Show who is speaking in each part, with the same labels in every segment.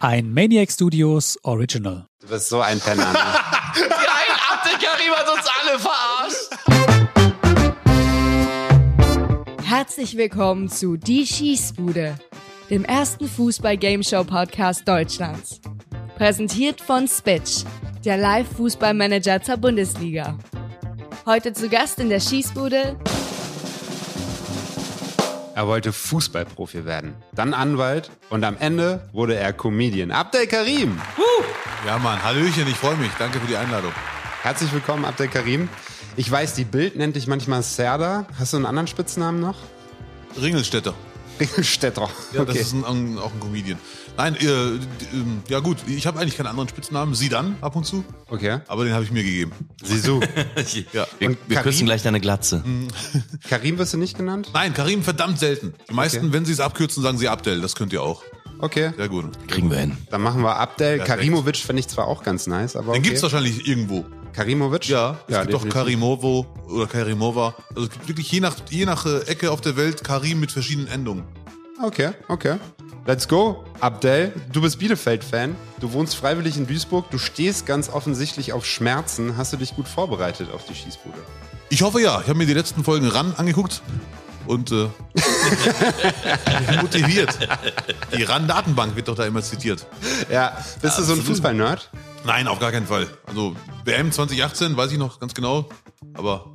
Speaker 1: Ein Maniac Studios Original.
Speaker 2: Du bist so ein Penner. Ne?
Speaker 3: Die einen Abdeckkarim hat uns alle verarscht.
Speaker 4: Herzlich willkommen zu Die Schießbude, dem ersten Fußball-Gameshow-Podcast Deutschlands. Präsentiert von Spitch, der Live-Fußballmanager zur Bundesliga. Heute zu Gast in der Schießbude
Speaker 2: Er wollte Fußballprofi werden, dann Anwalt und am Ende wurde er Comedian. Abdel Karim!
Speaker 5: Ja, Mann, Hallöchen, ich freue mich. Danke für die Einladung.
Speaker 2: Herzlich willkommen, Abdel Karim. Ich weiß, die Bild nennt dich manchmal Serda. Hast du einen anderen Spitznamen noch?
Speaker 5: Ringelstädter.
Speaker 2: Städter.
Speaker 5: Ja, das ist ein, ein, auch ein Comedian. Nein, äh, d- ähm, ja gut, ich habe eigentlich keinen anderen Spitznamen. Sie dann ab und zu,
Speaker 2: okay.
Speaker 5: aber den habe ich mir gegeben.
Speaker 2: Sisu.
Speaker 5: Ja.
Speaker 3: Wir,
Speaker 2: Und
Speaker 3: wir
Speaker 2: Karim?
Speaker 3: küssen gleich deine Glatze.
Speaker 2: Hm. Karim wirst du nicht genannt?
Speaker 5: Nein, Karim verdammt selten. Die meisten,
Speaker 2: Okay.
Speaker 5: wenn sie es abkürzen, sagen sie Abdel. Das könnt ihr auch.
Speaker 2: Okay.
Speaker 5: Sehr gut.
Speaker 3: Kriegen wir hin.
Speaker 2: Dann machen wir Abdel.
Speaker 5: Perfekt.
Speaker 2: Karimovic fände ich zwar auch ganz nice, aber. Okay.
Speaker 5: Den gibt's wahrscheinlich irgendwo.
Speaker 2: Karimovic?
Speaker 5: Ja, es gibt doch
Speaker 2: definitiv.
Speaker 5: Karimovo oder Karimova. Also es gibt wirklich je nach, je nach äh, Ecke auf der Welt Karim mit verschiedenen Endungen.
Speaker 2: Okay, okay. Let's go. Abdel, du bist Bielefeld-Fan, du wohnst freiwillig in Duisburg, du stehst ganz offensichtlich auf Schmerzen. Hast du dich gut vorbereitet auf die Schießbude?
Speaker 5: Ich hoffe ja. Ich habe mir die letzten Folgen äh, ran angeguckt und äh, bin motiviert. Die RAN-Datenbank wird doch da immer zitiert.
Speaker 2: Ja, bist du so ein Fußball-Nerd?
Speaker 5: Nein, auf gar keinen Fall. Also WM 2018 weiß ich noch ganz genau, aber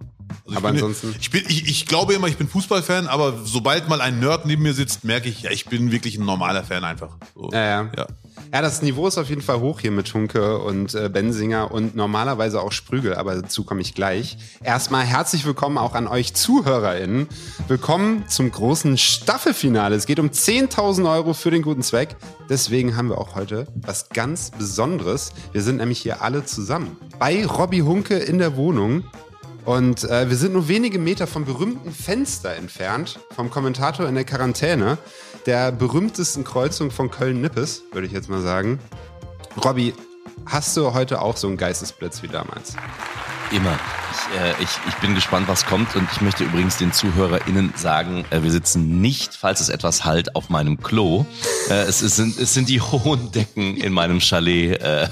Speaker 2: Aber
Speaker 5: also ich bin,
Speaker 2: ansonsten-
Speaker 5: ich, bin ich, ich glaube immer, ich bin Fußballfan, aber sobald mal ein Nerd neben mir sitzt, merke ich, ja, ich bin wirklich ein normaler Fan einfach. So.
Speaker 2: Ja, ja.
Speaker 5: ja.
Speaker 2: Ja, das Niveau ist auf jeden Fall hoch hier mit Hunke und äh, Bensinger und normalerweise auch Sprügel, aber dazu komme ich gleich. Erstmal herzlich willkommen auch an euch ZuhörerInnen. Willkommen zum großen Staffelfinale. Es geht um 10.000 Euro für den guten Zweck. Deswegen haben wir auch heute was ganz Besonderes. Wir sind nämlich hier alle zusammen bei Robby Hunke in der Wohnung. Und äh, wir sind nur wenige Meter vom berühmten Fenster entfernt, vom Kommentator in der Quarantäne, der berühmtesten Kreuzung von Köln-Nippes, würde ich jetzt mal sagen. Robby, hast du heute auch so einen Geistesblitz wie damals?
Speaker 3: Immer. Ich, äh, ich, ich bin gespannt, was kommt. Und ich möchte übrigens den ZuhörerInnen sagen, äh, wir sitzen nicht, falls es etwas halt, auf meinem Klo. Äh, es, es, sind, es sind die hohen Decken in meinem Chalet, äh,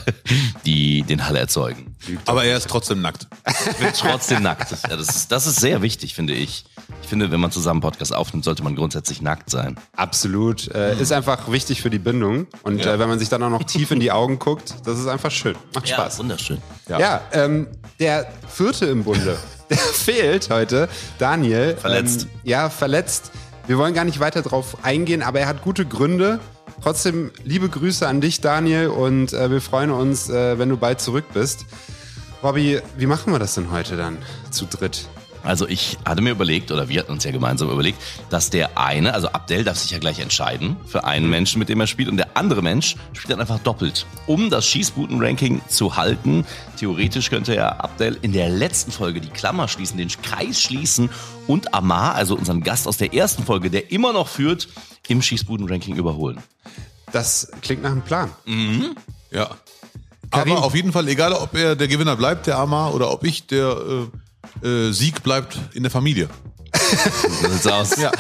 Speaker 3: die den Hall erzeugen.
Speaker 5: Aber er ist trotzdem nackt.
Speaker 3: Ich bin trotzdem nackt. Ja, das, ist, das ist sehr wichtig, finde ich. Ich finde, wenn man zusammen Podcast aufnimmt, sollte man grundsätzlich nackt sein.
Speaker 2: Absolut. Äh, Ist einfach wichtig für die Bindung. Und
Speaker 5: Ja.
Speaker 2: äh, wenn man sich dann auch noch tief in die Augen guckt, das ist einfach schön. Macht Spaß.
Speaker 3: wunderschön.
Speaker 2: Ja, ähm, der vierte im Bunde, der fehlt heute, Daniel.
Speaker 3: Verletzt.
Speaker 2: Ähm, ja, verletzt. Wir wollen gar nicht weiter drauf eingehen, aber er hat gute Gründe. Trotzdem liebe Grüße an dich, Daniel, und äh, wir freuen uns, äh, wenn du bald zurück bist. Robby, wie machen wir das denn heute dann zu dritt?
Speaker 3: Also ich hatte mir überlegt, oder wir hatten uns ja gemeinsam überlegt, dass der eine, also Abdel darf sich ja gleich entscheiden für
Speaker 2: Mhm.
Speaker 3: einen Menschen, mit dem er spielt, und der andere Mensch spielt dann einfach doppelt, um das Schießbuten-Ranking zu halten. Theoretisch könnte ja Abdel in der letzten Folge die Klammer schließen, den Kreis schließen und Amar, also unseren Gast aus der ersten Folge, der immer noch führt, im Schießbuten-Ranking überholen. Mhm.
Speaker 2: Das klingt nach einem Plan.
Speaker 5: Ja.
Speaker 2: Karim.
Speaker 5: Aber auf jeden Fall, egal ob er der Gewinner bleibt, der Amar, oder ob ich, der äh, äh, Sieg bleibt in der Familie.
Speaker 3: So sieht's aus.
Speaker 5: Ja.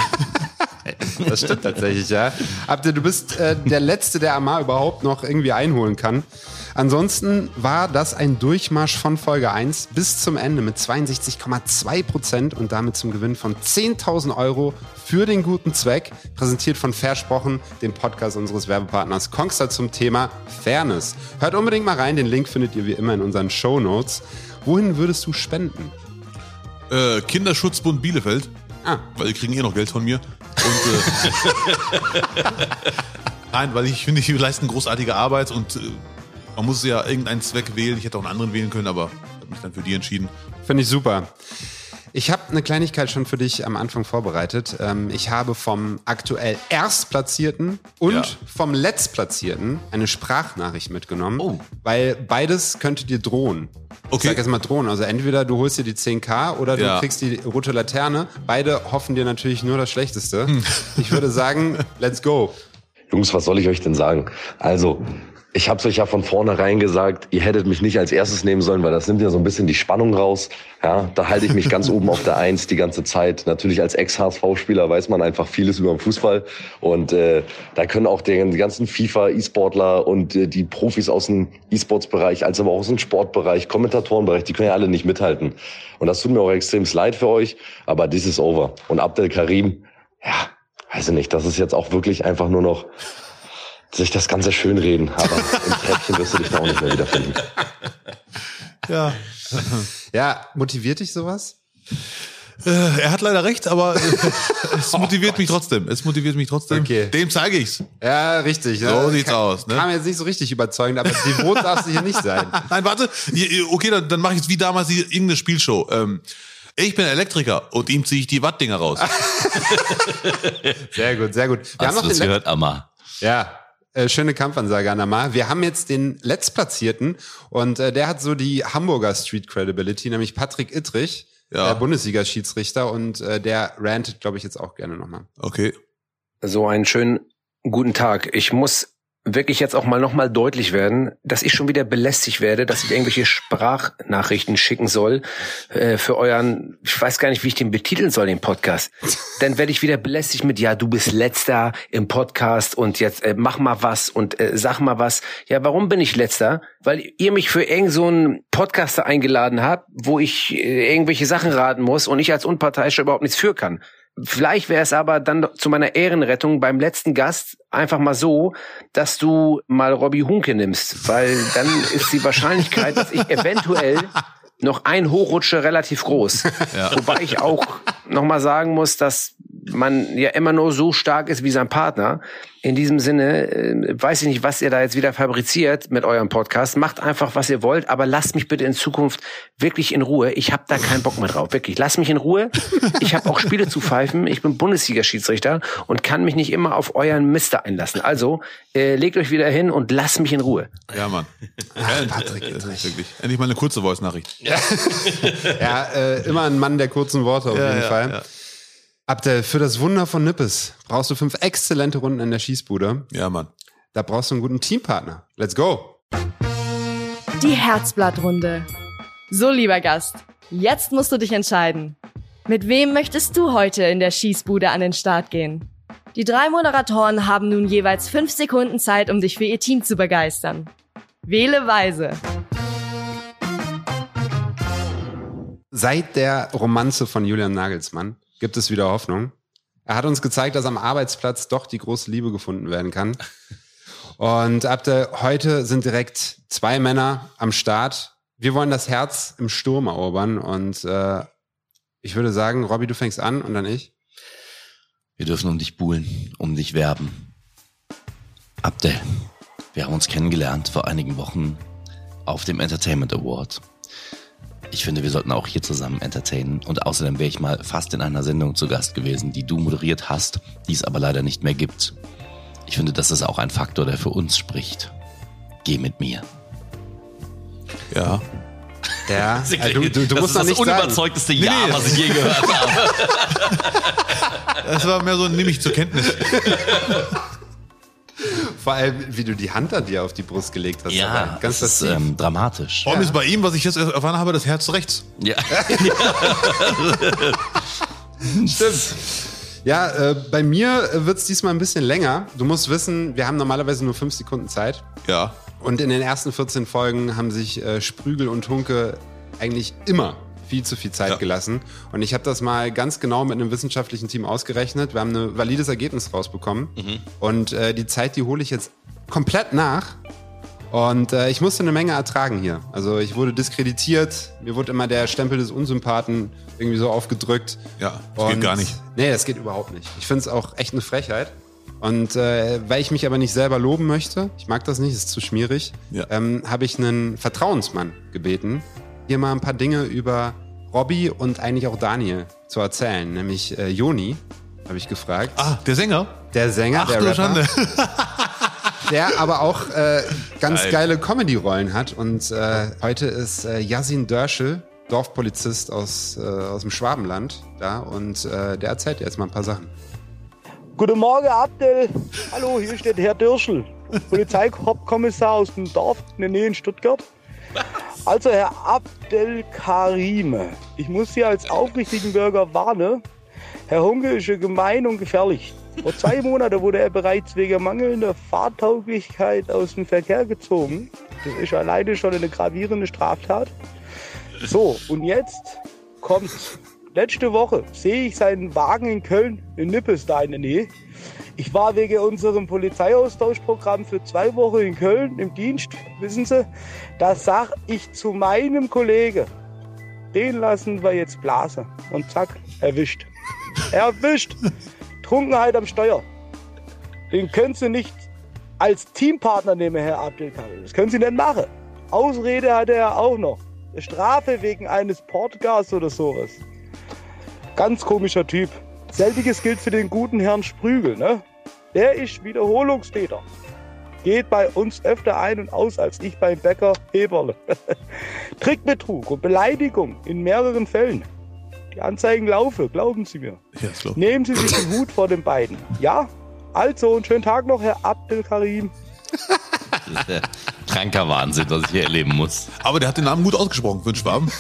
Speaker 2: Das stimmt tatsächlich, ja. Abdel, du bist äh, der Letzte, der Amar überhaupt noch irgendwie einholen kann. Ansonsten war das ein Durchmarsch von Folge 1 bis zum Ende mit 62,2 Prozent und damit zum Gewinn von 10.000 Euro für den guten Zweck. Präsentiert von Versprochen, dem Podcast unseres Werbepartners Kongster zum Thema Fairness. Hört unbedingt mal rein, den Link findet ihr wie immer in unseren Show Notes. Wohin würdest du spenden?
Speaker 5: Äh, Kinderschutzbund Bielefeld.
Speaker 2: Ah.
Speaker 5: Weil die kriegen eh noch Geld von mir. Und, äh, Nein, weil ich finde, die leisten großartige Arbeit und äh, man muss ja irgendeinen Zweck wählen. Ich hätte auch einen anderen wählen können, aber ich habe mich dann für die entschieden.
Speaker 2: Finde ich super. Ich habe eine Kleinigkeit schon für dich am Anfang vorbereitet. Ähm, ich habe vom aktuell Erstplatzierten und
Speaker 5: Ja.
Speaker 2: vom Letztplatzierten eine Sprachnachricht mitgenommen,
Speaker 3: Oh.
Speaker 2: weil beides könnte dir drohen. Ich
Speaker 5: Okay.
Speaker 2: sag jetzt mal drohen. Also entweder du holst dir die 10K oder du
Speaker 5: Ja.
Speaker 2: kriegst die rote Laterne. Beide hoffen dir natürlich nur das
Speaker 5: Hm.
Speaker 2: Schlechteste. Ich würde sagen, let's go.
Speaker 6: Jungs, was soll ich euch denn sagen? Also, Ich habe euch ja von vornherein gesagt, ihr hättet mich nicht als erstes nehmen sollen, weil das nimmt ja so ein bisschen die Spannung raus. Ja, da halte ich mich ganz oben auf der Eins die ganze Zeit. Natürlich als Ex-HSV-Spieler weiß man einfach vieles über den Fußball und äh, da können auch den ganzen FIFA-E-Sportler und äh, die Profis aus dem E-Sports-Bereich, als aber auch aus dem Sportbereich, Kommentatorenbereich, die können ja alle nicht mithalten. Und das tut mir auch extrem leid für euch, aber this is over. Und Abdel Karim, ja, weiß ich nicht, das ist jetzt auch wirklich einfach nur noch sich das Ganze schönreden, aber im Treppchen wirst du dich da auch nicht mehr wiederfinden.
Speaker 5: Ja.
Speaker 2: Ja, motiviert dich sowas?
Speaker 5: Äh, Er hat leider recht, aber äh, es motiviert mich trotzdem. Es motiviert mich trotzdem.
Speaker 2: Okay.
Speaker 5: Dem zeige ich's.
Speaker 2: Ja, richtig. ne?
Speaker 5: So sieht's
Speaker 2: Kam-
Speaker 5: aus, ne?
Speaker 2: Kam jetzt nicht so richtig überzeugend, aber devot darfst du hier nicht sein.
Speaker 5: Nein, warte. I- i- Okay, dann, dann mache ich es wie damals die, irgendeine Spielshow. Ähm, ich bin Elektriker und ihm ziehe ich die Wattdinger raus.
Speaker 2: Sehr gut, sehr gut. Wir haben
Speaker 3: Hast
Speaker 2: noch den
Speaker 3: du das
Speaker 2: letzten,
Speaker 3: gehört, Amma?
Speaker 2: ja, äh, schöne Kampfansage an Amar. Wir haben jetzt den letztplatzierten und äh, der hat so die Hamburger Street Credibility, nämlich Patrick Ittrich,
Speaker 5: Ja.
Speaker 2: der Bundesliga-Schiedsrichter und äh, der rantet, glaube ich, jetzt auch gerne nochmal.
Speaker 5: Okay.
Speaker 7: so einen schönen guten Tag. Ich muss wirklich jetzt auch mal nochmal deutlich werden, dass ich schon wieder belästigt werde, dass ich irgendwelche Sprachnachrichten schicken soll äh, für euren, ich weiß gar nicht, wie ich den betiteln soll, den Podcast. Dann werde ich wieder belästigt mit, ja, du bist letzter im Podcast und jetzt äh, mach mal was und äh, sag mal was. Ja, warum bin ich letzter? Weil ihr mich für irgend so einen Podcaster eingeladen habt, wo ich äh, irgendwelche Sachen raten muss und ich als Unparteiischer überhaupt nichts für kann. Vielleicht wäre es aber dann doch zu meiner Ehrenrettung beim letzten Gast einfach mal so, dass du mal Robbie Hunke nimmst, weil dann ist die Wahrscheinlichkeit, dass ich eventuell noch ein hochrutsche, relativ groß. Wobei ich auch nochmal sagen muss, dass man ja immer nur so stark ist wie sein Partner. In diesem Sinne, äh, weiß ich nicht, was ihr da jetzt wieder fabriziert mit eurem Podcast. Macht einfach, was ihr wollt, aber lasst mich bitte in Zukunft wirklich in Ruhe. Ich habe da keinen Bock mehr drauf. Wirklich, lasst mich in Ruhe. Ich habe auch Spiele zu pfeifen. Ich bin Bundesliga-Schiedsrichter und kann mich nicht immer auf euren Mister einlassen. Also, äh, legt euch wieder hin und lasst mich in Ruhe.
Speaker 5: Ja, Mann.
Speaker 2: Ah,
Speaker 5: Patrick Ittrich. Wirklich. Endlich mal eine kurze Voice-Nachricht.
Speaker 2: Ja, äh, immer ein Mann der kurzen Worte auf jeden Fall. Abdel, für das Wunder von Nippes brauchst du fünf exzellente Runden in der Schießbude.
Speaker 5: Ja, Mann.
Speaker 2: Da brauchst du einen guten Teampartner. Let's go.
Speaker 4: Die Herzblattrunde. So, lieber Gast, jetzt musst du dich entscheiden. Mit wem möchtest du heute in der Schießbude an den Start gehen? Die drei Moderatoren haben nun jeweils fünf Sekunden Zeit, um dich für ihr Team zu begeistern. Wähle weise.
Speaker 2: Seit der Romanze von Julian Nagelsmann gibt es wieder Hoffnung. Er hat uns gezeigt, dass am Arbeitsplatz doch die große Liebe gefunden werden kann. Und ab der, heute sind direkt zwei Männer am Start. Wir wollen das Herz im Sturm erobern. Und äh, ich würde sagen, Robby, du fängst an und dann ich.
Speaker 3: Wir dürfen um dich buhlen, um dich werben. Abdel, wir haben uns kennengelernt vor einigen Wochen auf dem Entertainment Award. Ich finde, wir sollten auch hier zusammen entertainen. Und außerdem wäre ich mal fast in einer Sendung zu Gast gewesen, die du moderiert hast, die es aber leider nicht mehr gibt. Ich finde, das ist auch ein Faktor, der für uns spricht. Geh mit mir.
Speaker 5: Ja.
Speaker 2: Ja,
Speaker 5: also
Speaker 2: äh, du, du, du
Speaker 3: das
Speaker 2: musst doch
Speaker 3: ist das
Speaker 2: nicht sagen.
Speaker 3: unüberzeugteste Ja,
Speaker 5: nee.
Speaker 3: was ich je gehört habe.
Speaker 5: Das war mehr so, ein nehme ich zur Kenntnis.
Speaker 2: Vor allem, wie du die Hand an dir auf die Brust gelegt hast.
Speaker 3: Ja,
Speaker 2: dabei.
Speaker 3: das
Speaker 2: ganz
Speaker 3: ist
Speaker 2: das
Speaker 3: ähm, dramatisch.
Speaker 5: Warum ist bei ihm, was ich jetzt erfahren habe, das Herz rechts?
Speaker 3: Ja.
Speaker 2: Stimmt. Ja, äh, bei mir wird's diesmal ein bisschen länger. Du musst wissen, wir haben normalerweise nur fünf Sekunden Zeit.
Speaker 5: Ja.
Speaker 2: Und in den ersten 14 Folgen haben sich äh, Sprügel und Hunke eigentlich immer viel zu viel Zeit
Speaker 5: Ja.
Speaker 2: gelassen. Und ich habe das mal ganz genau mit einem wissenschaftlichen Team ausgerechnet. Wir haben ein valides Ergebnis rausbekommen. Und äh, die Zeit, die hole ich jetzt komplett nach. Und äh, ich musste eine Menge ertragen hier. Also ich wurde diskreditiert, mir wurde immer der Stempel des Unsympathen irgendwie so aufgedrückt.
Speaker 5: Ja, das geht gar nicht.
Speaker 2: Nee, das geht überhaupt nicht. Ich finde es auch echt eine Frechheit. Und äh, weil ich mich aber nicht selber loben möchte, ich mag das nicht, ist zu schmierig,
Speaker 5: Ja.
Speaker 2: ähm, habe ich einen Vertrauensmann gebeten, hier mal ein paar Dinge über Robby und eigentlich auch Daniel zu erzählen. Nämlich äh, Joni, habe ich gefragt.
Speaker 5: Ah, der Sänger?
Speaker 2: Der Sänger,
Speaker 5: Ach
Speaker 2: der
Speaker 5: du
Speaker 2: Rapper
Speaker 5: Schande.
Speaker 2: der aber auch äh, ganz
Speaker 5: Geil.
Speaker 2: geile Comedy-Rollen hat. Und äh, heute ist äh, Yasin Dörschel, Dorfpolizist aus, äh, aus dem Schwabenland, da und äh, der erzählt dir jetzt mal ein paar Sachen.
Speaker 8: Guten Morgen, Abdel. Hallo, hier steht Herr Dürschel, Polizeikommissar aus dem Dorf in der Nähe in Stuttgart. Also, Herr Abdel Karim, ich muss Sie als aufrichtigen Bürger warnen. Herr Hunke ist ja gemein und gefährlich. Vor zwei Monaten wurde er bereits wegen mangelnder Fahrtauglichkeit aus dem Verkehr gezogen. Das ist alleine schon eine gravierende Straftat. So, und jetzt kommt. Letzte Woche sehe ich seinen Wagen in Köln, in Nippes da in der Nähe. Ich war wegen unserem Polizeiaustauschprogramm für zwei Wochen in Köln im Dienst. Wissen Sie, da sag ich zu meinem Kollegen, den lassen wir jetzt blasen. Und zack, erwischt. Erwischt! Trunkenheit am Steuer. Den können Sie nicht als Teampartner nehmen, Herr Abdelkarim. Das können Sie nicht machen. Ausrede hatte er auch noch. Strafe wegen eines Portgas oder sowas. Ganz komischer Typ. Selbiges gilt für den guten Herrn Sprügel, ne? Der ist Wiederholungstäter. Geht bei uns öfter ein und aus als ich beim Bäcker Heberle. Trickbetrug und Beleidigung in mehreren Fällen. Die Anzeigen laufen, glauben Sie mir.
Speaker 5: Ja, ist klar.
Speaker 8: Nehmen Sie sich den Hut vor den beiden. Ja? Also, einen schönen Tag noch, Herr Abdelkarim.
Speaker 3: Das ist der kranker Wahnsinn, was ich hier erleben muss.
Speaker 5: Aber der hat den Namen gut ausgesprochen für den Schwaben.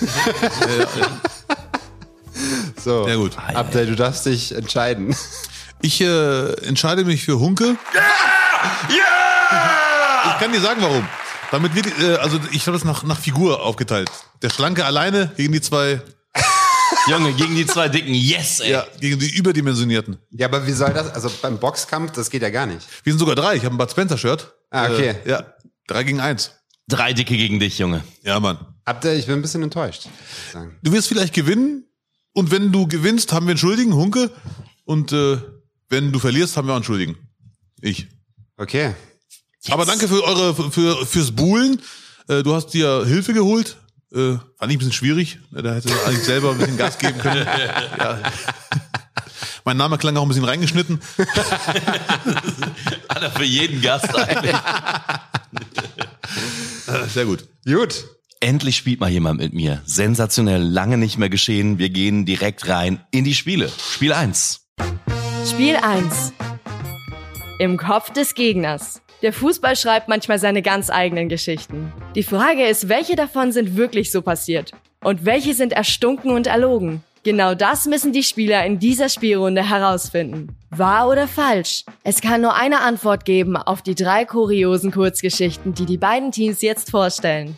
Speaker 2: So,
Speaker 5: Sehr gut.
Speaker 2: Abdel, du darfst dich entscheiden.
Speaker 5: Ich äh, entscheide mich für Hunke. Ich kann dir sagen, warum. Damit wird, äh, also ich habe das nach, nach Figur aufgeteilt. Der Schlanke alleine gegen die zwei,
Speaker 3: Junge, gegen die zwei Dicken, yes, ey.
Speaker 5: ja, gegen die überdimensionierten.
Speaker 2: Ja, aber wie soll das? Also beim Boxkampf, das geht ja gar nicht.
Speaker 5: Wir sind sogar drei. Ich habe ein Bud Spencer-Shirt.
Speaker 2: Ah, okay.
Speaker 5: Äh, ja, drei gegen eins.
Speaker 3: Drei Dicke gegen dich, Junge.
Speaker 5: Ja, Mann.
Speaker 2: Abdel, ich bin ein bisschen enttäuscht. muss ich sagen.
Speaker 5: Du wirst vielleicht gewinnen. Und wenn du gewinnst, haben wir einen Schuldigen, Hunke. Und äh, wenn du verlierst, haben wir auch einen Schuldigen. Ich.
Speaker 2: Okay.
Speaker 5: Aber danke für eure für, fürs Buhlen. Äh, du hast dir Hilfe geholt. Äh, fand ich ein bisschen schwierig. Ne, Da hätte ich eigentlich selber ein bisschen Gas geben können. ja. Mein Name klang auch ein bisschen reingeschnitten.
Speaker 3: Hat er für jeden Gast eigentlich.
Speaker 5: Äh, Sehr gut.
Speaker 2: Gut.
Speaker 3: Endlich spielt mal jemand mit mir. Sensationell, lange nicht mehr geschehen. Wir gehen direkt rein in die Spiele. Spiel eins.
Speaker 4: Spiel 1. Im Kopf des Gegners. Der Fußball schreibt manchmal seine ganz eigenen Geschichten. Die Frage ist, welche davon sind wirklich so passiert? Und welche sind erstunken und erlogen? Genau das müssen die Spieler in dieser Spielrunde herausfinden. Wahr oder falsch? Es kann nur eine Antwort geben auf die drei kuriosen Kurzgeschichten, die die beiden Teams jetzt vorstellen.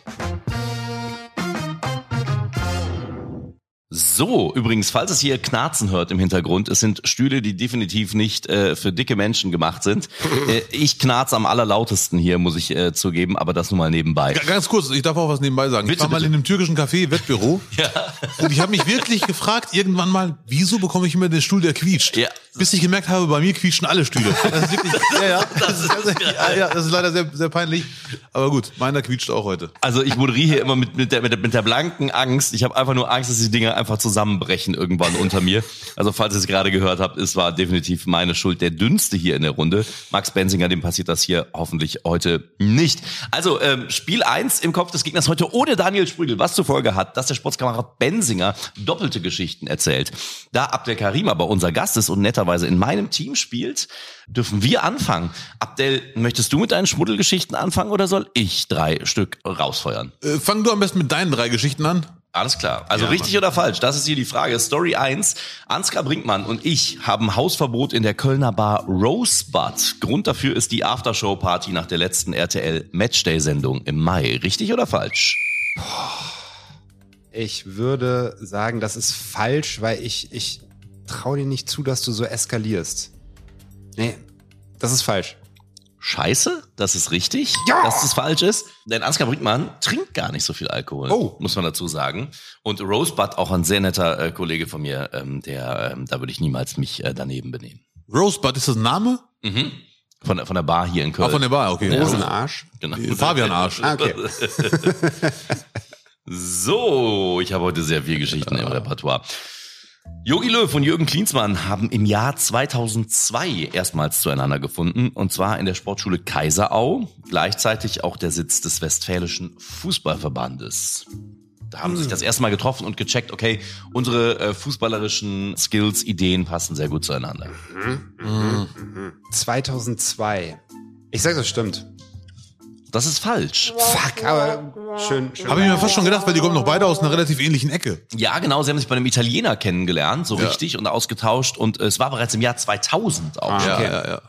Speaker 3: So, übrigens, falls es hier Knarzen hört im Hintergrund, es sind Stühle, die definitiv nicht äh, für dicke Menschen gemacht sind. äh, ich knarze am allerlautesten hier, muss ich äh, zugeben, aber das nur mal nebenbei.
Speaker 5: Ga- Ganz kurz, ich darf auch was nebenbei sagen. ich
Speaker 3: Bitte,
Speaker 5: war mal
Speaker 3: bitte.
Speaker 5: in einem türkischen Café, Wettbüro. Ja. Und ich habe mich wirklich gefragt, irgendwann mal, wieso bekomme ich immer den Stuhl, der quietscht?
Speaker 3: Ja.
Speaker 5: Bis ich gemerkt habe, bei mir quietschen alle Stühle. Das ist wirklich, ja, ja, das ist, tatsächlich- ja, ja, das ist leider sehr, sehr peinlich. Aber gut, meiner quietscht auch heute.
Speaker 3: Also ich moderiere hier immer mit, mit, der, mit, der, mit der blanken Angst. Ich habe einfach nur Angst, dass die Dinger einfach zusammenbrechen irgendwann unter mir. Also falls ihr es gerade gehört habt, es war definitiv meine Schuld. Der dünnste hier in der Runde. Max Benzinger, dem passiert das hier hoffentlich heute nicht. Also ähm, Spiel eins im Kopf des Gegners heute ohne Daniel Sprügel, was zur Folge hat, dass der Sportskamerad Benzinger doppelte Geschichten erzählt. Da Abdel Karim aber unser Gast ist und netterweise in meinem Team spielt, dürfen wir anfangen. Abdel, möchtest du mit deinen Schmuddelgeschichten anfangen oder soll ich drei Stück rausfeuern?
Speaker 5: Äh, fang du am besten mit deinen drei Geschichten an.
Speaker 3: Alles klar. Also richtig oder falsch? Das ist hier die Frage. Story 1. Ansgar Brinkmann und ich haben Hausverbot in der Kölner Bar Rosebud. Grund dafür ist die Aftershow-Party nach der letzten RTL Matchday-Sendung im Mai. Richtig oder falsch?
Speaker 2: Ich würde sagen, das ist falsch, weil ich, ich traue dir nicht zu, dass du so eskalierst. Nee, das ist falsch.
Speaker 3: Scheiße, das ist richtig, dass es falsch ist. Denn Ansgar Brinkmann trinkt gar nicht so viel Alkohol,
Speaker 2: Oh.
Speaker 3: muss man dazu sagen. Und Rosebud, auch ein sehr netter äh, Kollege von mir, ähm, der, ähm, da würde ich niemals mich äh, daneben benehmen.
Speaker 5: Rosebud ist das ein Name?
Speaker 3: Mhm. Von, der- von der Bar hier in Köln.
Speaker 5: Auch von der Bar, okay.
Speaker 3: Ja.
Speaker 2: Hosenarsch.
Speaker 3: Genau.
Speaker 5: Fabian Arsch.
Speaker 2: Ah, okay.
Speaker 3: So, ich habe heute sehr viel Geschichten im Repertoire. Jogi Löw und Jürgen Klinsmann haben im Jahr 2002 erstmals zueinander gefunden, und zwar in der Sportschule Kaiserau, gleichzeitig auch der Sitz des Westfälischen Fußballverbandes. Da haben sie sich das erste Mal getroffen und gecheckt, okay, unsere äh, fußballerischen Skills, Ideen passen sehr gut zueinander.
Speaker 2: Mhm. 2002. Mhm. Ich sag, das stimmt.
Speaker 3: Das ist falsch.
Speaker 2: Fuck, aber schön, schön.
Speaker 5: Habe ich mir fast schon gedacht, weil die kommen noch beide aus einer relativ ähnlichen Ecke.
Speaker 3: Ja, genau, sie haben sich bei einem Italiener kennengelernt, so
Speaker 5: Ja.
Speaker 3: richtig, und ausgetauscht. Und äh, es war bereits im Jahr 2000 auch.
Speaker 2: Ah,
Speaker 3: schon.
Speaker 2: okay.
Speaker 5: ja, ja.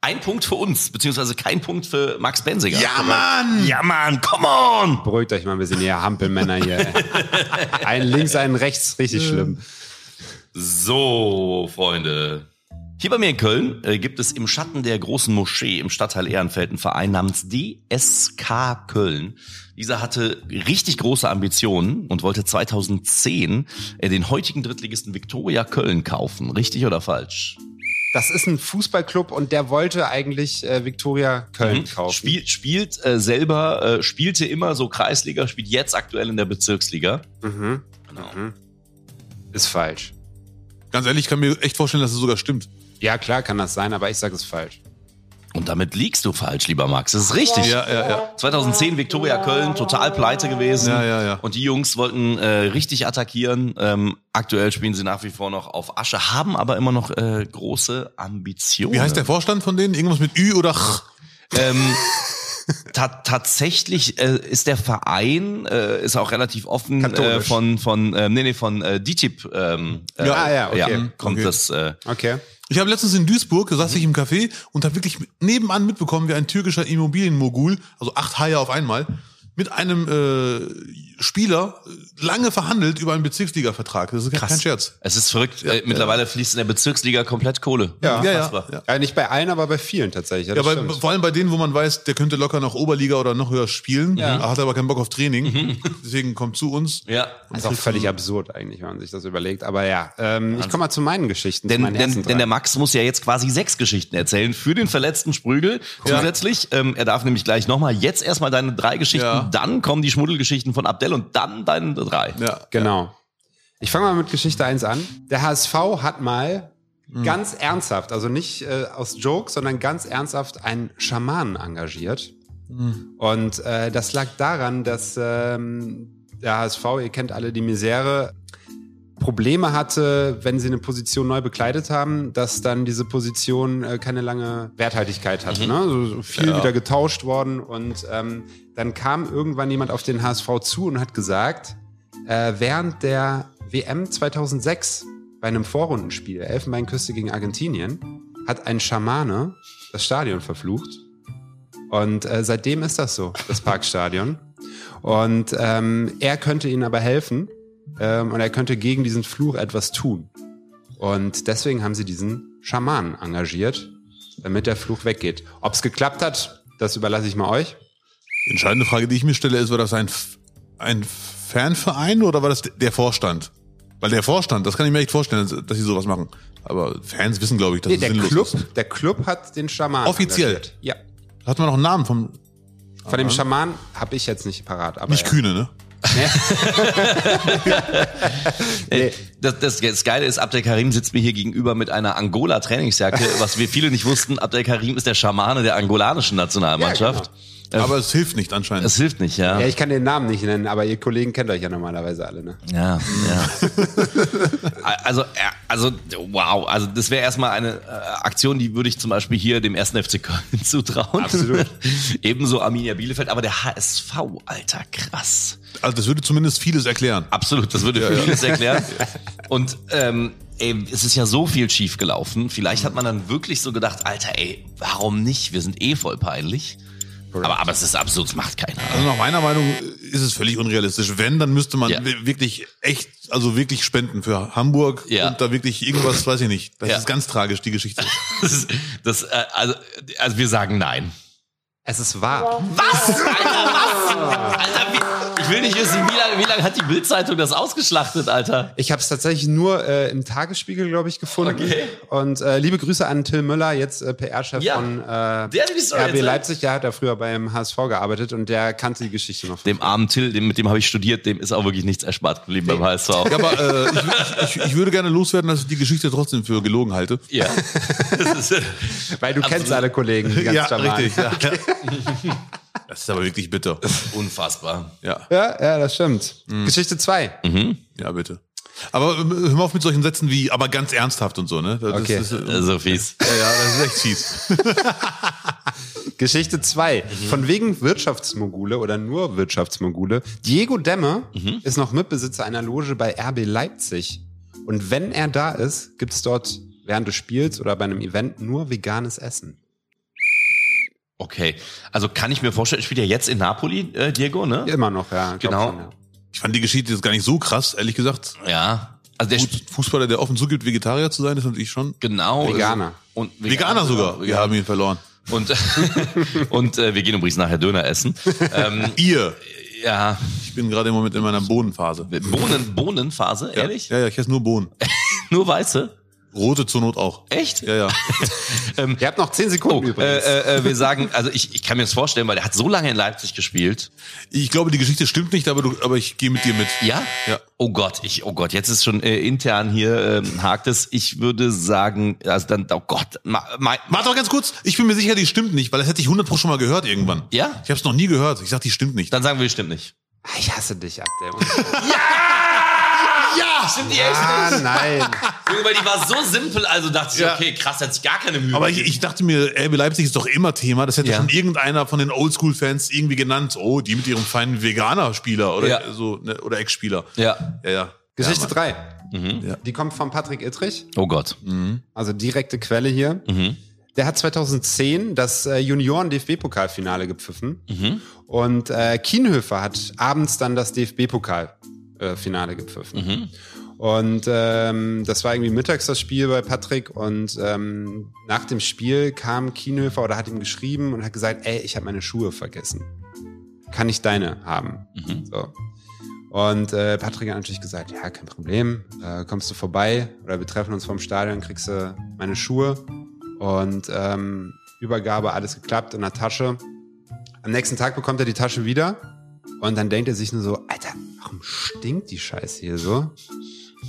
Speaker 3: Ein Punkt für uns, beziehungsweise kein Punkt für Max Benziger.
Speaker 5: Ja, Mann!
Speaker 3: Ja, Mann, come on!
Speaker 2: Beruhigt euch mal ein bisschen, ihr Hampelmänner hier. ey. einen links, einen rechts, richtig schlimm.
Speaker 3: So, Freunde. Hier bei mir in Köln äh, gibt es im Schatten der großen Moschee im Stadtteil Ehrenfeld einen Verein namens DSK Köln. Dieser hatte richtig große Ambitionen und wollte 2010 äh, den heutigen Drittligisten Viktoria Köln kaufen. Richtig oder falsch?
Speaker 2: Das ist ein Fußballclub und der wollte eigentlich äh, Viktoria Köln
Speaker 3: Mhm.
Speaker 2: kaufen.
Speaker 3: Spielt, spielt äh, selber, äh, spielte immer so Kreisliga, spielt jetzt aktuell in der Bezirksliga.
Speaker 2: Mhm.
Speaker 3: Genau.
Speaker 2: Mhm. Ist falsch.
Speaker 5: Ganz ehrlich, ich kann mir echt vorstellen, dass es sogar stimmt.
Speaker 2: Ja, klar kann das sein, aber ich sage es falsch.
Speaker 3: Und damit liegst du falsch, lieber Max. Das ist richtig.
Speaker 5: Ja, ja, ja.
Speaker 3: 2010 Viktoria Köln, total pleite gewesen.
Speaker 5: Ja, ja, ja.
Speaker 3: Und die Jungs wollten äh, richtig attackieren. Ähm, aktuell spielen sie nach wie vor noch auf Asche, haben aber immer noch äh, große Ambitionen.
Speaker 5: Wie heißt der Vorstand von denen? Irgendwas mit Ü oder Ch?
Speaker 3: Ähm, ta tatsächlich äh, ist der Verein äh, ist auch relativ offen äh,
Speaker 2: Katholisch.
Speaker 3: von von äh, nee nee von äh, DTIP ähm, äh,
Speaker 5: Ja,
Speaker 2: ah, ja, okay.
Speaker 3: kommt
Speaker 5: Okay.
Speaker 3: das äh,
Speaker 2: Okay.
Speaker 5: Ich habe letztens in Duisburg, saß ich im Café und habe wirklich nebenan mitbekommen, wie ein türkischer Immobilienmogul, also acht Haie auf einmal, mit einem äh, Spieler lange verhandelt über einen Bezirksliga-Vertrag. Das ist kein Scherz.
Speaker 3: es ist verrückt äh, mittlerweile fließt in der Bezirksliga komplett Kohle
Speaker 2: Ja.
Speaker 5: ja, ja.
Speaker 3: Unfassbar.
Speaker 5: ja.
Speaker 2: Ja, nicht bei allen, aber bei vielen tatsächlich. Ja,
Speaker 5: Ja,
Speaker 2: das
Speaker 5: bei,
Speaker 2: stimmt.
Speaker 5: vor allem bei denen, wo man weiß, der könnte locker noch Oberliga oder noch höher spielen, hat aber keinen Bock auf Training, deswegen kommt zu uns.
Speaker 3: ja.
Speaker 2: Das Mhm. ist auch völlig absurd eigentlich, wenn man sich das überlegt. Aber ja, ähm, ich komme mal zu meinen Geschichten. zu
Speaker 3: Also Denn,
Speaker 2: meinen
Speaker 3: denn,
Speaker 2: ersten
Speaker 3: denn
Speaker 2: drei.
Speaker 3: der Max muss ja jetzt quasi sechs Geschichten erzählen für den verletzten Sprügel. Zusätzlich, ähm, er darf nämlich gleich nochmal jetzt erstmal deine drei Geschichten,
Speaker 5: Ja.
Speaker 3: dann kommen die Schmuddelgeschichten von Abdel und dann deine drei.
Speaker 5: Ja.
Speaker 2: Genau. Ich fange mal mit Geschichte 1 an. Der HSV hat mal ganz ernsthaft, also nicht äh, aus Joke, sondern ganz ernsthaft einen Schamanen engagiert.
Speaker 5: hm.
Speaker 2: Und äh, das lag daran, dass ähm, der HSV, ihr kennt alle die Misere, Probleme hatte, wenn sie eine Position neu bekleidet haben, dass dann diese Position äh, keine lange Werthaltigkeit hatte. Ne? So, so viel wieder getauscht worden und ähm, dann kam irgendwann jemand auf den HSV zu und hat gesagt, äh, während der WM 2006 bei einem Vorrundenspiel, Elfenbeinküste gegen Argentinien, hat ein Schamane das Stadion verflucht. Und äh, seitdem ist das so, das Parkstadion. Und ähm, er könnte ihnen aber helfen ähm, und er könnte gegen diesen Fluch etwas tun. Und deswegen haben sie diesen Schamanen engagiert, damit der Fluch weggeht. Ob es geklappt hat, das überlasse ich mal euch.
Speaker 5: Die entscheidende Frage, die ich mir stelle, ist, war das ein, F- ein Fanverein oder war das d- der Vorstand? Weil der Vorstand, das kann ich mir echt vorstellen, dass dass sie sowas machen. Aber Fans wissen, glaube ich, dass
Speaker 2: Nee,
Speaker 5: es
Speaker 2: der
Speaker 5: sinnlos
Speaker 2: Club,
Speaker 5: ist.
Speaker 2: der Club hat den Schamanen
Speaker 5: Offiziell?
Speaker 2: Engagiert. Ja.
Speaker 5: Hat man noch einen Namen vom,
Speaker 2: Von dem Schaman habe ich jetzt nicht parat. Aber
Speaker 5: nicht
Speaker 2: ja.
Speaker 5: Kühne, ne?
Speaker 3: Äh, Das, das, das Geile ist, Abdel Karim sitzt mir hier gegenüber mit einer Angola-Trainingsjacke, was wir viele nicht wussten. Abdel Karim ist der Schamane der angolanischen Nationalmannschaft.
Speaker 5: genau. Aber es hilft nicht anscheinend.
Speaker 3: Es hilft nicht, ja.
Speaker 2: Ja,
Speaker 3: Ja,
Speaker 2: ich kann den Namen nicht nennen, aber ihr Kollegen kennt euch ja normalerweise alle, ne?
Speaker 3: ja. also, äh, also, wow. Also, das wäre erstmal eine äh, Aktion, die würde ich zum Beispiel hier dem 1. FC Köln zutrauen.
Speaker 2: Absolut.
Speaker 3: Ebenso Arminia Bielefeld, aber der HSV, Alter, krass.
Speaker 5: also das würde zumindest vieles erklären.
Speaker 3: Absolut, das würde vieles erklären. Und ähm, ey, es ist ja so viel schief gelaufen. Vielleicht hat man dann wirklich so gedacht, Alter, ey, warum nicht? Wir sind eh voll peinlich. Aber, aber es ist absolut, es macht keiner.
Speaker 5: Also nach meiner Meinung ist es völlig unrealistisch. Wenn, dann müsste man
Speaker 3: Ja.
Speaker 5: wi- wirklich echt, also wirklich spenden für Hamburg
Speaker 3: Ja.
Speaker 5: und da wirklich irgendwas, weiß ich nicht. Das
Speaker 3: Ja.
Speaker 5: ist ganz tragisch, die Geschichte.
Speaker 3: Das ist, das, äh, also, also wir sagen nein.
Speaker 2: Es ist wahr.
Speaker 3: Was? Alter, was? Alter, wie, ich will nicht wissen, wie lange wie lang hat die Bildzeitung das ausgeschlachtet, Alter?
Speaker 2: Ich habe es tatsächlich nur äh, im Tagesspiegel, glaube ich, gefunden. Und äh, liebe Grüße an Till Müller, jetzt äh, PR-Chef
Speaker 3: Ja.
Speaker 2: von äh,
Speaker 3: Der hat die Story
Speaker 2: RB
Speaker 3: erzählt.
Speaker 2: Leipzig. Der hat ja früher beim HSV gearbeitet und der kannte die Geschichte noch.
Speaker 3: Dem armen Till, dem, mit dem habe ich studiert, dem ist auch wirklich nichts erspart geblieben beim HSV.
Speaker 5: Ja, aber äh, ich, ich, ich würde gerne loswerden, dass ich die Geschichte trotzdem für gelogen halte.
Speaker 3: Ja. Das ist, äh,
Speaker 2: Weil du kennst alle Kollegen, die ganz
Speaker 5: Ja,
Speaker 2: charmant.
Speaker 5: richtig. Ja. Das ist aber wirklich bitter.
Speaker 3: Unfassbar.
Speaker 5: Ja,
Speaker 2: Ja, ja, das stimmt. Geschichte 2.
Speaker 3: Mhm.
Speaker 5: ja, bitte. Aber ähm, hör mal auf mit solchen Sätzen wie, aber ganz ernsthaft und so, ne? Das
Speaker 2: Okay.
Speaker 5: Ist, das ist,
Speaker 3: Äh, So fies.
Speaker 5: ja, ja, Ah, das ist echt fies.
Speaker 2: Geschichte 2. Von wegen Wirtschaftsmogule oder nur Wirtschaftsmogule. Diego Demme
Speaker 5: Mhm.
Speaker 2: ist noch Mitbesitzer einer Loge bei RB Leipzig. Und wenn er da ist, gibt es dort während des Spiels oder bei einem Event nur veganes Essen.
Speaker 3: Okay. Also kann ich mir vorstellen, spielt ja jetzt in Napoli, äh, Diego, ne?
Speaker 2: Immer noch, ja. glaub
Speaker 3: Genau.
Speaker 2: ja.
Speaker 5: Ich fand die Geschichte jetzt gar nicht so krass, ehrlich gesagt.
Speaker 3: Ja. Also der
Speaker 5: Gut,
Speaker 3: spielt
Speaker 5: Fußballer, der offen zugibt, Vegetarier zu sein, ist natürlich schon.
Speaker 3: genau.
Speaker 2: Veganer.
Speaker 3: Und
Speaker 5: Veganer sogar. Wir haben ihn verloren.
Speaker 3: Und, und äh, wir gehen übrigens nachher Döner essen. Ähm,
Speaker 5: Ihr.
Speaker 3: ja,
Speaker 5: Ich bin gerade im Moment in meiner Bohnenphase.
Speaker 3: Bohnen, Bohnenphase,
Speaker 5: Ja.
Speaker 3: ehrlich?
Speaker 5: Ja, ja, ich esse nur Bohnen.
Speaker 3: Nur weiße?
Speaker 5: Rote zur Not auch.
Speaker 3: Echt?
Speaker 5: Ja, ja.
Speaker 2: Ihr habt noch 10
Speaker 3: Oh,
Speaker 2: Sekunden
Speaker 3: äh,
Speaker 2: übrigens.
Speaker 3: äh, äh, wir sagen, also ich, ich kann mir das vorstellen, weil er hat so lange in Leipzig gespielt.
Speaker 5: Ich glaube, die Geschichte stimmt nicht, aber, du, aber ich gehe mit dir mit.
Speaker 3: Ja?
Speaker 5: Ja.
Speaker 3: Oh Gott, ich, oh Gott, jetzt ist schon äh, intern hier ähm, hakt es. Ich würde sagen, also dann, oh Gott, ma, ma, ma,
Speaker 5: Warte mal ganz kurz. Ich bin mir sicher, die stimmt nicht, weil das hätte ich 100 Pro schon mal gehört irgendwann.
Speaker 3: ja?
Speaker 5: Ich habe es noch nie gehört. Ich sag, die stimmt nicht.
Speaker 3: Dann sagen wir, stimmt nicht.
Speaker 2: Ah, ich hasse dich, Abdel.
Speaker 3: Ja, stimmt die echt
Speaker 2: ah, nein.
Speaker 3: Junge, weil die war so simpel, also dachte ich,
Speaker 5: Ja.
Speaker 3: okay, krass, hat sich gar keine Mühe.
Speaker 5: Aber ich, ich dachte mir, RB Leipzig ist doch immer Thema. Das hätte
Speaker 3: Ja.
Speaker 5: schon irgendeiner von den Oldschool-Fans irgendwie genannt. Oh, die mit ihrem feinen Veganer-Spieler oder
Speaker 3: Ja.
Speaker 5: so ne, oder Ex-Spieler.
Speaker 3: ja.
Speaker 5: Ja, ja.
Speaker 2: Geschichte
Speaker 5: ja,
Speaker 2: 3.
Speaker 3: Mhm.
Speaker 2: Die kommt von Patrick Ittrich,
Speaker 3: Oh Gott.
Speaker 5: Mhm.
Speaker 2: also direkte Quelle hier.
Speaker 3: Mhm.
Speaker 2: Der hat 2010 das äh, Junioren-DFB-Pokalfinale gepfiffen.
Speaker 3: Mhm.
Speaker 2: Und äh, Kienhöfer hat abends dann das DFB-Pokal-Finale gepfiffen.
Speaker 3: Mhm.
Speaker 2: Und ähm, das war irgendwie mittags das Spiel bei Patrick. Und ähm, nach dem Spiel kam Kienhöfer oder hat ihm geschrieben und hat gesagt, ey, ich habe meine Schuhe vergessen. Kann ich deine haben?
Speaker 3: Mhm.
Speaker 2: So. Und äh, Patrick hat natürlich gesagt, ja, kein Problem, äh, kommst du vorbei oder wir treffen uns vorm Stadion, kriegst du meine Schuhe und ähm, Übergabe, alles geklappt in der Tasche. Am nächsten Tag bekommt er die Tasche wieder und dann denkt er sich nur so, Alter, warum stinkt die Scheiße hier so?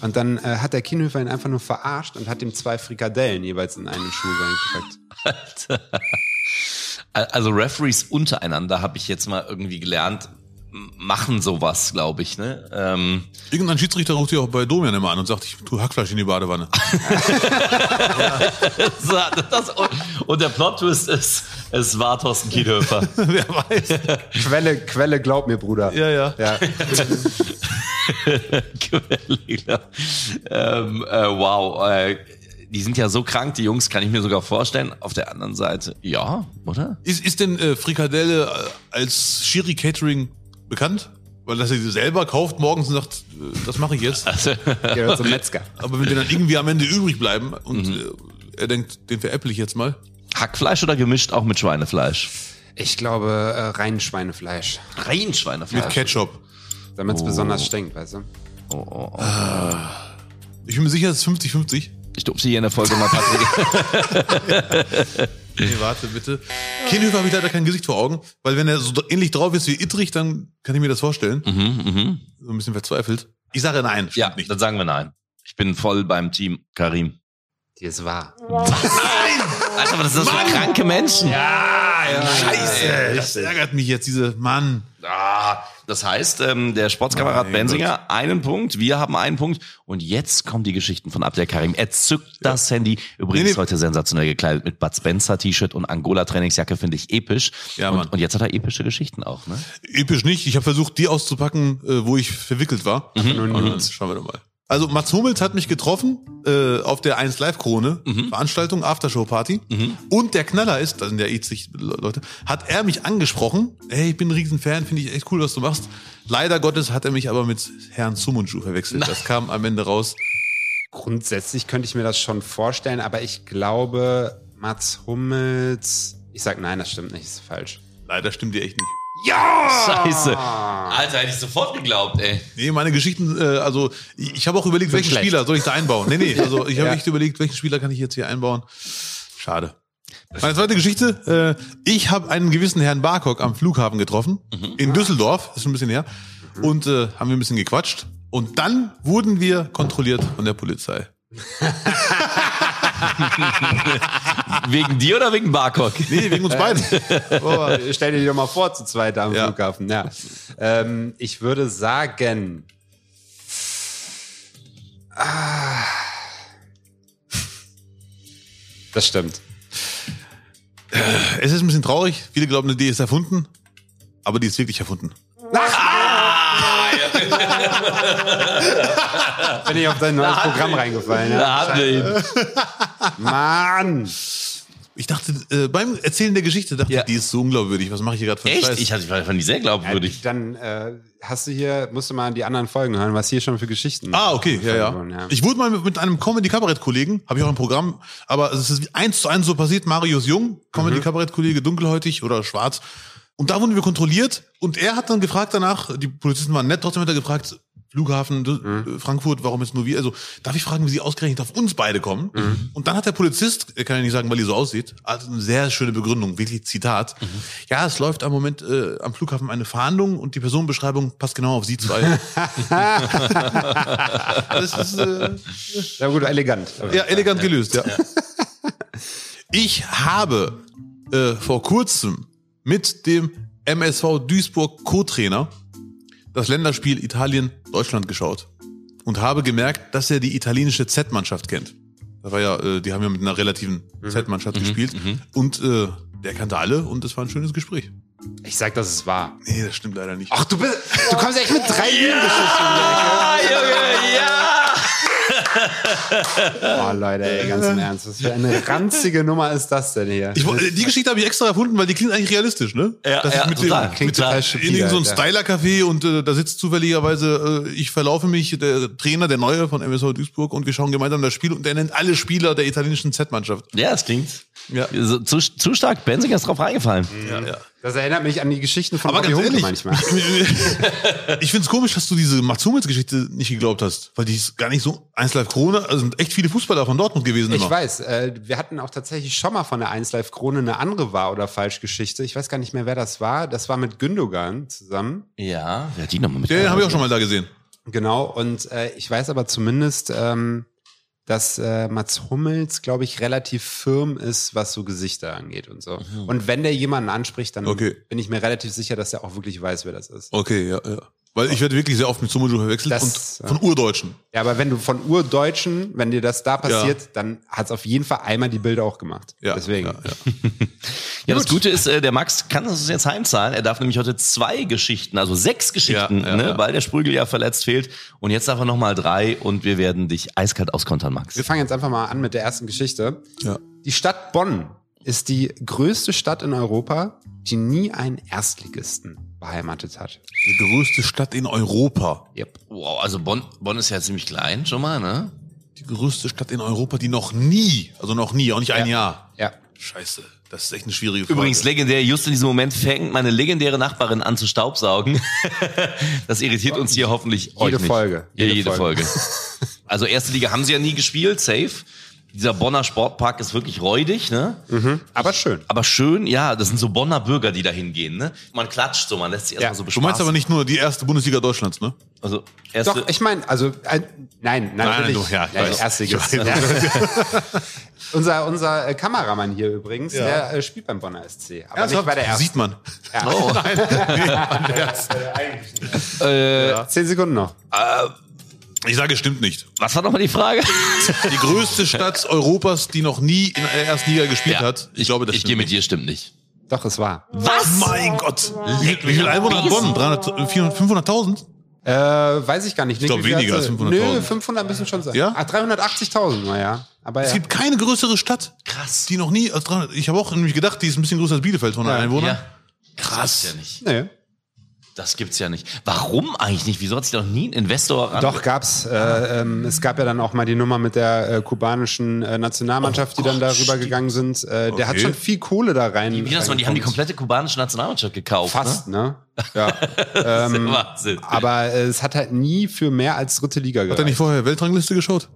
Speaker 2: Und dann äh, hat der Kienhöfer ihn einfach nur verarscht und hat ihm zwei Frikadellen jeweils in einen Schuh reingepackt.
Speaker 3: Also Referees untereinander habe ich jetzt mal irgendwie gelernt, m- machen sowas, glaube ich. Ne? Ähm,
Speaker 5: Irgendein Schiedsrichter ruft ja auch bei Domian immer an und sagt, ich tu Hackfleisch in die Badewanne.
Speaker 3: so, das, und der Plot-Twist ist, es war Thorsten Kiedhöfer.
Speaker 5: Wer weiß.
Speaker 2: Quelle, Quelle, glaub mir, Bruder.
Speaker 5: Ja, ja.
Speaker 2: ja.
Speaker 3: Quellenlieder. ähm, äh, wow, äh, die sind ja so krank, die Jungs, kann ich mir sogar vorstellen. Auf der anderen Seite, ja, oder?
Speaker 5: Ist, ist denn äh, Frikadelle äh, als Shiri Catering bekannt? Weil dass er sie selber kauft morgens und sagt, äh, das mache ich jetzt.
Speaker 3: Also.
Speaker 2: Geh zum Metzger.
Speaker 5: Aber wenn wir dann irgendwie am Ende übrig bleiben und äh, er denkt, den veräpple ich jetzt mal.
Speaker 3: Mhm. Hackfleisch oder gemischt auch mit Schweinefleisch?
Speaker 2: Ich glaube, äh, rein Schweinefleisch.
Speaker 3: Rein
Speaker 5: Mit
Speaker 3: Schweinefleisch.
Speaker 5: Ketchup.
Speaker 2: Damit es besonders stinkt, weißt du?
Speaker 3: Oh, oh, oh.
Speaker 5: Ich bin mir sicher, es ist 50-50.
Speaker 3: Ich dupse hier in der Folge mal Patrick.
Speaker 5: Nee, warte bitte. Kienhöfer habe ich leider kein Gesicht vor Augen, weil wenn er so ähnlich drauf ist wie Ittrich, dann kann ich mir das vorstellen.
Speaker 3: mhm, mhm.
Speaker 5: So ein bisschen verzweifelt. Ich sage nein, stimmt
Speaker 3: Ja,
Speaker 5: nicht.
Speaker 3: dann sagen wir nein. Ich bin voll beim Team Karim.
Speaker 2: Die ist wahr.
Speaker 3: Alter, aber das sind so kranke Menschen.
Speaker 5: Ah, Scheiße, das ärgert mich jetzt, diese Mann.
Speaker 3: Ah, das heißt, ähm, der Sportskamerad
Speaker 5: Mein
Speaker 3: Bensinger einen Punkt, wir haben einen Punkt und jetzt kommen die Geschichten von Abdel Karim. Er zückt das Handy. Übrigens
Speaker 5: Nee, nee.
Speaker 3: heute sensationell gekleidet mit Bud Spencer T-Shirt und Angola Trainingsjacke finde ich episch.
Speaker 5: Ja, Mann.
Speaker 3: und, und jetzt hat er epische Geschichten auch, ne?
Speaker 5: Episch nicht. Ich habe versucht, die auszupacken, äh, wo ich verwickelt war.
Speaker 2: Nur
Speaker 5: Und dann
Speaker 2: Nudes.
Speaker 5: schauen wir doch mal. Also Mats Hummels hat mich getroffen äh, auf der 1 Live Krone Veranstaltung Aftershow Party und der Knaller ist, also der sich Leute, hat er mich angesprochen. Hey, ich bin ein Riesenfan, finde ich echt cool, was du machst. Leider Gottes hat er mich aber mit Herrn Sumunju verwechselt. Das kam am Ende raus.
Speaker 2: Grundsätzlich könnte ich mir das schon vorstellen, aber ich glaube, Mats Hummels. Ich sag nein, das stimmt nicht, ist falsch.
Speaker 5: Leider stimmt die echt nicht.
Speaker 3: Scheiße. Alter, hätte ich sofort geglaubt, ey.
Speaker 5: Nee, meine Geschichten, äh, also ich, ich habe auch überlegt, welchen
Speaker 2: schlecht.
Speaker 5: Spieler soll ich da einbauen? Nee, nee, also ich habe echt überlegt, welchen Spieler kann ich jetzt hier einbauen. Schade. Meine zweite Geschichte, äh, ich habe einen gewissen Herrn Barkok am Flughafen getroffen,
Speaker 2: Mhm.
Speaker 5: in Düsseldorf, ist schon ein bisschen her, und äh, haben wir ein bisschen gequatscht. Und dann wurden wir kontrolliert von der Polizei.
Speaker 3: wegen dir oder wegen Barkok?
Speaker 5: Nee, wegen uns beiden.
Speaker 2: Oh, stell dir die doch mal vor, zu zweit am
Speaker 5: Ja.
Speaker 2: Flughafen. Ja. Ähm, ich würde sagen. Ah. Das stimmt.
Speaker 5: Äh, Es ist ein bisschen traurig. Viele glauben, eine Idee ist erfunden. Aber die ist wirklich erfunden.
Speaker 2: Bin ich auf dein neues Programm reingefallen. Ja.
Speaker 3: Da hatten wir ihn.
Speaker 2: Mann!
Speaker 5: Ich dachte, äh, beim Erzählen der Geschichte dachte
Speaker 3: Ja.
Speaker 5: ich, die ist so unglaubwürdig. Was mache ich hier gerade für einen
Speaker 3: Echt?
Speaker 5: Scheiß?
Speaker 3: Ich, hatte- ich fand die sehr glaubwürdig.
Speaker 2: Dann äh, hast du hier, musst du mal die anderen Folgen hören, was hier schon für Geschichten.
Speaker 5: Ah, okay, ja, ja.
Speaker 2: wurden, ja.
Speaker 5: Ich wurde mal mit, mit einem Comedy-Kabarett-Kollegen, habe ich auch ein Programm, aber es ist eins zu eins so passiert, Marius Jung, Comedy-Kabarett-Kollege, dunkelhäutig oder schwarz. Und da wurden wir kontrolliert und er hat dann gefragt danach, die Polizisten waren nett, trotzdem hat er gefragt, Flughafen äh, Frankfurt, warum jetzt nur wir? Also darf ich fragen, wie sie ausgerechnet auf uns beide kommen? Und dann hat der Polizist, er kann ja nicht sagen, weil die so aussieht, also eine sehr schöne Begründung, wirklich Zitat. Ja, es läuft am Moment äh, am Flughafen eine Fahndung und die Personenbeschreibung passt genau auf sie zwei. das ist äh,
Speaker 2: Ja, gut, elegant.
Speaker 5: ja, elegant gelöst, ja. Ich habe äh, vor kurzem mit dem MSV Duisburg Co-Trainer das Länderspiel Italien-Deutschland geschaut und habe gemerkt, dass er die italienische Z-Mannschaft kennt. Das war ja, äh, die haben ja mit einer relativen
Speaker 2: Mhm.
Speaker 5: Z-Mannschaft gespielt und äh, der kannte alle und es war ein schönes Gespräch.
Speaker 2: Ich sag, das ist wahr.
Speaker 5: Nee, das stimmt leider nicht.
Speaker 2: Ach, du bist, du kommst echt mit drei um Lügengeschichten.
Speaker 3: Ah, Junge, ja!
Speaker 2: Oh, Leute, ey, ganz im Ernst. Was für eine ranzige Nummer ist das denn hier?
Speaker 5: Ich, wo- äh, die Geschichte habe ich extra erfunden, weil die klingt eigentlich realistisch, ne?
Speaker 3: Ja,
Speaker 5: Dass
Speaker 3: ja,
Speaker 5: ich mit
Speaker 3: total.
Speaker 5: dem,
Speaker 2: Klingt
Speaker 5: mit dem,
Speaker 2: total
Speaker 5: in
Speaker 2: stupide,
Speaker 5: irgendeinem so einem
Speaker 2: Alter.
Speaker 5: Styler-Café und äh, da sitzt zufälligerweise, äh, ich verlaufe mich, der Trainer, der Neue von MSV Duisburg und wir schauen gemeinsam das Spiel und er nennt alle Spieler der italienischen Z-Mannschaft.
Speaker 3: Ja, das klingt.
Speaker 5: Ja.
Speaker 3: So, zu, zu stark. Benzinger ist drauf reingefallen.
Speaker 5: Ja, ja.
Speaker 2: das erinnert mich an die Geschichten von
Speaker 5: Mhm. Aber
Speaker 2: Bobby
Speaker 5: ganz
Speaker 2: Hunke
Speaker 5: ehrlich,
Speaker 2: manchmal.
Speaker 5: ich finde es komisch, dass du diese Mats Hummels-Geschichte nicht geglaubt hast, weil die ist gar nicht so, 1 Live Krone, also sind echt viele Fußballer von Dortmund gewesen
Speaker 2: Ich
Speaker 5: immer.
Speaker 2: weiß, äh, wir hatten auch tatsächlich schon mal von der 1 Live Krone eine andere Wahr- oder Falschgeschichte. Ich weiß gar nicht mehr, wer das war. Das war mit Gündogan zusammen. Äh,
Speaker 3: Ja, wer hat die nochmal mit?
Speaker 5: Den habe ich auch schon mal da gesehen.
Speaker 2: Genau. Und äh, ich weiß aber zumindest, ähm, dass äh, Mats Hummels, glaube ich, relativ firm ist, was so Gesichter angeht und so. Und wenn der jemanden anspricht, dann
Speaker 5: Okay.
Speaker 2: bin ich mir relativ sicher, dass er auch wirklich weiß, wer das ist.
Speaker 5: Okay, ja, ja. Weil ich werde wirklich sehr oft mit Sumoju verwechselt
Speaker 2: Das- äh,
Speaker 5: und von Urdeutschen.
Speaker 2: Ja, aber wenn du von Urdeutschen, wenn dir das da passiert, dann hat's auf jeden Fall einmal die Bilder auch gemacht.
Speaker 5: Ja,
Speaker 2: Deswegen.
Speaker 5: ja, ja.
Speaker 3: Ja, das Gute ist, äh, der Max kann das jetzt heimzahlen. Er darf nämlich heute zwei Geschichten, also sechs Geschichten,
Speaker 5: Ja, ja,
Speaker 3: ne,
Speaker 5: ja.
Speaker 3: weil der Sprügel ja verletzt fehlt. Und jetzt darf er nochmal drei und wir werden dich eiskalt auskontern, Max.
Speaker 2: Wir fangen jetzt einfach mal an mit der ersten Geschichte.
Speaker 5: Ja.
Speaker 2: Die Stadt Bonn ist die größte Stadt in Europa, die nie einen Erstligisten beheimatet hat.
Speaker 5: Die größte Stadt in Europa.
Speaker 2: Yep.
Speaker 3: Wow, also Bonn, Bonn ist ja ziemlich klein schon mal, ne?
Speaker 5: Die größte Stadt in Europa, die noch nie, also noch nie, auch nicht ein Jahr.
Speaker 2: Ja.
Speaker 5: Scheiße, das ist echt eine schwierige Frage.
Speaker 3: Übrigens legendär, just in diesem Moment fängt meine legendäre Nachbarin an zu staubsaugen. Das irritiert uns hier hoffentlich euch
Speaker 2: Jede
Speaker 3: nicht.
Speaker 2: Folge.
Speaker 3: Ja,
Speaker 2: Jede
Speaker 3: jede, Folge. Also erste Liga haben sie ja nie gespielt, safe. Dieser Bonner Sportpark ist wirklich räudig, ne?
Speaker 2: Mhm. Aber schön.
Speaker 3: Aber schön, ja, das sind so Bonner Bürger, die da hingehen, ne? Man klatscht so, man lässt sich erstmal
Speaker 2: Ja,
Speaker 3: so
Speaker 5: du
Speaker 3: bespaßen.
Speaker 5: meinst aber nicht nur die erste Bundesliga Deutschlands, ne?
Speaker 3: also erste,
Speaker 2: Doch, ich meine, also äh, nein, nein,
Speaker 5: nein,
Speaker 2: natürlich.
Speaker 5: du- ja, ich
Speaker 2: nein,
Speaker 5: weiß.
Speaker 2: Erstligist. unser unser äh, Kameramann hier übrigens, der äh, spielt beim Bonner SC, aber nicht bei der ersten.
Speaker 5: Sieht man.
Speaker 3: Oh. Äh,
Speaker 2: Zehn Sekunden noch.
Speaker 5: Äh, Ich sage, stimmt nicht.
Speaker 3: was war nochmal die Frage?
Speaker 5: Die größte Stadt Europas, die noch nie in der ersten Liga gespielt hat. Ich, glaube, das
Speaker 3: ich
Speaker 5: stimmt
Speaker 3: gehe mit
Speaker 5: nicht.
Speaker 3: dir, stimmt nicht.
Speaker 2: Doch, es war.
Speaker 5: Was? Oh Mein Gott. Wie viele Einwohner hat Bonn? 300, 400, 500.000?
Speaker 2: Äh, weiß ich gar nicht. Ich
Speaker 5: glaub, weniger als 500.000.
Speaker 2: Nö, 500 müssen schon sein.
Speaker 5: Ja?
Speaker 2: Ah, 380.000, naja. Aber
Speaker 5: Es
Speaker 2: ja.
Speaker 5: gibt keine größere Stadt, Krass. die noch nie als 300. Ich habe auch nämlich gedacht, die ist ein bisschen größer als Bielefeld von den
Speaker 2: Ja.
Speaker 5: Einwohnern.
Speaker 3: Ja. Das gibt's ja nicht.
Speaker 2: Nee.
Speaker 3: Das gibt's ja nicht. Warum eigentlich nicht? Wieso hat sich doch nie ein Investor ran?
Speaker 2: Doch, gab's. Äh, ähm, es gab ja dann auch mal die Nummer mit der äh, kubanischen äh, Nationalmannschaft, die dann darüber gegangen sind. Äh, Der hat
Speaker 5: Okay.
Speaker 2: schon viel Kohle da rein.
Speaker 3: Wie das war, die haben die komplette kubanische Nationalmannschaft gekauft.
Speaker 2: Fast, ne? Ja.
Speaker 3: Ne?
Speaker 2: ähm,
Speaker 3: Wahnsinn.
Speaker 2: aber äh, es hat halt nie für mehr als dritte Liga
Speaker 5: Hat er nicht
Speaker 2: gereicht.
Speaker 5: vorher Weltrangliste geschaut?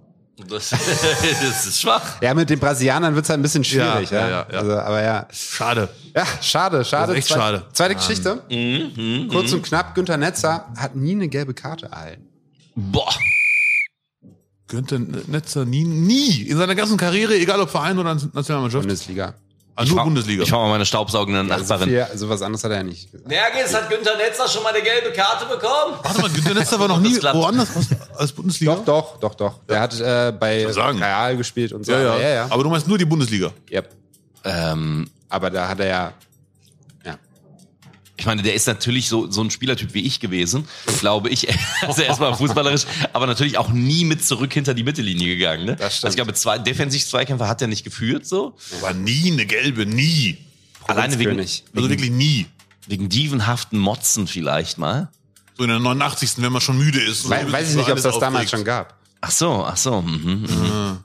Speaker 3: Das, das ist schwach.
Speaker 2: Ja, mit den Brasilianern wird's halt ein bisschen schwierig. Ja,
Speaker 5: Ja, ja, ja.
Speaker 2: Also, aber ja.
Speaker 5: Schade.
Speaker 2: Ja, schade, schade.
Speaker 5: Das ist echt
Speaker 2: Zwe-
Speaker 5: schade.
Speaker 2: Zweite Geschichte.
Speaker 3: Mhm,
Speaker 2: Kurz und knapp, Günther Netzer hat nie eine gelbe Karte erhalten.
Speaker 3: Boah.
Speaker 5: gönnte Netzer nie, nie in seiner ganzen Karriere, egal ob Verein oder Nationalmannschaft,
Speaker 2: Bundesliga.
Speaker 5: ah, nur
Speaker 3: Schau-
Speaker 5: Bundesliga.
Speaker 3: Ich schau mal meine staubsaugenden
Speaker 2: Also,
Speaker 3: Nachbarin.
Speaker 2: viel, also was anderes hat er ja nicht gesagt.
Speaker 3: Nergis hat Günther Netzer schon mal eine gelbe Karte bekommen.
Speaker 5: Warte mal, Günter Netzer war noch nie
Speaker 3: Das klappt.
Speaker 5: woanders als- als Bundesliga.
Speaker 2: Doch, doch, doch, doch. Der hat äh, bei
Speaker 5: Soll sagen.
Speaker 2: Real gespielt und so.
Speaker 5: Ja, ja.
Speaker 2: ja, ja.
Speaker 5: Aber du meinst nur die Bundesliga.
Speaker 2: Yep.
Speaker 3: Ähm,
Speaker 2: Aber da hat er ja. Ja.
Speaker 3: ich meine, der ist natürlich so, so ein Spielertyp wie ich gewesen, glaube ich. Also erstmal fußballerisch, aber natürlich auch nie mit zurück hinter die Mittellinie gegangen. Ne?
Speaker 2: Das stimmt.
Speaker 3: Also ich glaube, zwei, defensiv Zweikämpfe hat er nicht geführt, so.
Speaker 5: War nie eine gelbe, nie.
Speaker 3: Alleine wegen,
Speaker 2: Provinzkönig.
Speaker 5: Also wirklich nie.
Speaker 3: wegen dievenhaften Motzen vielleicht mal.
Speaker 5: So in der 89. wenn man schon müde ist. und
Speaker 2: Wei-
Speaker 5: sich
Speaker 2: weiß ich
Speaker 5: über
Speaker 2: nicht, ob es
Speaker 5: alles
Speaker 2: das damals
Speaker 5: aufregt.
Speaker 2: schon gab.
Speaker 3: Ach so, ach so. Mhm, mhm.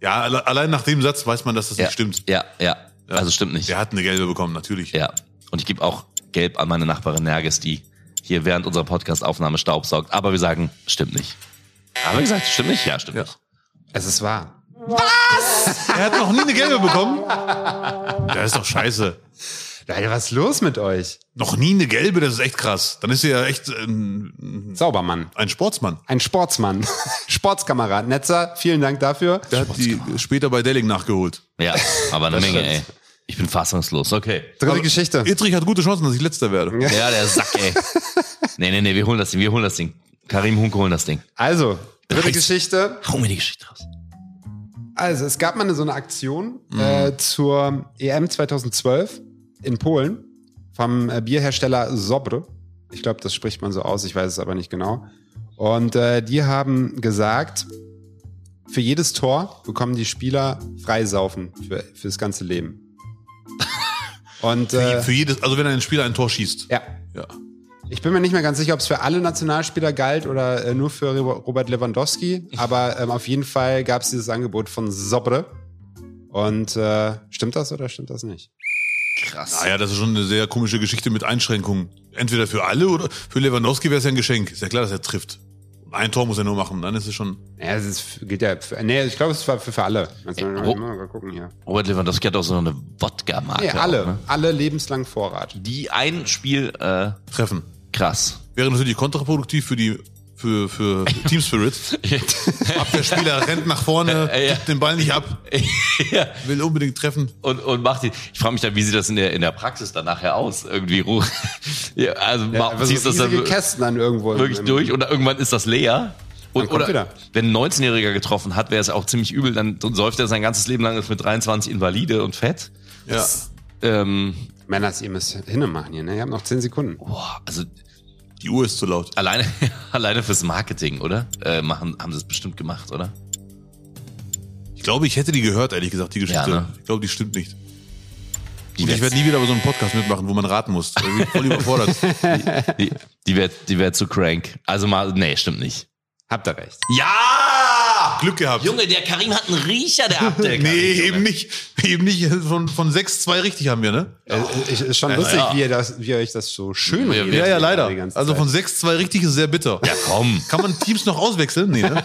Speaker 5: Ja, alle- allein nach dem Satz weiß man, dass das
Speaker 3: Ja,
Speaker 5: nicht stimmt.
Speaker 3: Ja, ja, Also stimmt nicht.
Speaker 5: Der hat eine gelbe bekommen, natürlich.
Speaker 3: Ja. Und ich gebe auch gelb an meine Nachbarin Nergis, die hier während unserer Podcast-Aufnahme staubsaugt. Aber wir sagen, stimmt nicht. Haben wir gesagt, stimmt nicht? Ja, stimmt
Speaker 5: Ja.
Speaker 3: nicht.
Speaker 2: Es ist wahr.
Speaker 5: Er hat noch nie eine gelbe bekommen. Der ist doch scheiße.
Speaker 2: Leute, was ist los mit euch?
Speaker 5: Noch nie eine gelbe, das ist echt krass. Dann ist er ja echt ähm,
Speaker 2: Saubermann.
Speaker 5: ein Sportsmann.
Speaker 2: Ein Sportsmann. Sportskamerad. Netzer, vielen Dank dafür.
Speaker 5: Der hat die später bei Delling nachgeholt.
Speaker 3: Ja, aber eine Menge, ey.
Speaker 2: stimmt.
Speaker 3: Ich bin fassungslos. Okay.
Speaker 2: Dritte Geschichte.
Speaker 5: Ittrich hat gute Chancen, dass ich letzter werde.
Speaker 3: Ja, der Sack, ey. Nee, nee, nee, wir holen das Ding, wir holen das Ding. Karim Hunke holen das Ding.
Speaker 2: Also, dritte
Speaker 3: Dreist.
Speaker 2: Geschichte.
Speaker 3: Hau mir die Geschichte raus. Mhm.
Speaker 2: Also, es gab mal eine, so eine Aktion äh, zur EM 2012 in Polen vom äh, Bierhersteller Sobre. Ich glaube, das spricht man so aus, ich weiß es aber nicht genau. Und äh, die haben gesagt, für jedes Tor bekommen die Spieler freisaufen für, fürs ganze Leben. Und äh,
Speaker 5: Für jedes, also wenn ein Spieler ein Tor schießt.
Speaker 2: ja,
Speaker 5: Ja.
Speaker 2: ich bin mir nicht mehr ganz sicher, ob es für alle Nationalspieler galt oder äh, nur für Re- Robert Lewandowski, aber ähm, auf jeden Fall gab es dieses Angebot von Sobre. Und äh, stimmt das oder stimmt das nicht?
Speaker 3: Krass.
Speaker 5: Naja, das ist schon eine sehr komische Geschichte mit Einschränkungen. Entweder für alle oder für Lewandowski wäre es ja ein Geschenk. Ist ja klar, dass er trifft. Ein Tor muss er nur machen, dann ist es schon.
Speaker 2: Naja, es ist, gilt ja für, nee, ich glaube, es war für, für alle. Also,
Speaker 3: Ey,
Speaker 2: mal,
Speaker 3: wo-
Speaker 2: mal gucken hier.
Speaker 3: Robert Lewandowski hat auch so eine Wodka-Marke.
Speaker 2: Nee, alle,
Speaker 3: Auch, ne?
Speaker 2: alle lebenslang Vorrat.
Speaker 3: Die ein Spiel, äh,
Speaker 5: Treffen.
Speaker 3: krass.
Speaker 5: Wäre natürlich kontraproduktiv für die für, für Team Spirit. Abwehrspieler rennt nach vorne,
Speaker 3: Äh, ja.
Speaker 5: gibt den Ball nicht ab,
Speaker 3: ja.
Speaker 5: will unbedingt treffen.
Speaker 3: und, und macht die. Ich frage mich dann, wie sieht das in der, in der Praxis dann nachher aus? Irgendwie ruh. Ja, also
Speaker 2: Ja,
Speaker 3: ja,
Speaker 2: also
Speaker 3: ziehst das dann
Speaker 2: riesige Kästen dann irgendwo. im-
Speaker 3: wirklich
Speaker 2: im-
Speaker 3: durch und irgendwann ist das leer.
Speaker 2: Dann
Speaker 3: Und,
Speaker 2: kommt
Speaker 3: oder
Speaker 2: wieder.
Speaker 3: wenn ein 19-Jähriger getroffen hat, wäre es auch ziemlich übel, dann säuft er sein ganzes Leben lang ist mit 23 invalide und fett.
Speaker 5: Ja. eh
Speaker 3: Ähm,
Speaker 2: Männers, ihr müsst hinmachen hier, ne? Ihr habt noch 10 Sekunden.
Speaker 3: boah, also
Speaker 5: Die Uhr ist zu laut.
Speaker 3: alleine, alleine fürs Marketing, oder? Äh, machen, haben sie es bestimmt gemacht, oder?
Speaker 5: Ich glaube, ich hätte die gehört, ehrlich gesagt, die Geschichte.
Speaker 3: Ja, ne?
Speaker 5: Ich glaube, die stimmt nicht.
Speaker 3: Die
Speaker 5: Und ich werde nie wieder bei so einem Podcast mitmachen, wo man raten muss. Da bin ich voll überfordert.
Speaker 3: die, die wäre die wär zu crank. Also mal, nee, stimmt nicht.
Speaker 2: Habt ihr recht.
Speaker 3: Ja!
Speaker 5: Glück gehabt.
Speaker 3: Junge, der Karim hat einen Riecher, der Abdel. Karim,
Speaker 5: nee,
Speaker 3: Junge.
Speaker 5: eben nicht. Eben nicht. Also Von, von sechs, zwei richtig haben wir, ne?
Speaker 2: Äh, ich, ist schon lustig, wie, ihr das, wie ihr euch das so schön
Speaker 3: Ja,
Speaker 2: redet.
Speaker 5: Ja, ja, leider.
Speaker 2: Die ganze
Speaker 5: Also
Speaker 2: Zeit.
Speaker 5: von sechs, zwei richtig ist sehr bitter.
Speaker 3: Ja, komm.
Speaker 5: Kann man Teams noch auswechseln? Nee, ne?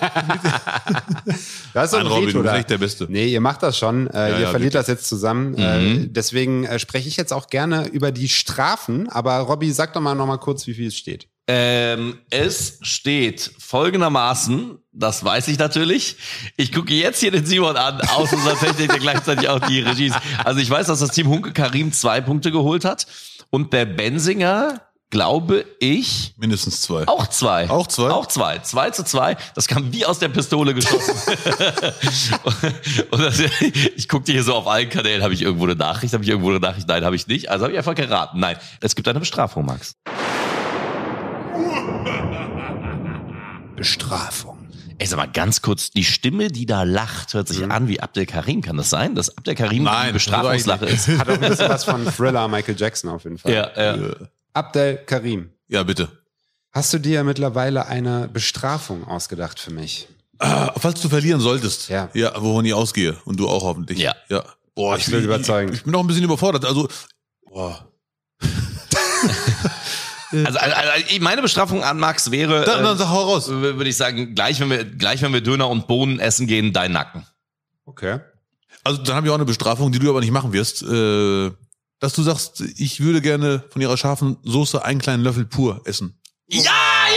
Speaker 2: Das ist doch ein
Speaker 5: Nein, Robin,
Speaker 2: Veto
Speaker 5: du bist
Speaker 2: da.
Speaker 5: echt der Beste.
Speaker 2: Nee, ihr macht das schon. Äh,
Speaker 5: Ja,
Speaker 2: ihr
Speaker 5: ja, Mhm.
Speaker 2: verliert das jetzt zusammen. Äh, deswegen äh, spreche ich jetzt auch gerne über die Strafen. Aber Robby, sag doch mal noch mal kurz, wie viel es steht.
Speaker 3: Ähm, es steht folgendermaßen, das weiß ich natürlich. Ich gucke jetzt hier den Simon an, aus unserer Technik, der gleichzeitig auch die Regie ist. Also ich weiß, dass das Team Hunke Karim zwei Punkte geholt hat und der Benzinger, glaube ich,
Speaker 5: Mindestens zwei.
Speaker 3: auch zwei.
Speaker 5: Auch zwei?
Speaker 3: Auch zwei. Zwei zu zwei. Das kam wie aus der Pistole geschossen. und das, ich guckte hier so auf allen Kanälen, habe ich irgendwo eine Nachricht, habe ich irgendwo eine Nachricht, nein, habe ich nicht. Also habe ich einfach geraten. Nein, es gibt eine Bestrafung, Max.
Speaker 2: Bestrafung.
Speaker 3: Ey, sag mal ganz kurz, die Stimme, die da lacht, hört
Speaker 2: Mhm.
Speaker 3: sich an wie Abdel Karim. Kann das sein, dass Abdel Karim
Speaker 5: Nein,
Speaker 3: die Bestrafungslache
Speaker 5: das
Speaker 3: ist?
Speaker 2: Hat auch ein bisschen was von Thriller Michael Jackson auf jeden Fall.
Speaker 3: Ja, ja.
Speaker 2: Abdel Karim,
Speaker 5: Äh. Ja, bitte.
Speaker 2: hast du dir mittlerweile eine Bestrafung ausgedacht für mich?
Speaker 5: Ah, falls du verlieren solltest.
Speaker 2: Ja.
Speaker 5: Ja, wovon ich ausgehe. Und du auch hoffentlich.
Speaker 3: Ja.
Speaker 5: Ja. Boah,
Speaker 2: Ich will überzeugen.
Speaker 5: Ich, ich bin noch ein bisschen überfordert. Also, boah.
Speaker 3: Also, also, also meine Bestrafung an Max wäre,
Speaker 5: Dann, dann
Speaker 3: äh,
Speaker 5: sag hau raus.
Speaker 3: w- würde ich sagen, gleich wenn wir gleich wenn wir Döner und Bohnen essen gehen, dein Nacken.
Speaker 2: Okay.
Speaker 5: Also, dann habe ich auch eine Bestrafung, die du aber nicht machen wirst. Äh, dass du sagst, ich würde gerne von ihrer scharfen Soße einen kleinen Löffel pur essen.
Speaker 3: Ja,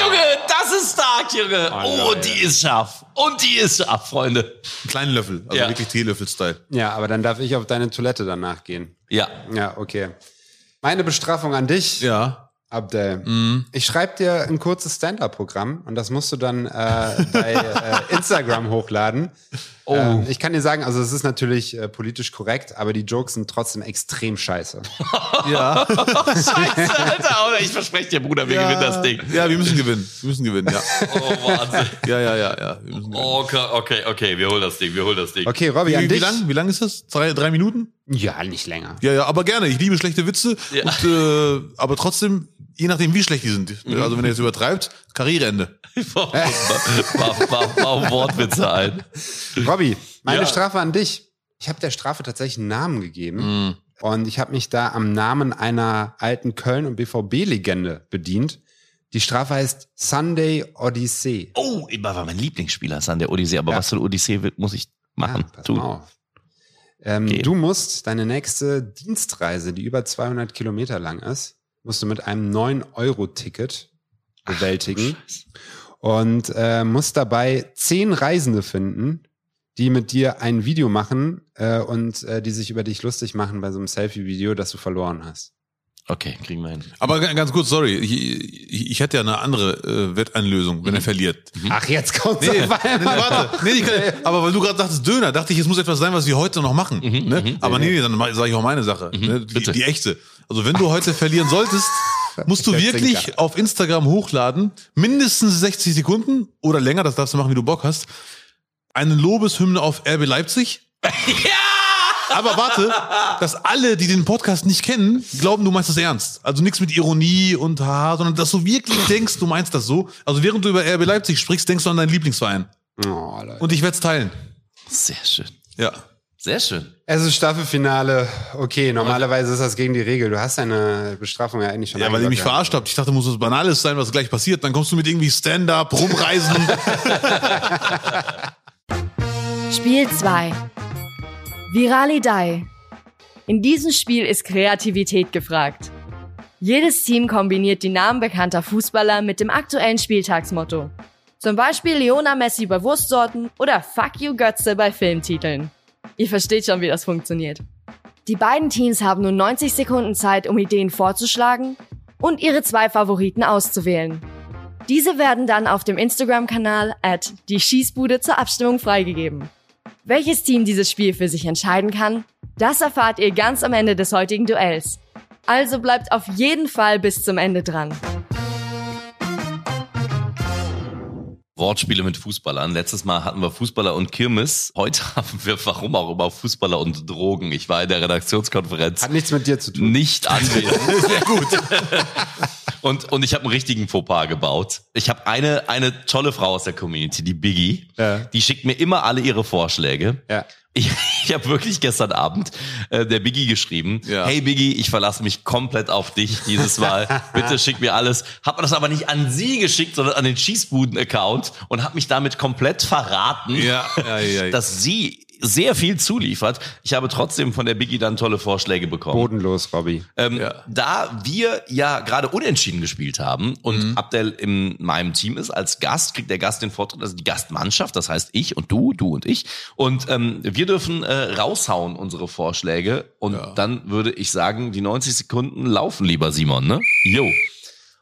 Speaker 3: Junge, Ah, das ist stark, Junge. Oh, und die ist scharf. Und die ist scharf, Freunde.
Speaker 5: Einen kleinen Löffel, also
Speaker 3: Ja.
Speaker 5: wirklich Teelöffel-Style.
Speaker 2: Ja, aber dann darf ich auf deine Toilette danach gehen.
Speaker 3: Ja.
Speaker 2: Ja, okay. Meine Bestrafung an dich,
Speaker 5: Ja.
Speaker 2: Abdel. Ich schreibe dir ein kurzes Stand-up-Programm und das musst du dann äh, bei äh, Instagram hochladen. Oh. Ähm, ich kann dir sagen, also es ist natürlich äh, politisch korrekt, aber die Jokes sind trotzdem extrem scheiße.
Speaker 5: Ja.
Speaker 3: Scheiße, Alter, oder? Ich verspreche dir, Bruder, wir gewinnen das Ding.
Speaker 5: Ja, wir müssen gewinnen. Wir müssen gewinnen, ja.
Speaker 3: Oh, Wahnsinn.
Speaker 5: Ja, ja, ja, ja. Wir müssen gewinnen.
Speaker 3: Okay, okay, okay, wir holen das Ding, wir holen das Ding.
Speaker 2: Okay, Robby, an
Speaker 5: Wie, wie
Speaker 2: dich.
Speaker 5: lang? Wie lang ist das? Drei, drei Minuten?
Speaker 2: Ja, nicht länger.
Speaker 5: Ja, ja, aber gerne. Ich liebe schlechte Witze.
Speaker 3: Ja.
Speaker 5: Und, äh, aber trotzdem, je nachdem, wie schlecht die sind.
Speaker 3: Mhm.
Speaker 5: Also wenn er jetzt übertreibt, Karriereende.
Speaker 3: Bau,
Speaker 2: Äh,
Speaker 3: bau, bau, bau Wortwitze ein.
Speaker 2: Robby, meine
Speaker 3: Ja.
Speaker 2: Strafe an dich. Ich habe der Strafe tatsächlich einen Namen gegeben. Und ich habe mich da am Namen einer alten Köln- und BVB-Legende bedient. Die Strafe heißt Sunday Odyssey.
Speaker 3: Oh, immer war mein Lieblingsspieler an der Odyssee, aber
Speaker 2: Ja.
Speaker 3: was für eine Odyssee wird, muss ich machen?
Speaker 2: pass mal
Speaker 3: tun.
Speaker 2: auf. Ähm,
Speaker 3: Gehen.
Speaker 2: du musst deine nächste Dienstreise, die über 200 Kilometer lang ist, musst du mit einem 9-Euro-Ticket bewältigen und äh, musst dabei 10 Reisende finden, die mit dir ein Video machen äh, und äh, die sich über dich lustig machen bei so einem Selfie-Video, das du verloren hast.
Speaker 3: Okay, kriegen wir hin.
Speaker 5: Aber ga- ganz kurz, sorry, ich, ich, ich hätte ja eine andere äh, Wetteinlösung, wenn er verliert.
Speaker 2: Mhm. Ach, jetzt kommt's
Speaker 5: Nee,
Speaker 2: auf
Speaker 5: nee,
Speaker 2: einmal.
Speaker 5: warte, nee, ich kann, aber weil du gerade dachtest Döner, dachte ich, es muss etwas sein, was wir heute noch machen.
Speaker 2: Mhm,
Speaker 5: ne? Aber nee, nee, dann sage ich auch meine Sache, ne? die,
Speaker 3: bitte.
Speaker 5: die echte. Also wenn du heute verlieren solltest, musst du
Speaker 2: Der
Speaker 5: wirklich
Speaker 2: Zinker.
Speaker 5: auf Instagram hochladen, mindestens 60 Sekunden oder länger, das darfst du machen, wie du Bock hast, eine Lobeshymne auf RB Leipzig. Aber warte, dass alle, die den Podcast nicht kennen, glauben, du meinst das ernst. Also nichts mit Ironie und haha, sondern dass du wirklich denkst, du meinst das so. Also während du über RB Leipzig sprichst, denkst du an deinen Lieblingsverein.
Speaker 2: Oh, Leute.
Speaker 5: Und ich werde es teilen.
Speaker 3: Sehr schön.
Speaker 5: Ja.
Speaker 3: Sehr schön.
Speaker 2: Es ist Staffelfinale. Okay, normalerweise ist das gegen die Regel. Du hast deine Bestrafung ja eigentlich schon
Speaker 5: Ja, weil ihr mich
Speaker 2: eingeloggt.
Speaker 5: verarscht habt. Ich dachte, muss was Banales sein, was gleich passiert. Dann kommst du mit irgendwie Stand-up, rumreisen.
Speaker 4: Spiel 2. Viralidei. In diesem Spiel ist Kreativität gefragt. Jedes Team kombiniert die Namen bekannter Fußballer mit dem aktuellen Spieltagsmotto. Zum Beispiel Leona Messi bei Wurstsorten oder Fuck You Götze bei Filmtiteln. Ihr versteht schon, wie das funktioniert. Die beiden Teams haben nur 90 Sekunden Zeit, um Ideen vorzuschlagen und ihre zwei Favoriten auszuwählen. Diese werden dann auf dem Instagram-Kanal at die Schießbude zur Abstimmung freigegeben. Welches Team dieses Spiel für sich entscheiden kann, das erfahrt ihr ganz am Ende des heutigen Duells. Also bleibt auf jeden Fall bis zum Ende dran.
Speaker 3: Wortspiele mit Fußballern. Letztes Mal hatten wir Fußballer und Kirmes. Heute haben wir, warum auch immer, Fußballer und Drogen. Ich war in der Redaktionskonferenz
Speaker 2: Hat nichts mit dir zu tun.
Speaker 3: nicht anwesend. Sehr gut. Und, und ich habe einen richtigen Fauxpas gebaut. Ich habe eine, eine tolle Frau aus der Community, die Biggie.
Speaker 2: Ja.
Speaker 3: Die schickt mir immer alle ihre Vorschläge.
Speaker 2: Ja.
Speaker 3: Ich, ich habe wirklich gestern Abend äh, der Biggie geschrieben.
Speaker 5: Ja.
Speaker 3: Hey Biggie, ich verlasse mich komplett auf dich dieses Mal. Bitte schick mir alles. Hab das aber nicht an sie geschickt, sondern an den Schießbuden-Account und habe mich damit komplett verraten
Speaker 5: ja, ja, ja. ja.
Speaker 3: dass sie sehr viel zuliefert. Ich habe trotzdem von der Biggie dann tolle Vorschläge bekommen.
Speaker 2: Bodenlos, Robby.
Speaker 3: Ähm,
Speaker 5: Ja.
Speaker 3: Da wir ja gerade unentschieden gespielt haben und Abdel in meinem Team ist als Gast, kriegt der Gast den Vortritt, also die Gastmannschaft, das heißt ich und du, du und ich. Und ähm, wir dürfen äh, raushauen unsere Vorschläge und dann würde ich sagen, die 90 Sekunden laufen, lieber Simon, ne? Jo.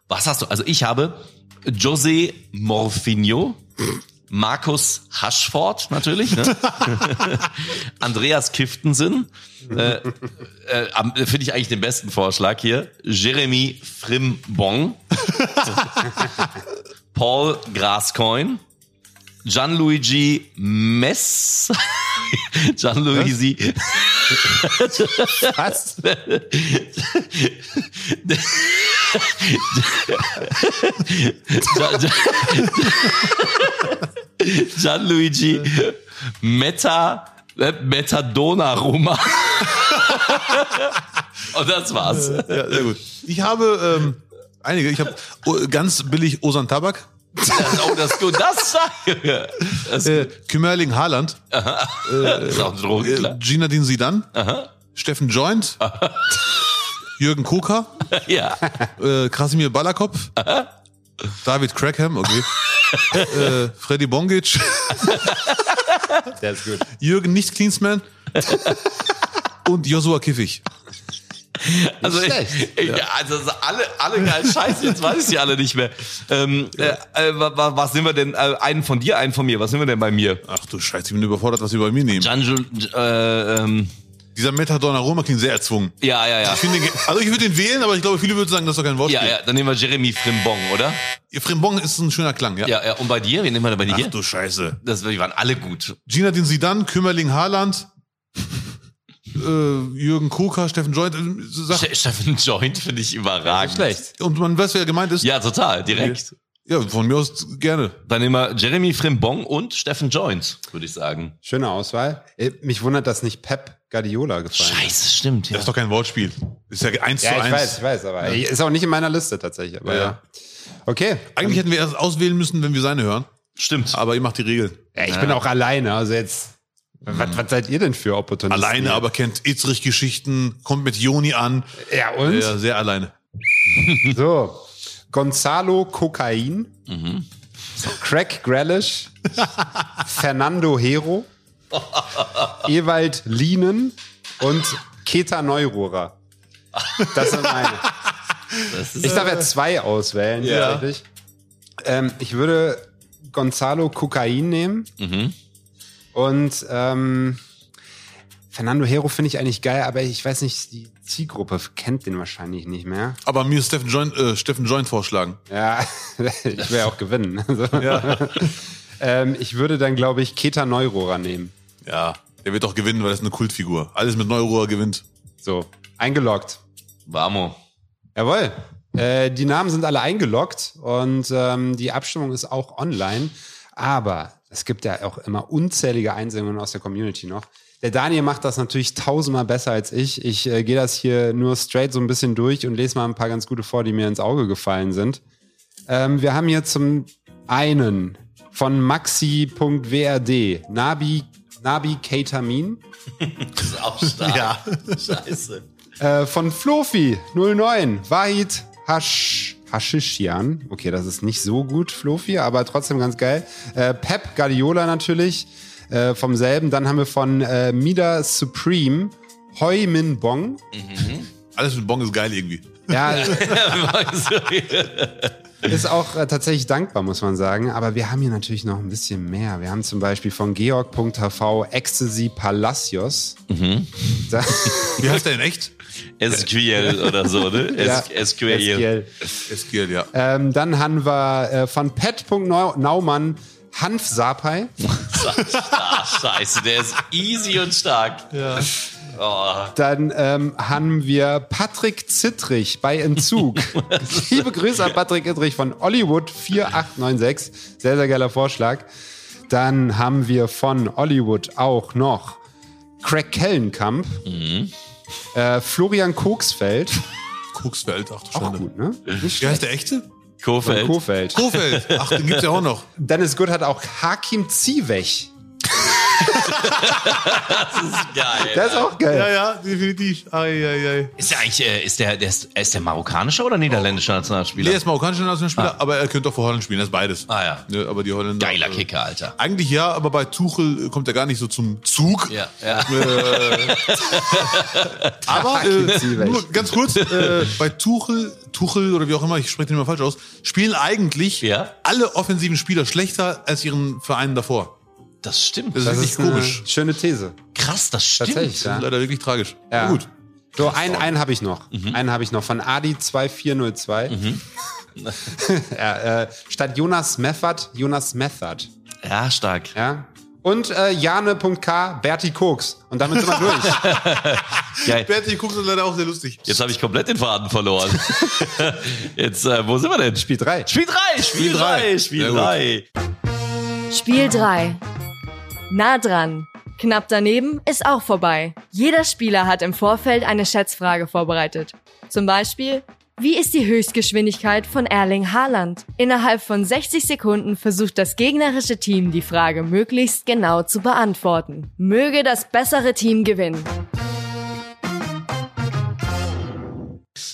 Speaker 3: Was hast du? Also ich habe José Morfinho, Markus Haschford natürlich, ne? Andreas Kiftensen, äh, äh, am- finde ich eigentlich den besten Vorschlag hier, Jeremy Frimbong, Paul Grascoin, Gianluigi Mess, Gianluigi
Speaker 2: Was?
Speaker 3: Gian- Gian- Gianluigi Meta äh, Metadona Roma. Und das war's.
Speaker 5: ja sehr gut. Ich habe ähm, einige. Ich habe oh, ganz billig Osan Tabak.
Speaker 3: Oh, dass du das sagst. Das
Speaker 5: Äh, Kümmerling Haaland.
Speaker 3: ist auch ein
Speaker 5: Äh,
Speaker 3: Drogenkiller.
Speaker 5: Gina Din Sidan. Steffen Joint. Jürgen Koka.
Speaker 3: Ja.
Speaker 5: äh, Krasimir Balakopf, David Crackham, okay. äh, Freddy Bongic,
Speaker 2: Der ist gut.
Speaker 5: Jürgen Nicht-Klinsmann und Joshua Kiffig.
Speaker 3: Also, ich, ich, also alle, alle geil Scheiße, jetzt weiß ich sie alle nicht mehr. Ähm, äh, äh, wa- wa- was nehmen wir denn? Äh, einen von dir, einen von mir. Was nehmen wir denn bei mir?
Speaker 5: Ach du Scheiße, ich bin überfordert, was sie bei mir nehmen.
Speaker 3: Giangelo, äh, ähm,
Speaker 5: Dieser Metadon Aroma klingt sehr erzwungen.
Speaker 3: ja, ja, ja.
Speaker 5: Ich finde, den- also ich würde den wählen, aber ich glaube, viele würden sagen, das ist doch kein Wortspiel.
Speaker 3: Ja, ja, dann nehmen wir Jeremy Frimbong, oder?
Speaker 5: Ihr Frimbong ist ein schöner Klang, ja.
Speaker 3: Ja, ja. Und bei dir? Wen nehmen wir denn bei dir?
Speaker 5: Ach du Scheiße.
Speaker 3: Das, die waren alle gut.
Speaker 5: Gina den Sidan, Kümmerling Haaland, äh, Jürgen Koka, Steffen Joint. äh, Sag,
Speaker 3: Ste- Steffen Joint finde ich überragend.
Speaker 2: Schlecht.
Speaker 5: und man weiß, wer gemeint ist.
Speaker 3: Ja, total, direkt.
Speaker 5: ja, von mir aus gerne.
Speaker 3: Dann nehmen wir Jeremy Frimbong und Steffen Joint, würde ich sagen.
Speaker 2: Schöne Auswahl. Äh, Mich wundert, dass nicht Pep Guardiola gefallen ist.
Speaker 3: Scheiße, stimmt. Ja.
Speaker 5: Das ist doch kein Wortspiel. Ist ja eins zu
Speaker 2: Ja, ich
Speaker 5: eins.
Speaker 2: weiß, ich weiß, aber ist auch nicht in meiner Liste tatsächlich. Aber
Speaker 5: Ja.
Speaker 2: ja. Okay.
Speaker 5: Eigentlich hätten wir erst auswählen müssen, wenn wir seine hören.
Speaker 3: Stimmt.
Speaker 5: Aber ihr macht die Regeln.
Speaker 2: Ja, ich bin auch alleine, also jetzt. Was, was seid ihr denn für Opportunisten?
Speaker 5: Alleine,
Speaker 2: hier?
Speaker 5: aber kennt Itzrich Geschichten, kommt mit Joni an.
Speaker 2: Ja, und?
Speaker 5: Ja, sehr alleine.
Speaker 2: So. Gonzalo Kokain.
Speaker 3: Mhm.
Speaker 2: Craig Grealish. Fernando Hero. Ewald Lienen. Und Keta Neururer. Das sind meine.
Speaker 3: Das ist, äh,
Speaker 2: Ich darf ja zwei auswählen,
Speaker 5: Ja.
Speaker 2: tatsächlich. Ähm, ich würde Gonzalo Kokain nehmen. Und ähm, Fernando Hero finde ich eigentlich geil, aber ich weiß nicht, die Zielgruppe kennt den wahrscheinlich nicht mehr.
Speaker 5: Aber mir Steffen Joint, äh, Steffen Joint vorschlagen.
Speaker 2: Ja, ich will ja auch gewinnen. Also, ähm, ich würde dann, glaube ich, Keta Neurohrer nehmen.
Speaker 5: Ja, der wird doch gewinnen, weil das ist eine Kultfigur. Alles mit Neurohr gewinnt.
Speaker 2: So, eingeloggt.
Speaker 3: Vamo.
Speaker 2: Jawohl. Äh, die Namen sind alle eingeloggt und ähm, die Abstimmung ist auch online. Aber es gibt ja auch immer unzählige Einsendungen aus der Community noch. Der Daniel macht das natürlich tausendmal besser als ich. Ich äh, gehe das hier nur straight so ein bisschen durch und lese mal ein paar ganz gute vor, die mir ins Auge gefallen sind. Ähm, wir haben hier zum einen von maxi.wrd Nabi, Nabi Ketamin.
Speaker 3: Das ist auch stark. ja. Scheiße.
Speaker 2: Äh, von Flofi 09, Wahid Hasch, Hashishian. Okay, das ist nicht so gut, Flofi, aber trotzdem ganz geil. Äh, Pep Guardiola natürlich äh, vom selben. Dann haben wir von äh, Mida Supreme Hoi Min Bong.
Speaker 5: Alles mit Bong ist geil irgendwie.
Speaker 2: Mhm. Ja,
Speaker 3: Sorry.
Speaker 2: ist auch äh, tatsächlich dankbar, muss man sagen. Aber wir haben hier natürlich noch ein bisschen mehr. Wir haben zum Beispiel von Georg.hv Ecstasy Palacios. Da-
Speaker 5: Wie heißt der denn echt?
Speaker 3: SQL oder so, ne?
Speaker 2: Ja,
Speaker 3: S SQL.
Speaker 5: SQL, ja.
Speaker 2: Ähm, dann haben wir äh, von Pet.naumann Hanf Sapai.
Speaker 3: Ach, scheiße, der ist easy und stark. Ja. Oh,
Speaker 2: Dann ähm, haben wir Patrick Zittrich bei Entzug. Liebe Grüße an Patrick Zittrich von Hollywood 4896. Sehr, sehr geiler Vorschlag. Dann haben wir von Hollywood auch noch Craig Kellenkamp, äh, Florian Koksfeld.
Speaker 5: Kuxfeld, ach du
Speaker 2: Auch
Speaker 5: Schande.
Speaker 2: gut, ne? Nicht
Speaker 5: Wie heißt der echte?
Speaker 3: Kofeld.
Speaker 2: Kofeld.
Speaker 5: Kofeld. Ach, den gibt's ja auch noch.
Speaker 2: Dennis Good hat auch Hakim Ziewech.
Speaker 3: Geil.
Speaker 2: Der ist auch geil.
Speaker 5: ja, definitiv. Ei, ei, ei.
Speaker 3: Ist der eigentlich, äh, ist der, der ist, ist der marokkanische oder niederländische Nationalspieler?
Speaker 5: Der ist marokkanischer Nationalspieler, aber er könnte auch für Holland spielen, das ist beides.
Speaker 3: Ah, ja.
Speaker 5: Ne, aber die Holländer.
Speaker 3: Geiler
Speaker 5: äh,
Speaker 3: Kicker, Alter.
Speaker 5: Eigentlich ja, aber bei Tuchel äh, kommt er gar nicht so zum Zug.
Speaker 3: Ja, ja.
Speaker 5: Äh. Aber
Speaker 2: Hakim
Speaker 5: äh,
Speaker 2: Ziyech.
Speaker 5: nur ganz kurz, äh, bei Tuchel, Tuchel oder wie auch immer, ich spreche den immer falsch aus, spielen eigentlich
Speaker 3: Ja.
Speaker 5: alle offensiven Spieler schlechter als ihren Vereinen davor.
Speaker 3: Das äh, stimmt.
Speaker 5: Das,
Speaker 2: Das
Speaker 5: ist
Speaker 2: ist
Speaker 5: wirklich
Speaker 2: eine
Speaker 5: komisch.
Speaker 2: schöne These.
Speaker 3: Krass, das stimmt.
Speaker 2: Tatsächlich,
Speaker 5: Das
Speaker 2: ja.
Speaker 5: ist leider wirklich tragisch.
Speaker 2: Ja.
Speaker 5: Na Gut. Mhm.
Speaker 2: So, einen, einen habe ich noch. Einen habe ich noch von Adi2402. ja, äh, statt Jonas Meffert, Jonas Method.
Speaker 3: Ja, stark.
Speaker 2: Ja? Und äh, Jane.k, Berti Koks. Und damit sind wir durch.
Speaker 3: Geil.
Speaker 5: Bertie Kucks ist leider auch sehr lustig.
Speaker 3: Jetzt habe ich komplett den Faden verloren. Jetzt, äh, wo sind wir denn?
Speaker 2: Spiel 3.
Speaker 3: Spiel 3, Spiel
Speaker 5: drei.
Speaker 3: 3, Spiel
Speaker 5: Sehr gut.
Speaker 3: 3.
Speaker 4: Spiel 3. Nah dran. Knapp daneben ist auch vorbei. Jeder Spieler hat im Vorfeld eine Schätzfrage vorbereitet. Zum Beispiel, wie ist die Höchstgeschwindigkeit von Erling Haaland? Innerhalb von 60 Sekunden versucht das gegnerische Team die Frage möglichst genau zu beantworten. Möge das bessere Team gewinnen.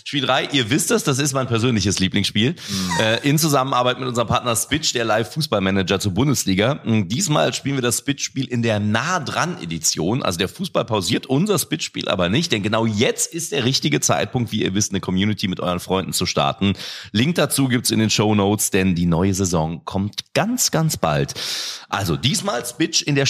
Speaker 3: Spiel 3, ihr wisst es, das ist mein persönliches Lieblingsspiel. Äh, in Zusammenarbeit mit unserem Partner Spitch, der Live-Fußballmanager zur Bundesliga. Mm, Diesmal spielen wir das Spitch-Spiel in der Nah-Dran-Edition. Also der Fußball pausiert unser Spitch-Spiel aber nicht, denn genau jetzt ist der richtige Zeitpunkt, wie ihr wisst, eine Community mit euren Freunden zu starten. Link dazu gibt's in den Show Notes, denn die neue Saison kommt ganz, ganz bald. Also diesmal Spitch in der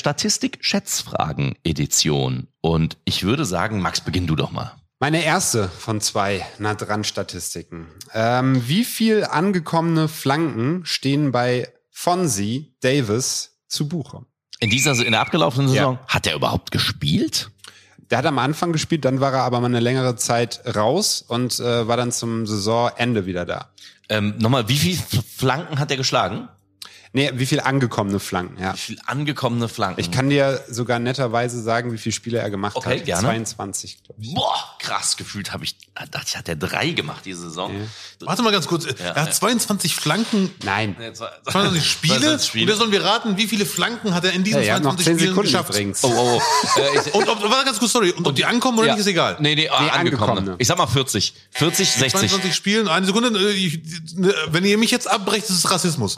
Speaker 3: Statistik-Schätzfragen-Edition. Und ich würde sagen, Max, beginn du doch mal.
Speaker 2: Meine erste von zwei nah dran Statistiken. Ähm, wie viel angekommene Flanken stehen bei Fonzie Davis zu Buche?
Speaker 3: In dieser, in der abgelaufenen Saison hat er überhaupt gespielt?
Speaker 2: Der hat am Anfang gespielt, dann war er aber mal eine längere Zeit raus und äh, war dann zum Saisonende wieder da.
Speaker 3: Ähm, Nochmal, wie viel F- Flanken hat er geschlagen?
Speaker 2: Nee, wie viel angekommene Flanken, ja.
Speaker 3: Wie viel angekommene Flanken?
Speaker 2: Ich kann dir sogar netterweise sagen, wie viele Spiele er gemacht
Speaker 3: Okay,
Speaker 2: hat.
Speaker 3: gerne.
Speaker 2: 22, glaube ich.
Speaker 3: Boah, krass gefühlt habe ich, dachte ich, hat er drei gemacht diese Saison.
Speaker 5: Warte mal ganz kurz. äh,
Speaker 3: Ja,
Speaker 5: er hat
Speaker 3: ja.
Speaker 5: 22 Flanken.
Speaker 2: Nein.
Speaker 3: Nee, zwei-
Speaker 5: 22 Spiele?
Speaker 3: 22
Speaker 5: Oder sollen wir raten, wie viele Flanken hat er in
Speaker 2: Ja,
Speaker 5: diesen
Speaker 2: ihr habt noch
Speaker 5: 22
Speaker 2: 10
Speaker 5: Spielen
Speaker 2: Sekunden
Speaker 5: geschafft?
Speaker 2: übrigens.
Speaker 3: Oh, oh, oh. Äh, ich,
Speaker 5: Und ob, warte ganz kurz, sorry. Und ob die ankommen oder
Speaker 3: ja.
Speaker 5: nicht, ist egal. ne.
Speaker 3: Nee, nee, angekommen. ne.
Speaker 2: angekommene.
Speaker 3: Ich sag mal 40. 40, 60.
Speaker 5: 22 Spielen, eine Sekunde. äh, ich- ne, Wenn ihr mich jetzt abbrecht, ist es Rassismus.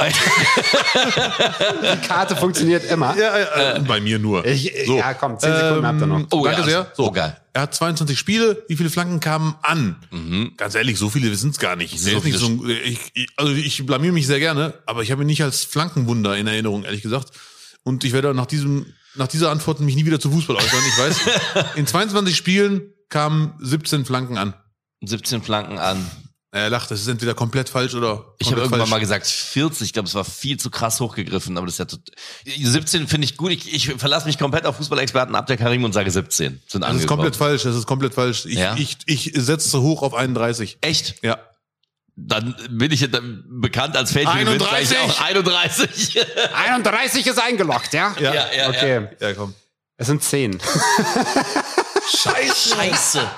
Speaker 2: Die Karte funktioniert immer.
Speaker 5: Ja, äh, äh, bei mir nur.
Speaker 2: Ich- ich- ja, komm, 10 Sekunden habt ihr noch.
Speaker 5: Oh,
Speaker 3: Oh,
Speaker 5: danke
Speaker 3: ja,
Speaker 5: sehr. So,
Speaker 3: oh, geil.
Speaker 5: Er hat 22 Spiele. Wie viele Flanken kamen an? Ganz ehrlich, so viele wissen es gar nicht.
Speaker 3: Mhm. So
Speaker 5: Der ist nicht so
Speaker 3: viele-
Speaker 5: ein, ich, ich, also ich blamier mich sehr gerne, aber ich habe ihn nicht als Flankenwunder in Erinnerung, ehrlich gesagt. Und ich werde nach diesem, nach dieser Antwort mich nie wieder zu Fußball äußern. Ich weiß, in 22 Spielen kamen 17 Flanken an.
Speaker 3: 17 Flanken an.
Speaker 5: Er lacht, das ist entweder komplett falsch oder
Speaker 3: Ich
Speaker 5: komplett
Speaker 3: habe irgendwann mal
Speaker 5: falsch.
Speaker 3: gesagt 40. Ich glaube, es war viel zu krass hochgegriffen, aber das ist ja tot 17 finde ich gut. Ich, ich verlasse mich komplett auf Fußballexperten ab der Karim und sage 17. Sind
Speaker 5: Das ist
Speaker 3: angekommen.
Speaker 5: komplett falsch, das ist komplett falsch. Ich,
Speaker 3: Ja?
Speaker 5: ich, ich setze hoch auf 31.
Speaker 3: Echt?
Speaker 5: Ja.
Speaker 3: Dann bin ich ja dann bekannt als Fan.
Speaker 5: 31.
Speaker 3: Auch 31.
Speaker 2: 31 ist eingeloggt, ja?
Speaker 5: Ja,
Speaker 3: ja,
Speaker 2: okay.
Speaker 5: Ja, komm.
Speaker 2: Es sind 10.
Speaker 5: Scheiße.
Speaker 3: Scheiße.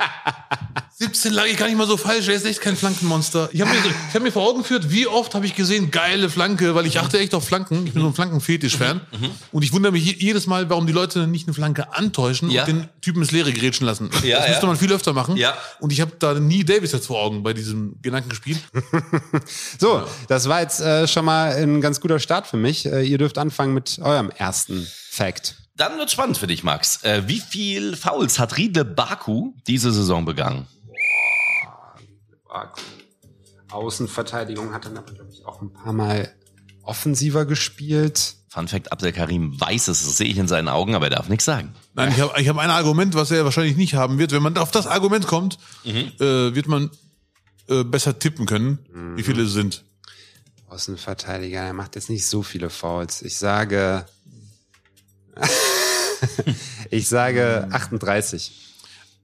Speaker 5: 17 lag ich gar nicht mal so falsch. Er ist echt kein Flankenmonster. Ich habe mir, so, ich hab mir vor Augen geführt, wie oft habe ich gesehen, geile Flanke, weil ich achte echt auf Flanken. Ich bin so ein Flankenfetisch-Fan.
Speaker 3: Mhm,
Speaker 5: Und ich wundere mich je- jedes Mal, warum die Leute nicht eine Flanke antäuschen
Speaker 3: Ja.
Speaker 5: und den Typen ins Leere grätschen lassen.
Speaker 3: Ja,
Speaker 5: das
Speaker 3: ja.
Speaker 5: müsste man viel öfter machen.
Speaker 3: Ja.
Speaker 5: Und ich habe da nie Davis jetzt vor Augen bei diesem Gedankenspiel.
Speaker 2: So, das war jetzt äh, schon mal ein ganz guter Start für mich. Äh, ihr dürft anfangen mit eurem ersten Fact.
Speaker 3: Dann wird spannend für dich, Max. Äh, wie viel Fouls hat Riedle Baku diese Saison begangen?
Speaker 2: Außenverteidigung hat dann aber, glaube ich, auch ein paar Mal offensiver gespielt.
Speaker 3: Fun Fact, Abdel Karim weiß es, das sehe ich in seinen Augen, aber er darf nichts sagen.
Speaker 5: Nein, ich habe ich hab ein Argument, was er wahrscheinlich nicht haben wird. Wenn man auf das Argument kommt,
Speaker 3: Mhm.
Speaker 5: äh, wird man äh, besser tippen können, wie viele es sind.
Speaker 2: Mhm. Außenverteidiger, er macht jetzt nicht so viele Fouls. Ich sage. ich
Speaker 5: Mhm.
Speaker 2: sage 38.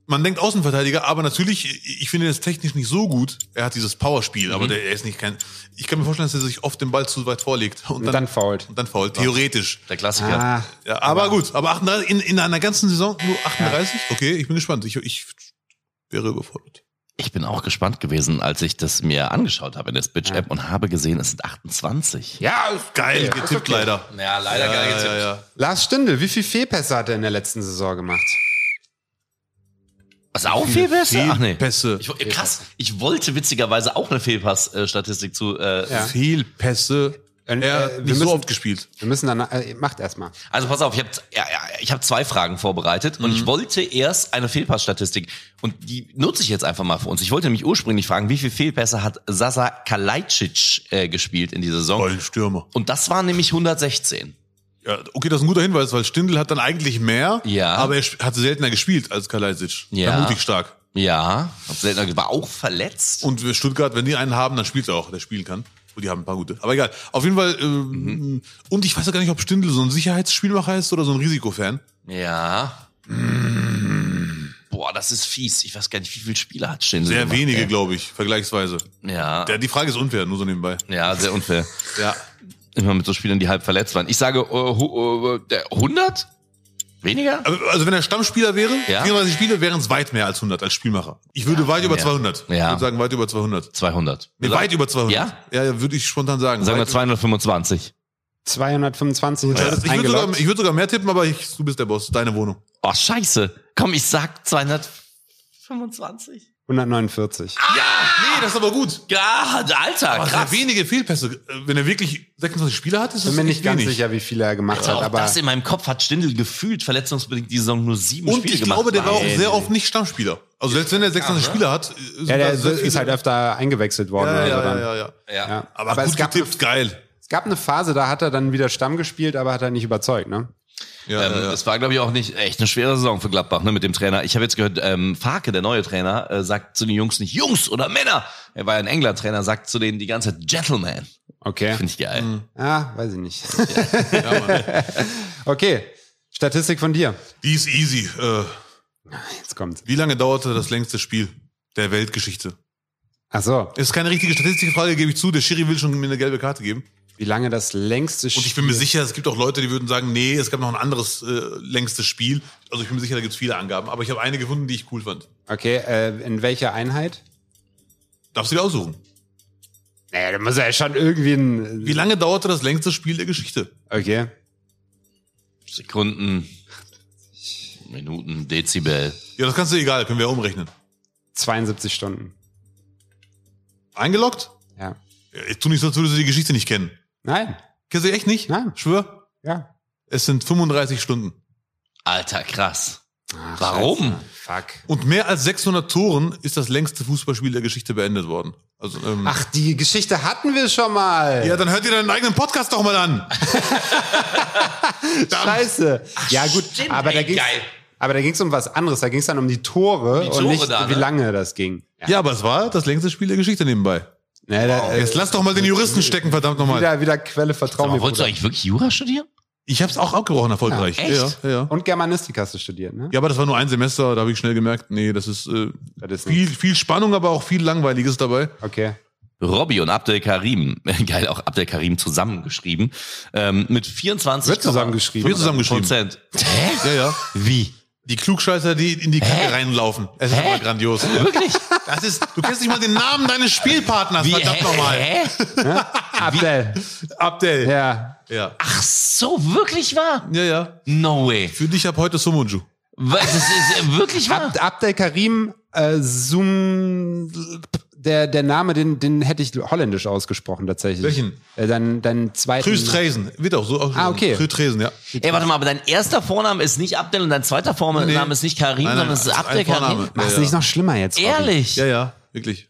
Speaker 5: man denkt Außenverteidiger, aber natürlich, ich finde das technisch nicht so gut. Er hat dieses Powerspiel,
Speaker 3: Mhm.
Speaker 5: aber der, er ist nicht kein. Ich kann mir vorstellen, dass er sich oft den Ball zu weit vorlegt und
Speaker 2: Und
Speaker 5: dann,
Speaker 2: dann, fault.
Speaker 5: und dann fault, theoretisch.
Speaker 3: Der Klassiker.
Speaker 2: Ah,
Speaker 5: Ja, aber gut, aber 38, in, in einer ganzen Saison nur 38? Okay, ich bin gespannt. Ich, ich wäre überfordert.
Speaker 3: Ich bin auch gespannt gewesen, als ich das mir angeschaut habe in der Spitch-App und habe gesehen, es sind 28.
Speaker 5: Ja, ist geil getippt leider.
Speaker 3: Ja, leider
Speaker 5: Ja, ja, ja.
Speaker 2: Lars Stindl, wie viel Fehlpässe hat er in der letzten Saison gemacht?
Speaker 3: Was auch Fehlpässe? Ach nee.
Speaker 5: Fehlpässe.
Speaker 3: Ich, wo- krass, ich wollte witzigerweise auch eine Fehlpass-Statistik zu. Äh,
Speaker 2: Ja.
Speaker 5: Fehlpässe.
Speaker 2: Äh,
Speaker 5: er
Speaker 2: äh,
Speaker 5: hat
Speaker 2: wir
Speaker 5: nicht so
Speaker 2: müssen-
Speaker 5: oft gespielt.
Speaker 2: Wir müssen dann. Äh, macht erstmal.
Speaker 3: Also pass auf, ich habe ja, ja, ich hab zwei Fragen vorbereitet und
Speaker 5: Mhm.
Speaker 3: ich wollte erst eine Fehlpassstatistik und die nutze ich jetzt einfach mal für uns. Ich wollte nämlich ursprünglich fragen, wie viele Fehlpässe hat Sasa Kalajdzic äh, gespielt in dieser Saison?
Speaker 5: Vollen Stürmer.
Speaker 3: Und das waren nämlich 116.
Speaker 5: Ja, okay, das ist ein guter Hinweis, weil Stindl hat dann eigentlich mehr,
Speaker 3: Ja.
Speaker 5: aber er sp- hat seltener gespielt als Kalajdzic.
Speaker 3: Ja.
Speaker 5: Mutig stark.
Speaker 3: Ja, hab seltener ge- war auch verletzt.
Speaker 5: Und wir Stuttgart, wenn die einen haben, dann spielt er auch, der spielen kann. Und die haben ein paar gute. Aber egal. Auf jeden Fall, ähm,
Speaker 3: Mhm.
Speaker 5: und ich weiß ja gar nicht, ob Stindl so ein Sicherheitsspielmacher ist oder so ein Risikofan.
Speaker 3: Ja. Boah, das ist fies. Ich weiß gar nicht, wie viele Spiele hat Stindl.
Speaker 5: Sehr
Speaker 3: gemacht,
Speaker 5: wenige,
Speaker 3: ey.
Speaker 5: glaube ich, vergleichsweise.
Speaker 3: Ja.
Speaker 5: Der, die Frage ist unfair, nur so nebenbei.
Speaker 3: Ja, sehr unfair.
Speaker 5: Ja.
Speaker 3: Immer mit so Spielern, die halb verletzt waren. Ich sage äh, hu- äh, der 100? Weniger?
Speaker 5: Aber- Also wenn er Stammspieler wäre,
Speaker 3: Ja.
Speaker 5: 34 Spiele, wären es weit mehr als 100 als Spielmacher. Ich würde weit über
Speaker 3: Ja.
Speaker 5: 200.
Speaker 3: Ja.
Speaker 5: Ich würde sagen, weit über 200.
Speaker 3: 200.
Speaker 5: Nee, weit über 200.
Speaker 3: Ja?
Speaker 5: Ja, ja würde ich spontan sagen.
Speaker 3: Sagen wir
Speaker 5: Weit-
Speaker 3: 225.
Speaker 2: 225 ist
Speaker 5: Ja, das-
Speaker 2: das
Speaker 5: ich würde sogar,
Speaker 2: eingeloggt.
Speaker 5: ich würd sogar mehr tippen, aber ich, du bist der Boss, deine Wohnung.
Speaker 3: Oh, scheiße. Komm, ich sag 225.
Speaker 2: 149.
Speaker 3: Ah,
Speaker 5: Nee, das ist aber gut.
Speaker 3: Ja, Alter,
Speaker 5: Aber
Speaker 3: krass.
Speaker 5: sehr wenige Fehlpässe. Äh, Wenn er wirklich 26 Spiele hat, ist das
Speaker 2: Bin mir nicht
Speaker 5: echt
Speaker 2: ganz
Speaker 5: wenig.
Speaker 2: sicher, wie viele er gemacht
Speaker 3: Also
Speaker 2: hat,
Speaker 3: auch
Speaker 2: aber
Speaker 3: das in meinem Kopf hat Stindl gefühlt verletzungsbedingt die Saison nur sieben
Speaker 5: Und
Speaker 3: Spiele
Speaker 5: ich
Speaker 3: gemacht.
Speaker 5: glaube, der war auch
Speaker 3: Nein.
Speaker 5: sehr oft nicht Stammspieler. Also selbst wenn er 26 Spiele hat, äh, sind
Speaker 2: ja, der
Speaker 5: da sehr
Speaker 2: ist
Speaker 5: viele-
Speaker 2: halt öfter eingewechselt worden.
Speaker 5: ja,
Speaker 2: also
Speaker 5: ja, ja,
Speaker 2: dann.
Speaker 5: ja, ja.
Speaker 3: Ja.
Speaker 2: Ja.
Speaker 5: Aber,
Speaker 2: Aber
Speaker 5: gut
Speaker 2: es gab-
Speaker 5: getippt, geil.
Speaker 2: Es gab eine Phase, da hat er dann wieder Stamm gespielt, aber hat er nicht überzeugt, ne?
Speaker 5: Ja,
Speaker 3: Ähm,
Speaker 5: ja, ja.
Speaker 3: Es war, glaube ich, auch nicht echt eine schwere Saison für Gladbach ne, mit dem Trainer. Ich habe jetzt gehört, ähm, Farke, der neue Trainer, äh, sagt zu den Jungs nicht Jungs oder Männer. Er war ja ein England-Trainer, sagt zu denen die ganze Zeit Gentleman.
Speaker 2: Okay.
Speaker 3: Finde ich geil.
Speaker 5: Mhm.
Speaker 2: Ah, weiß ich nicht.
Speaker 5: ja Mann.
Speaker 2: Okay. Statistik von dir.
Speaker 5: Die ist easy. Äh,
Speaker 2: Jetzt kommt's.
Speaker 5: wie lange dauerte das längste Spiel der Weltgeschichte?
Speaker 2: Ach so.
Speaker 5: Ist keine richtige statistische gebe ich zu. Der Schiri will schon mir eine gelbe Karte geben.
Speaker 2: Wie lange das längste
Speaker 5: Und ich bin mir sicher, es gibt auch Leute, die würden sagen, nee, es gab noch ein anderes äh, längstes Spiel. Also ich bin mir sicher, da gibt es viele Angaben. Aber ich habe eine gefunden, die ich cool fand.
Speaker 2: Okay, äh, in welcher Einheit?
Speaker 5: Darfst du dir aussuchen.
Speaker 2: Naja, da muss er ja schon irgendwie ein.
Speaker 5: Wie lange dauerte das längste Spiel der Geschichte?
Speaker 2: Okay.
Speaker 3: Sekunden, Minuten, Dezibel.
Speaker 5: Ja, das kannst du egal, können wir ja umrechnen.
Speaker 2: 72 Stunden.
Speaker 5: Eingeloggt?
Speaker 2: Ja.
Speaker 5: Ja, Ich tu nicht so, als würdest du die Geschichte nicht kennen.
Speaker 2: Nein.
Speaker 5: Kennst du echt nicht?
Speaker 2: Nein.
Speaker 5: Schwör?
Speaker 2: Ja.
Speaker 5: Es sind 35 Stunden.
Speaker 3: Alter, krass. Warum?
Speaker 2: Fuck.
Speaker 5: Und mehr als 600 Toren ist das längste Fußballspiel der Geschichte beendet worden. Also, ähm,
Speaker 2: Ach, die Geschichte hatten wir schon mal.
Speaker 5: Ja, dann hört ihr deinen eigenen Podcast doch mal an.
Speaker 2: Scheiße. ja, gut,
Speaker 3: stimmt,
Speaker 2: aber, da
Speaker 3: ey,
Speaker 2: ging's,
Speaker 3: geil.
Speaker 2: aber da ging es um was anderes. Da ging es dann um die Tore,
Speaker 3: Die
Speaker 2: und
Speaker 3: Tore
Speaker 2: nicht,
Speaker 3: da,
Speaker 2: wie
Speaker 3: ne?
Speaker 2: lange das ging. Ja.
Speaker 5: Ja, aber es war das längste Spiel der Geschichte nebenbei.
Speaker 2: Ne, da, äh,
Speaker 5: Jetzt lass doch mal den Juristen stecken, verdammt nochmal.
Speaker 2: wieder, wieder Quelle vertrauen.
Speaker 3: Aber
Speaker 2: mir,
Speaker 3: wolltest du
Speaker 2: Bruder.
Speaker 3: eigentlich wirklich Jura studieren?
Speaker 5: Ich hab's auch abgebrochen erfolgreich.
Speaker 3: Ja, echt?
Speaker 5: Ja, ja.
Speaker 2: Und Germanistik hast du studiert, ne?
Speaker 5: ja, aber das war nur ein Semester, da habe ich schnell gemerkt, nee, das ist, äh,
Speaker 2: Das ist
Speaker 5: viel, viel Spannung, aber auch viel Langweiliges dabei.
Speaker 2: Okay.
Speaker 3: Robby und Abdel Karim, geil, auch Abdel Karim zusammengeschrieben, ähm, mit 24
Speaker 2: Wird zusammengeschrieben.
Speaker 5: Wird zusammengeschrieben.
Speaker 3: Prozent.
Speaker 5: Ja, ja.
Speaker 3: Wie?
Speaker 5: Die Klugscheißer, die in die Kacke reinlaufen. Es ist aber grandios.
Speaker 3: Wirklich?
Speaker 5: Das ist, du kennst nicht mal den Namen deines Spielpartners,
Speaker 3: Wie?
Speaker 5: verdammt nochmal.
Speaker 3: Hä?
Speaker 2: Abdel.
Speaker 5: Abdel.
Speaker 2: Ja.
Speaker 5: Ja.
Speaker 3: Ach so, wirklich wahr?
Speaker 5: ja, ja.
Speaker 3: No way.
Speaker 5: Für dich ab heute Sumunju.
Speaker 3: Was, das ist äh, wirklich wahr?
Speaker 2: Ab, Abdel Karim äh, Zoom. Der, der Name, den, den hätte ich holländisch ausgesprochen tatsächlich.
Speaker 5: Welchen?
Speaker 2: Äh, dein, dein zweiten.
Speaker 5: Trüst Tresen. Wird auch so ausgesprochen.
Speaker 2: Ah, okay.
Speaker 5: Trüst Tresen, ja.
Speaker 3: Ey, warte mal, aber dein erster Vorname ist nicht Abdel und dein zweiter Vorname
Speaker 5: Nee.
Speaker 3: ist nicht Karim,
Speaker 5: Nein, nein,
Speaker 3: sondern es ist
Speaker 5: ein
Speaker 3: Abdel
Speaker 5: Vorname.
Speaker 3: Karim.
Speaker 2: Mach's
Speaker 5: Ja, ja.
Speaker 2: nicht noch schlimmer jetzt. Robby.
Speaker 3: Ehrlich?
Speaker 5: Ja, ja, wirklich.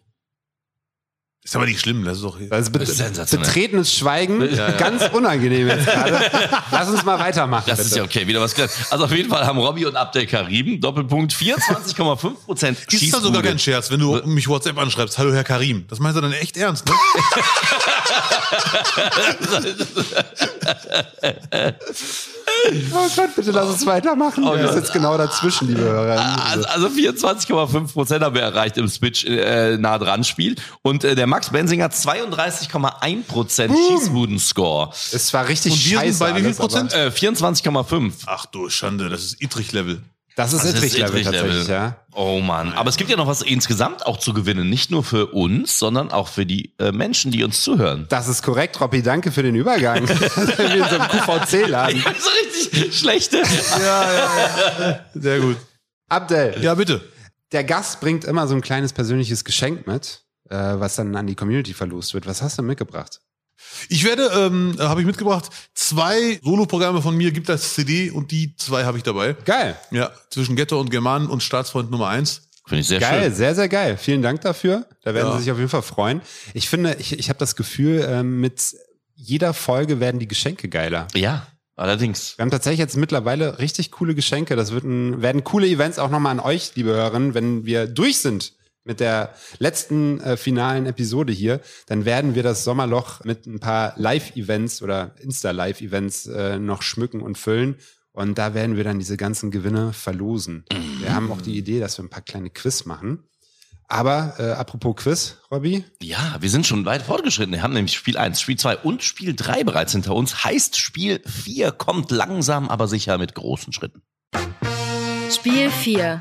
Speaker 5: Ist aber nicht schlimm, das ist doch.
Speaker 2: Das ist be
Speaker 3: ist sensationell.
Speaker 2: betretenes Schweigen, ganz unangenehm jetzt gerade. Lass uns mal weitermachen.
Speaker 3: Das
Speaker 2: bitte.
Speaker 3: ist ja okay, wieder was gelernt. Also auf jeden Fall haben Robby und Abdel Karim, Doppelpunkt, 24,5 Prozent
Speaker 5: Ist da sogar kein Scherz, wenn du mich WhatsApp anschreibst, hallo Herr Karim. Das meinst du dann echt ernst, ne?
Speaker 2: Oh Gott, bitte lass uns weitermachen. Oh, das ist jetzt genau dazwischen, liebe
Speaker 3: Also,
Speaker 2: Hörer.
Speaker 3: also 24,5 Prozent haben wir erreicht im Switch äh, nah dran Spiel und äh, der Max Benzinger 32,1 Prozent Schießbuden-Score.
Speaker 2: Es war richtig
Speaker 5: Und wir sind
Speaker 2: scheiße.
Speaker 5: bei wie viel
Speaker 2: alles, aber
Speaker 5: Prozent?
Speaker 3: Äh, 24,5.
Speaker 5: Ach du Schande, das ist Ittrich-Level.
Speaker 2: Das ist
Speaker 3: Das ist
Speaker 2: Ittrich-Level
Speaker 3: Ittrich-Level.
Speaker 2: tatsächlich, ja.
Speaker 3: Oh Mann, aber es gibt ja noch was insgesamt auch zu gewinnen, nicht nur für uns, sondern auch für die äh, Menschen, die uns zuhören.
Speaker 2: Das ist korrekt, Robby. Danke für den Übergang. Das ist wie in so einem QVC-Laden.
Speaker 3: Das ist richtig schlechte.
Speaker 5: Sehr gut.
Speaker 2: Abdel,
Speaker 5: Ja, bitte.
Speaker 2: der Gast bringt immer so ein kleines persönliches Geschenk mit, äh, was dann an die Community verlost wird. Was hast du mitgebracht?
Speaker 5: Ich werde, ähm, äh, habe ich mitgebracht, zwei Solo-Programme von mir gibt als CD und die zwei habe ich dabei.
Speaker 2: Geil.
Speaker 5: Ja, zwischen Ghetto und Germanen und Staatsfreund Nummer eins.
Speaker 3: Finde ich sehr
Speaker 2: Geil,
Speaker 3: schön.
Speaker 2: halt sehr, sehr geil. Vielen Dank dafür. Da werden
Speaker 5: Ja.
Speaker 2: Sie sich auf jeden Fall freuen. Ich finde, ich, ich habe das Gefühl, ähm, mit jeder Folge werden die Geschenke geiler.
Speaker 3: Ja, allerdings.
Speaker 2: Wir haben tatsächlich jetzt mittlerweile richtig coole Geschenke. Das wird ein, werden coole Events auch nochmal an euch, liebe Hörerinnen. Wenn wir durch sind mit der letzten äh, finalen Episode hier, dann werden wir das Sommerloch mit ein paar Live-Events oder Insta-Live-Events äh, noch schmücken und füllen. Und da werden wir dann diese ganzen Gewinne verlosen.
Speaker 3: Mhm.
Speaker 2: Wir haben auch die Idee, dass wir ein paar kleine Quiz machen. Aber äh, apropos Quiz, Robby,
Speaker 3: Ja, wir sind schon weit fortgeschritten. Wir haben nämlich Spiel 1, Spiel 2 und Spiel 3 bereits hinter uns. Heißt, Spiel 4 kommt langsam, aber sicher mit großen Schritten.
Speaker 4: Spiel 4.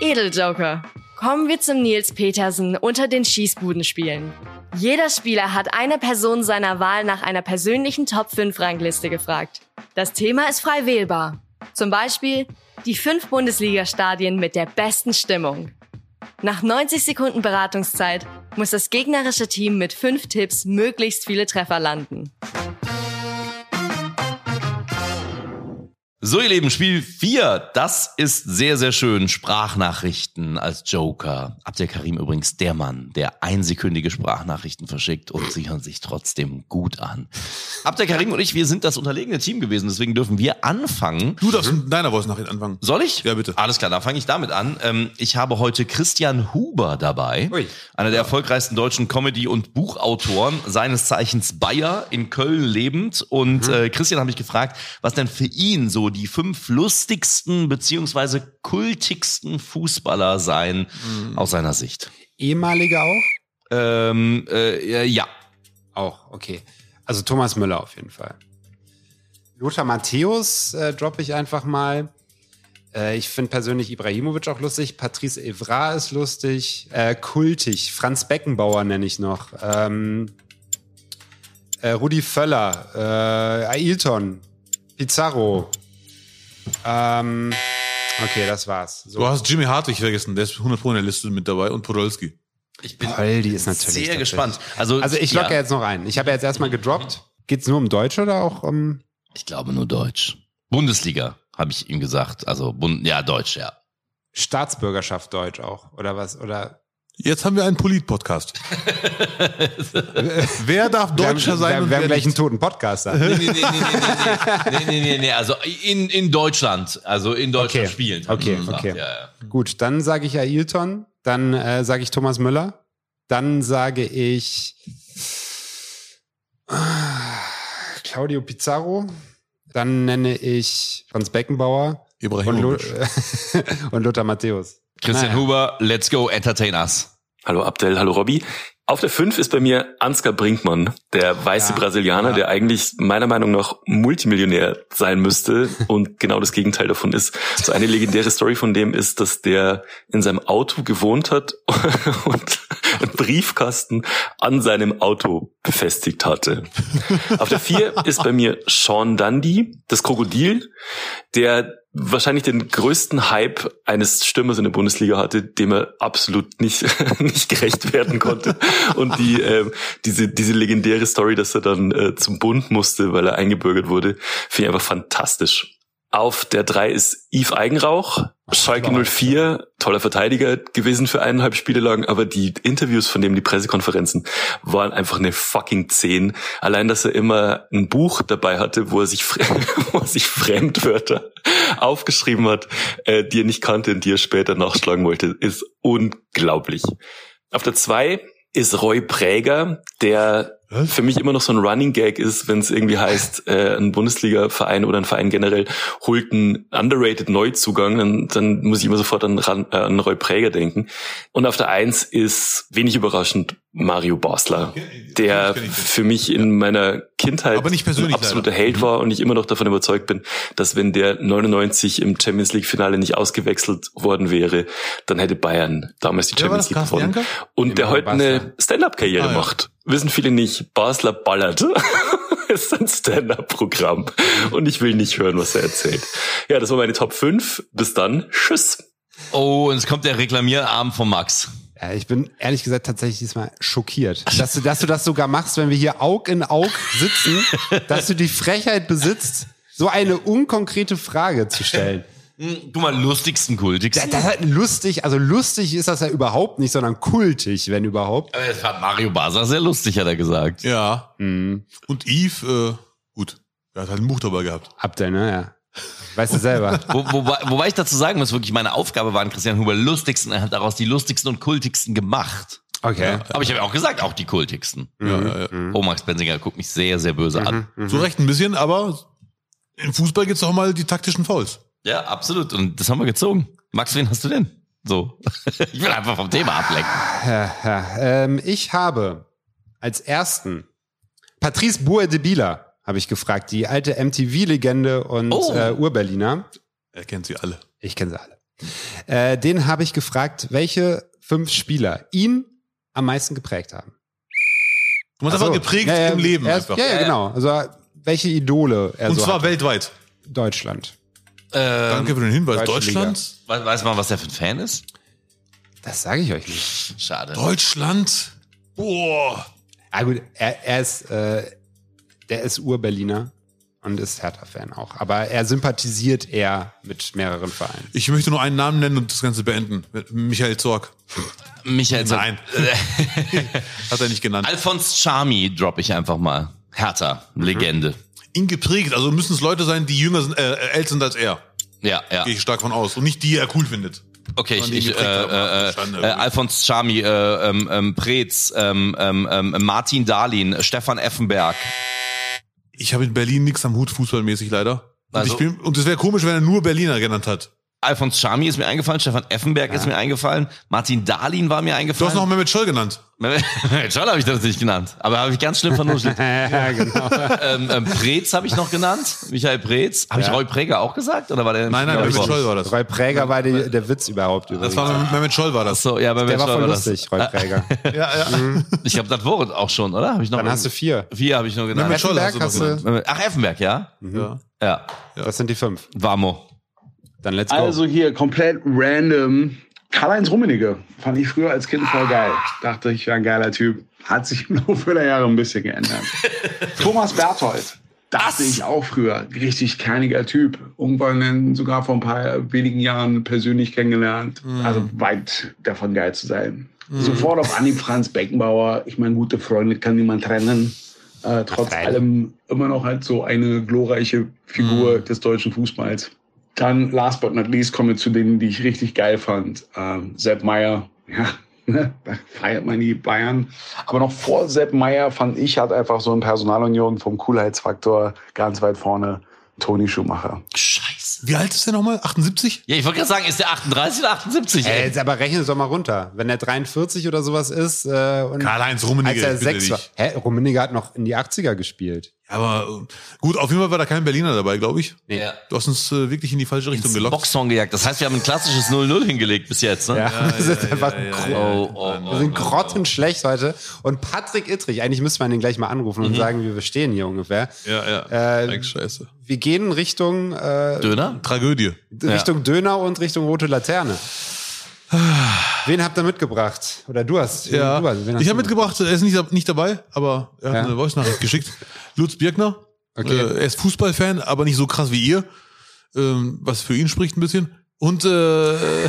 Speaker 4: Edeljoker. Kommen wir zum Nils Petersen unter den Schießbudenspielen. Jeder Spieler hat eine Person seiner Wahl nach einer persönlichen Top 5 Rangliste gefragt. Das Thema ist frei wählbar. Zum Beispiel die fünf Bundesliga-Stadien mit der besten Stimmung. Nach 90 Sekunden Beratungszeit muss das gegnerische Team mit fünf Tipps möglichst viele Treffer landen.
Speaker 3: So, ihr Lieben, Spiel 4. Das ist sehr, sehr schön. Sprachnachrichten als Joker. Abdel Karim übrigens der Mann, der einsekündige Sprachnachrichten verschickt und sichern sich trotzdem gut an. Abdel Karim und ich, wir sind das unterlegene Team gewesen, deswegen dürfen wir anfangen.
Speaker 5: Du darfst mit deiner Voice-Nachricht anfangen.
Speaker 3: Soll ich?
Speaker 5: Ja, bitte.
Speaker 3: Alles klar, dann fange ich damit an. Ähm, ich habe heute Christian Huber dabei,
Speaker 2: Ui.
Speaker 3: einer der erfolgreichsten deutschen Comedy- und Buchautoren, seines Zeichens Bayer, in Köln lebend. Und
Speaker 2: Mhm.
Speaker 3: äh, Christian habe ich gefragt, was denn für ihn so die fünf lustigsten beziehungsweise kultigsten Fußballer seien aus seiner Sicht.
Speaker 2: Ehemaliger Mhm. auch?
Speaker 3: Ähm, äh, ja,
Speaker 2: Auch, okay. Also Thomas Müller auf jeden Fall. Lothar Matthäus äh, droppe ich einfach mal. Äh, ich finde persönlich Ibrahimovic auch lustig. Patrice Evra ist lustig. Äh, kultig. Franz Beckenbauer nenne ich noch. Ähm, äh, Rudi Völler. Äh, Ailton. Pizarro. Ähm, okay, das war's. So.
Speaker 5: Du hast Jimmy Hartwig vergessen, der ist 100 Pro in der Liste mit dabei und Podolski.
Speaker 3: ich bin
Speaker 2: Poldi ist natürlich
Speaker 3: sehr
Speaker 2: tatsächlich-
Speaker 3: gespannt. Also,
Speaker 2: Also ich locke
Speaker 3: ja,
Speaker 2: jetzt noch ein. Ich habe jetzt erstmal gedroppt. Geht's nur um Deutsche oder auch um...
Speaker 3: ich glaube nur Deutsch. Bundesliga, habe ich ihm gesagt. Also, Bund ja, Deutsch, ja.
Speaker 2: Staatsbürgerschaft Deutsch auch oder was oder
Speaker 5: Jetzt haben wir einen Polit-Podcast. wer darf Deutscher
Speaker 2: wir,
Speaker 5: sein
Speaker 2: Wir,
Speaker 5: und
Speaker 2: wir haben
Speaker 5: wer
Speaker 2: gleich
Speaker 5: nicht?
Speaker 2: einen toten Podcaster.
Speaker 3: nee, nee, nee, nee, nee, nee, nee, nee, nee, also in, in Deutschland, also in Deutschland
Speaker 2: Okay.
Speaker 3: spielen.
Speaker 2: Okay,
Speaker 3: Mhm.
Speaker 2: okay.
Speaker 3: Ja, ja.
Speaker 2: Gut, dann sage ich Ailton, dann äh, sage ich Thomas Müller, dann sage ich ah, Claudio Pizarro, dann nenne ich Franz Beckenbauer und, Lu
Speaker 5: Ibrahimovic.
Speaker 2: und Lothar Matthäus.
Speaker 3: Christian
Speaker 2: Naja.
Speaker 3: Huber, let's go, entertain us.
Speaker 9: Hallo Abdel, hallo Robby. Auf der 5 ist bei mir Ansgar Brinkmann, der weiße
Speaker 2: Ja,
Speaker 9: Brasilianer,
Speaker 2: ja.
Speaker 9: der eigentlich meiner Meinung nach Multimillionär sein müsste und genau das Gegenteil davon ist. So eine legendäre Story von dem ist, dass der in seinem Auto gewohnt hat und einen Briefkasten an seinem Auto befestigt hatte. Auf der 4 ist bei mir Sean Dundee, das Krokodil, der wahrscheinlich den größten Hype eines Stürmers in der Bundesliga hatte, dem er absolut nicht, nicht gerecht werden konnte. Und die, ähm, diese, diese legendäre Story, dass er dann äh, zum Bund musste, weil er eingebürgert wurde, finde ich einfach fantastisch. Auf der 3 ist Yves Eigenrauch, Schalke 04, toller Verteidiger gewesen für eineinhalb Spiele lang, aber die Interviews von dem, die Pressekonferenzen, waren einfach eine fucking 10. Allein, dass er immer ein Buch dabei hatte, wo er sich, fre- wo er sich Fremdwörter aufgeschrieben hat, äh, die er nicht kannte und die er später nachschlagen wollte, ist unglaublich. Auf der 2 ist Roy Präger, der
Speaker 5: Was?
Speaker 9: für mich immer noch so ein Running Gag ist, wenn es irgendwie heißt, äh, ein Bundesliga-Verein oder ein Verein generell holt einen underrated Neuzugang, dann, dann muss ich immer sofort an, Ran- äh, an Roy Präger denken. Und auf der Eins ist, wenig überraschend, Mario Basler, der
Speaker 5: Kenn ich, kenn ich.
Speaker 9: für mich in meiner Kindheit
Speaker 5: Aber nicht persönlich Mhm.
Speaker 9: ein absoluter Held war und ich immer noch davon überzeugt bin, dass wenn der 99 im Champions League Finale nicht ausgewechselt worden wäre, dann hätte Bayern damals die
Speaker 5: Wer war
Speaker 9: Champions
Speaker 5: das?
Speaker 9: League
Speaker 5: Carsten
Speaker 9: gewonnen.
Speaker 5: Janker?
Speaker 9: Und der
Speaker 2: Immer
Speaker 9: heute eine
Speaker 2: Basler.
Speaker 9: Stand-up-Karriere
Speaker 5: Ah, ja.
Speaker 9: macht. Wissen viele nicht. Basler ballert. ist ein Stand-up-Programm. Und ich will nicht hören, was er erzählt. Ja, das war meine Top 5. Bis dann. Tschüss.
Speaker 3: Oh, und es kommt der Reklamierarm von Max.
Speaker 2: Ja, Äh, ich bin ehrlich gesagt tatsächlich diesmal schockiert, dass du, dass du das sogar machst, wenn wir hier Aug in Aug sitzen, dass du die Frechheit besitzt, so eine unkonkrete Frage zu stellen.
Speaker 3: Hm, Guck mal, lustigsten,
Speaker 2: Das,
Speaker 3: kultigsten.
Speaker 2: das ist halt lustig, also lustig ist das ja überhaupt nicht, sondern kultig, wenn überhaupt.
Speaker 3: Aber das fand Mario Basler sehr lustig, hat er gesagt.
Speaker 5: Ja.
Speaker 2: Mhm.
Speaker 5: Und Yves, äh, gut, er hat halt ein Buch dabei gehabt.
Speaker 2: Abdel, naja. Weißt du selber.
Speaker 3: Wo, wobei, wobei ich dazu sagen muss, wirklich meine Aufgabe waren Christian Huber lustigsten, er hat daraus die lustigsten und kultigsten gemacht.
Speaker 2: Okay.
Speaker 3: Aber ich habe ja auch gesagt, auch die kultigsten.
Speaker 5: Ja, ja, ja.
Speaker 3: Oh, Max Benzinger guckt mich sehr, sehr böse
Speaker 2: Mhm.
Speaker 3: an.
Speaker 5: Zu Recht ein bisschen, aber im Fußball gibt's auch mal die taktischen Fouls.
Speaker 3: Ja, absolut. Und das haben wir gezogen. Max, wen hast du denn? So. Ich will einfach vom Thema ablenken.
Speaker 2: Ja, ja. Ähm, ich habe als ersten Patrice Buerdebila, habe ich gefragt, die alte MTV-Legende und
Speaker 3: Oh.
Speaker 2: äh, Urberliner.
Speaker 5: Er kennt sie alle.
Speaker 2: Ich kenne sie alle. Äh, den habe ich gefragt, welche fünf Spieler ihn am meisten geprägt haben.
Speaker 5: Du hast
Speaker 2: Ach so.
Speaker 5: einfach geprägt
Speaker 2: Ja, ja,
Speaker 5: im Leben
Speaker 2: er ist,
Speaker 5: einfach.
Speaker 2: Ja, ja, genau. Also welche Idole er
Speaker 5: Und
Speaker 2: so
Speaker 5: zwar
Speaker 2: hatte.
Speaker 5: weltweit.
Speaker 2: Deutschland.
Speaker 3: Ähm,
Speaker 5: Danke für den Hinweis.
Speaker 2: Deutsche
Speaker 5: Deutschland?
Speaker 3: We- Weiß man, was der für ein Fan ist?
Speaker 2: Das sage ich euch nicht.
Speaker 3: Schade.
Speaker 5: Deutschland. Boah.
Speaker 2: Ah gut, er, er ist, äh, der ist Ur-Berliner und ist Hertha-Fan auch. Aber er sympathisiert eher mit mehreren Vereinen.
Speaker 5: Ich möchte nur einen Namen nennen und das Ganze beenden. Michael Zorg.
Speaker 3: Michael, so-
Speaker 5: Nein. Hat er nicht genannt.
Speaker 3: Alphonse Charmi droppe ich einfach mal. Hertha, Legende.
Speaker 2: Mhm.
Speaker 5: Ihn geprägt. Also müssen es Leute sein, die jünger sind, äh, älter sind als er.
Speaker 3: Ja, ja.
Speaker 5: Gehe ich stark von aus. Und nicht die, die er cool findet.
Speaker 3: Okay, ich,
Speaker 5: Sondern die
Speaker 3: ich äh,
Speaker 5: geprägt haben,
Speaker 3: äh, äh,
Speaker 5: verstanden
Speaker 3: äh,
Speaker 5: irgendwie.
Speaker 3: Alphonse Charmi, äh, ähm, ähm, Preetz, ähm, ähm, ähm, Martin Dahlin, Stefan Effenberg.
Speaker 5: Ich habe in Berlin nichts am Hut, fußballmäßig leider. Und,
Speaker 3: Also-
Speaker 5: ich bin, und es wäre komisch, wenn er nur Berliner genannt hat.
Speaker 3: Alphonse Charmi ist mir eingefallen, Stefan Effenberg ist mir eingefallen, Martin Dahlin war mir
Speaker 5: Du hast
Speaker 3: eingefallen.
Speaker 5: noch Mehmet Scholl genannt.
Speaker 3: Schon habe ich das nicht genannt, aber habe ich ganz schlimm vernuschelt.
Speaker 2: Ja, genau.
Speaker 3: ähm, ähm, Preetz habe ich noch genannt, Michael Preetz. Habe ich Roy Präger auch gesagt oder war der?
Speaker 5: Nein, nein,
Speaker 3: Ja,
Speaker 5: Mehmet
Speaker 3: ich-
Speaker 5: Scholl war das.
Speaker 2: Roy Präger war die, der Witz überhaupt übrigens.
Speaker 5: Das war Mehmet Scholl war das.
Speaker 3: So, ja, bei
Speaker 2: der
Speaker 3: Mensch,
Speaker 2: war voll
Speaker 3: das. Ah.
Speaker 2: lustig, Roy Präger.
Speaker 5: Ja, ja.
Speaker 3: Mhm. Ich glaube, das Wort auch schon, oder? Hab ich noch
Speaker 2: Dann hast du vier.
Speaker 3: vier habe ich nur
Speaker 5: Mehmet
Speaker 3: genannt.
Speaker 5: Scholl hast du
Speaker 2: Effenberg hast
Speaker 5: noch genannt.
Speaker 2: du, Mhm.
Speaker 3: Ach, Effenberg, ja.
Speaker 5: Ja.
Speaker 3: Ja,
Speaker 2: das sind die fünf.
Speaker 3: Vamo.
Speaker 2: Dann let's go.
Speaker 10: Also hier komplett random. Karl-Heinz Rummenigge fand ich früher als Kind voll geil. Dachte ich, wäre ein geiler Typ. Hat sich im Laufe der Jahre ein bisschen geändert. Thomas Berthold. Dachte ich auch früher. Richtig kerniger Typ. Irgendwann dann sogar vor ein paar wenigen Jahren persönlich kennengelernt.
Speaker 5: Mhm.
Speaker 10: Also weit davon geil zu sein. Mhm. Sofort auf Anhieb Franz Beckenbauer. Ich meine, gute Freunde kann niemand trennen. Äh, trotz
Speaker 2: freilich.
Speaker 10: allem immer noch halt so eine glorreiche Figur
Speaker 5: Mhm.
Speaker 10: des deutschen Fußballs. Dann, last but not least, kommen wir zu denen, die ich richtig geil fand. Ähm, Sepp Meyer, ja, ne, da feiert man die Bayern. Aber noch vor Sepp Meyer fand ich, hat einfach so ein Personalunion vom Coolheitsfaktor ganz weit vorne Toni Schumacher.
Speaker 3: Scheiße.
Speaker 5: Wie alt ist der nochmal? 78?
Speaker 3: Ja, ich wollte gerade sagen, ist der 38 oder 78?
Speaker 2: Ey,
Speaker 3: Ey?
Speaker 2: jetzt aber rechne es doch mal runter. Wenn er 43 oder sowas ist äh, und
Speaker 5: Karl-Heinz
Speaker 2: als
Speaker 5: Rummenigge.
Speaker 2: er
Speaker 5: bitte
Speaker 2: sechs war.
Speaker 5: dich.
Speaker 2: Hä, Rummenigge hat noch in die 80er gespielt.
Speaker 5: Aber äh, gut, auf jeden Fall war da kein Berliner dabei, glaube ich.
Speaker 3: Ja.
Speaker 5: Du hast uns äh, wirklich in die falsche Richtung
Speaker 3: Ins
Speaker 5: gelockt.
Speaker 3: Boxhorn gejagt. Das heißt, wir haben ein klassisches 0-0 hingelegt bis jetzt. Ne?
Speaker 2: Ja, das ist einfach gro-
Speaker 3: Oh, oh, oh.
Speaker 2: Wir sind grottenschlecht heute. Und Patrick Ittrich, eigentlich müsste man den gleich mal anrufen und sagen, wie wir stehen hier ungefähr.
Speaker 5: Ja, ja.
Speaker 2: Äh,
Speaker 5: Eigentlich scheiße.
Speaker 2: Wir gehen Richtung, äh,
Speaker 3: Döner?
Speaker 5: Tragödie.
Speaker 2: Richtung Döner und Richtung Rote Laterne. Wen habt ihr mitgebracht? Oder du hast.
Speaker 5: Ja.
Speaker 2: du hast wen hast
Speaker 5: ich
Speaker 2: du
Speaker 5: habe mitgebracht, er ist nicht, nicht dabei, aber er hat
Speaker 2: Ja.
Speaker 5: eine Voice-Nachricht geschickt. Lutz Birkner.
Speaker 2: Okay.
Speaker 5: Äh, er ist Fußballfan, aber nicht so krass wie ihr. Ähm, was für ihn spricht ein bisschen. Und äh,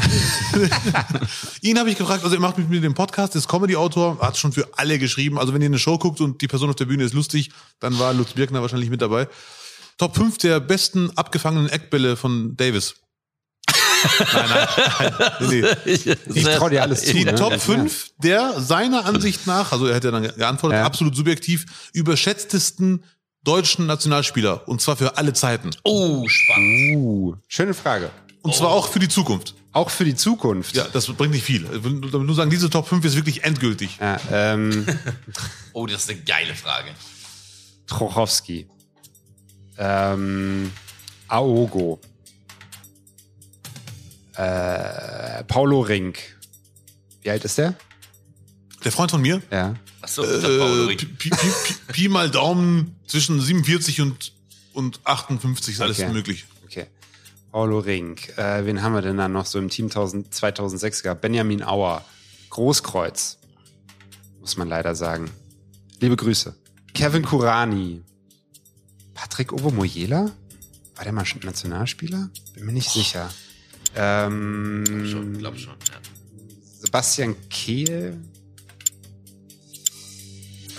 Speaker 5: ihn habe ich gefragt, also er macht mit mir den Podcast, ist Comedy-Autor, hat schon für alle geschrieben. Also wenn ihr eine Show guckt und die Person auf der Bühne ist lustig, dann war Lutz Birkner wahrscheinlich mit dabei. Top 5 der besten abgefangenen Eckbälle von Davis. nein, nein, nein. Nee, nee.
Speaker 2: Ich trau dir alles zu.
Speaker 5: Die
Speaker 2: ne?
Speaker 5: Top 5 der seiner Ansicht nach, also er hat ja dann geantwortet,
Speaker 2: Ja.
Speaker 5: absolut subjektiv, überschätztesten deutschen Nationalspieler. Und zwar für alle Zeiten.
Speaker 3: Oh, spannend.
Speaker 2: Uh, schöne Frage.
Speaker 5: Und
Speaker 2: Oh.
Speaker 5: zwar auch für die Zukunft.
Speaker 2: Auch für die Zukunft.
Speaker 5: Ja, das bringt nicht viel. Ich will nur sagen, diese Top 5 ist wirklich endgültig.
Speaker 2: Ja, ähm,
Speaker 3: Oh, das ist eine geile Frage.
Speaker 2: Trochowski. Ähm, Aogo. Äh, Paulo Rink. Wie alt ist der?
Speaker 5: Der Freund von mir,
Speaker 2: Ja.
Speaker 3: Achso,
Speaker 5: äh, Pi, Pi, Pi, Pi, Pi mal Daumen zwischen 47 und, und 58 ist alles
Speaker 2: Okay.
Speaker 5: möglich.
Speaker 2: Okay. Paulo Rink. Äh, wen haben wir denn da noch so im Team 1000, 2006 gehabt? Benjamin Auer. Großkreuz. Muss man leider sagen. Liebe Grüße. Kevin Kurani. Patrick Obomoyela? War der mal schon Nationalspieler? Bin mir nicht sicher. Ähm,
Speaker 3: Schon, glaub schon. Ja.
Speaker 2: Sebastian Kehl.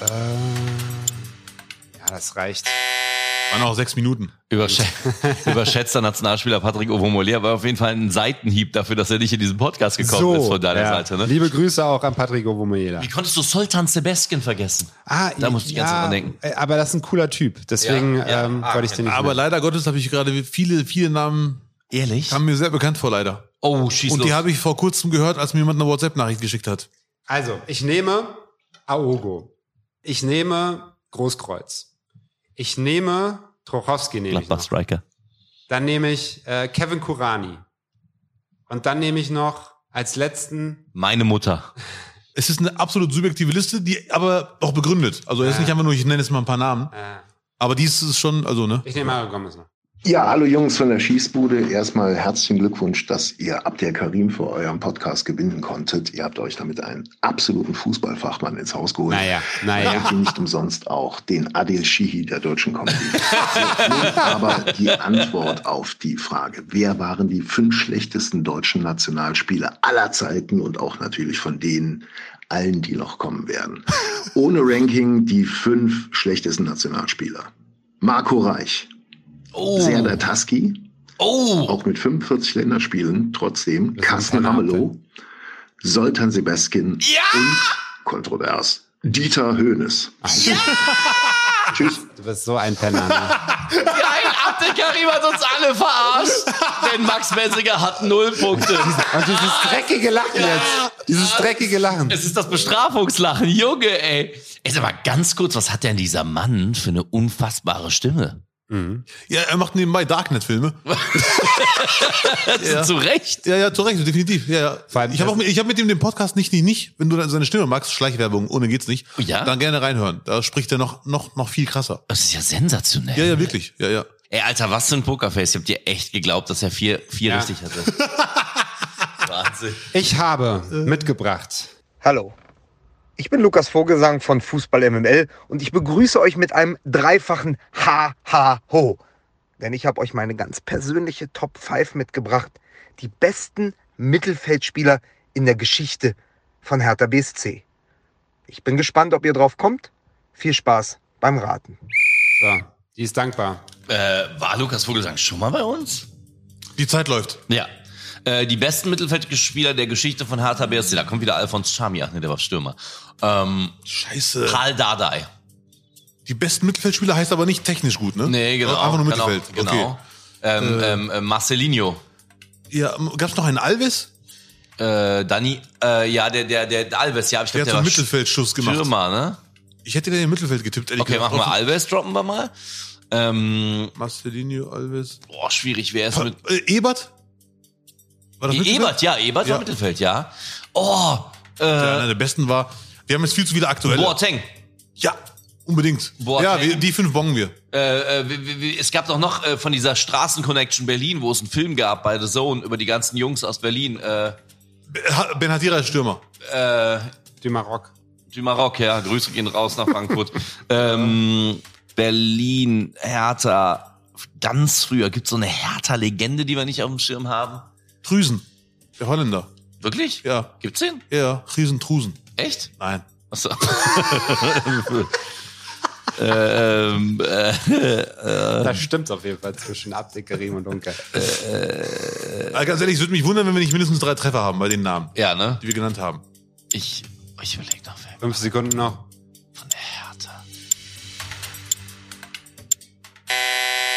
Speaker 2: Äh, ja, das reicht.
Speaker 5: Waren auch sechs Minuten.
Speaker 3: Überschä Überschätzter Nationalspieler Patrick Ovomolea war auf jeden Fall ein Seitenhieb dafür, dass er nicht in diesen Podcast gekommen ist von deiner
Speaker 2: ja.
Speaker 3: Seite. Ne?
Speaker 2: Liebe Grüße auch an Patrick Obomoyela.
Speaker 3: Wie konntest du Sultan Sebeskin vergessen?
Speaker 2: Ah,
Speaker 3: Da muss ich die ganze Zeit dran denken.
Speaker 2: äh, Aber das ist ein cooler Typ, deswegen
Speaker 3: Ja, ja,
Speaker 2: ähm,
Speaker 3: ah,
Speaker 2: wollte ich den nicht.
Speaker 5: Aber
Speaker 2: nennen.
Speaker 5: leider Gottes habe ich gerade viele, viele Namen,
Speaker 3: Ehrlich?
Speaker 5: kamen mir sehr bekannt vor, leider.
Speaker 3: Oh, schieß
Speaker 5: Und
Speaker 3: los.
Speaker 5: die habe ich vor kurzem gehört, als mir jemand eine WhatsApp-Nachricht geschickt hat.
Speaker 2: also, ich nehme Aogo. Ich nehme Großkreuz. Ich nehme Trochowski nehme ich
Speaker 3: Gladbach
Speaker 2: noch.
Speaker 3: Striker.
Speaker 2: Dann nehme ich äh, Kevin Kurani. Und dann nehme ich noch als letzten
Speaker 3: Meine Mutter.
Speaker 5: Es ist eine absolut subjektive Liste, die aber auch begründet. Also er ist
Speaker 2: Ja.
Speaker 5: nicht einfach nur, ich nenne jetzt mal ein paar Namen,
Speaker 2: äh,
Speaker 5: aber dies ist schon, also ne.
Speaker 2: ich nehme Mario Gomez noch.
Speaker 11: Ja, hallo Jungs von der Schießbude. Erstmal herzlichen Glückwunsch, dass ihr Abdel Karim für euren Podcast gewinnen konntet. Ihr habt euch damit einen absoluten Fußballfachmann ins Haus geholt.
Speaker 2: Naja, naja.
Speaker 11: Und nicht umsonst auch den Adil Shihi der deutschen Comedy. So, nun aber die Antwort auf die Frage, wer waren die fünf schlechtesten deutschen Nationalspieler aller Zeiten und auch natürlich von denen, allen, die noch kommen werden. Ohne Ranking die fünf schlechtesten Nationalspieler. Marco Reich,
Speaker 3: Oh.
Speaker 11: Serdar Taski,
Speaker 3: Oh.
Speaker 11: auch mit 45 Länderspielen trotzdem, Carsten Ramelow, Soltan Sebaskin
Speaker 3: Ja!
Speaker 11: und kontrovers Dieter Hönes. Tschüss.
Speaker 2: Du bist so ein Penner. Ne?
Speaker 3: Geil, Abdelkarim hat uns alle verarscht. Denn Max Messinger hat null Punkte.
Speaker 2: Und dieses dreckige Lachen jetzt. Dieses dreckige Lachen.
Speaker 3: Es ist das Bestrafungslachen, Junge, ey. Jetzt aber ganz kurz, was hat denn dieser Mann für eine unfassbare Stimme?
Speaker 5: Mhm. Ja, er macht nebenbei Darknet-Filme.
Speaker 3: Zu Recht.
Speaker 5: Ja, ja, zu Recht, definitiv. Ja, ja.
Speaker 2: Vor allem
Speaker 5: ich habe
Speaker 2: das-
Speaker 5: auch mit, ich hab mit ihm den Podcast nicht, nicht, nicht. Wenn du dann seine Stimme magst, Schleichwerbung, ohne geht's nicht.
Speaker 3: Oh ja?
Speaker 5: Dann gerne reinhören. Da spricht er noch, noch, noch viel krasser.
Speaker 3: Das ist ja sensationell.
Speaker 5: Ja, ja, wirklich. Ja, ja.
Speaker 3: Ey, Alter, was für ein Pokerface. Ich hab dir echt geglaubt, dass er vier, vier richtig hatte. Wahnsinn.
Speaker 2: Ich habe mitgebracht.
Speaker 12: Hallo. Ich bin Lukas Vogelsang von Fußball MML und ich begrüße euch mit einem dreifachen Ha Ha Ho. Denn ich habe euch meine ganz persönliche Top 5 mitgebracht. Die besten Mittelfeldspieler in der Geschichte von Hertha BSC. Ich bin gespannt, ob ihr drauf kommt. Viel Spaß beim Raten.
Speaker 2: So, die ist dankbar.
Speaker 3: Äh, war Lukas Vogelsang schon mal bei uns?
Speaker 5: Die Zeit läuft.
Speaker 3: Ja. Äh, die besten Mittelfeldspieler der Geschichte von Hertha BSC. Da kommt wieder Alfons Schami. Ach nee, der war Stürmer. Ähm,
Speaker 5: Scheiße.
Speaker 3: Karl Dardai.
Speaker 5: Die besten Mittelfeldspieler heißt aber nicht technisch gut, ne?
Speaker 3: Nee, genau.
Speaker 5: Einfach nur
Speaker 3: genau,
Speaker 5: Mittelfeld.
Speaker 3: Genau.
Speaker 5: Okay.
Speaker 3: Ähm, ähm, äh, Marcelinho.
Speaker 5: Ja, ähm, gab's noch einen Alves?
Speaker 3: Äh, Dani, äh, ja, der, der, der Alves, ja, aber ich
Speaker 5: Der hat
Speaker 3: glaube, der,
Speaker 5: so einen
Speaker 3: war
Speaker 5: Mittelfeldschuss gemacht.
Speaker 3: Stürmer, ne?
Speaker 5: Ich hätte den im Mittelfeld getippt, ehrlich
Speaker 3: Okay, machen wir Alves, droppen wir mal. Ähm,
Speaker 5: Marcelinho, Alves.
Speaker 3: boah, schwierig wäre es
Speaker 5: Pa-
Speaker 3: mit. E-
Speaker 5: äh, Ebert? War das Mittelfeld?
Speaker 3: Ebert, ja, Ebert
Speaker 5: Ja.
Speaker 3: war Mittelfeld, ja. Oh,
Speaker 5: Ja,
Speaker 3: äh,
Speaker 5: einer der besten war. Wir haben jetzt viel zu viele aktuelle.
Speaker 3: Boateng.
Speaker 5: Ja, unbedingt.
Speaker 3: Boateng.
Speaker 5: Ja, wir, die fünf bongen wir.
Speaker 3: Äh, äh, wie- wie- wie- es gab doch noch äh, von dieser Straßenconnection Berlin, wo es einen Film gab bei The Zone über die ganzen Jungs aus Berlin. Äh,
Speaker 5: Ha- Ben Hadira ist Stürmer.
Speaker 2: Die Marok.
Speaker 3: du Marok, ja, Grüße gehen raus nach Frankfurt. ähm, Berlin, Hertha, ganz früher. Gibt so eine Hertha-Legende, die wir nicht auf dem Schirm haben?
Speaker 5: Trüsen. Der Holländer.
Speaker 3: Wirklich?
Speaker 5: Ja.
Speaker 3: Gibt's den?
Speaker 5: Ja, Riesen Trusen.
Speaker 3: Echt?
Speaker 5: Nein.
Speaker 3: Achso. ähm, äh,
Speaker 2: Das stimmt auf jeden Fall zwischen Abdickerim und Unke.
Speaker 5: Aber Äh, ganz ehrlich, es würde mich wundern, wenn wir nicht mindestens drei Treffer haben bei den Namen,
Speaker 3: ja, ne?
Speaker 5: die wir genannt haben.
Speaker 3: Ich, ich überlege noch, wer
Speaker 2: Fünf Sekunden noch.
Speaker 3: von der Hertha.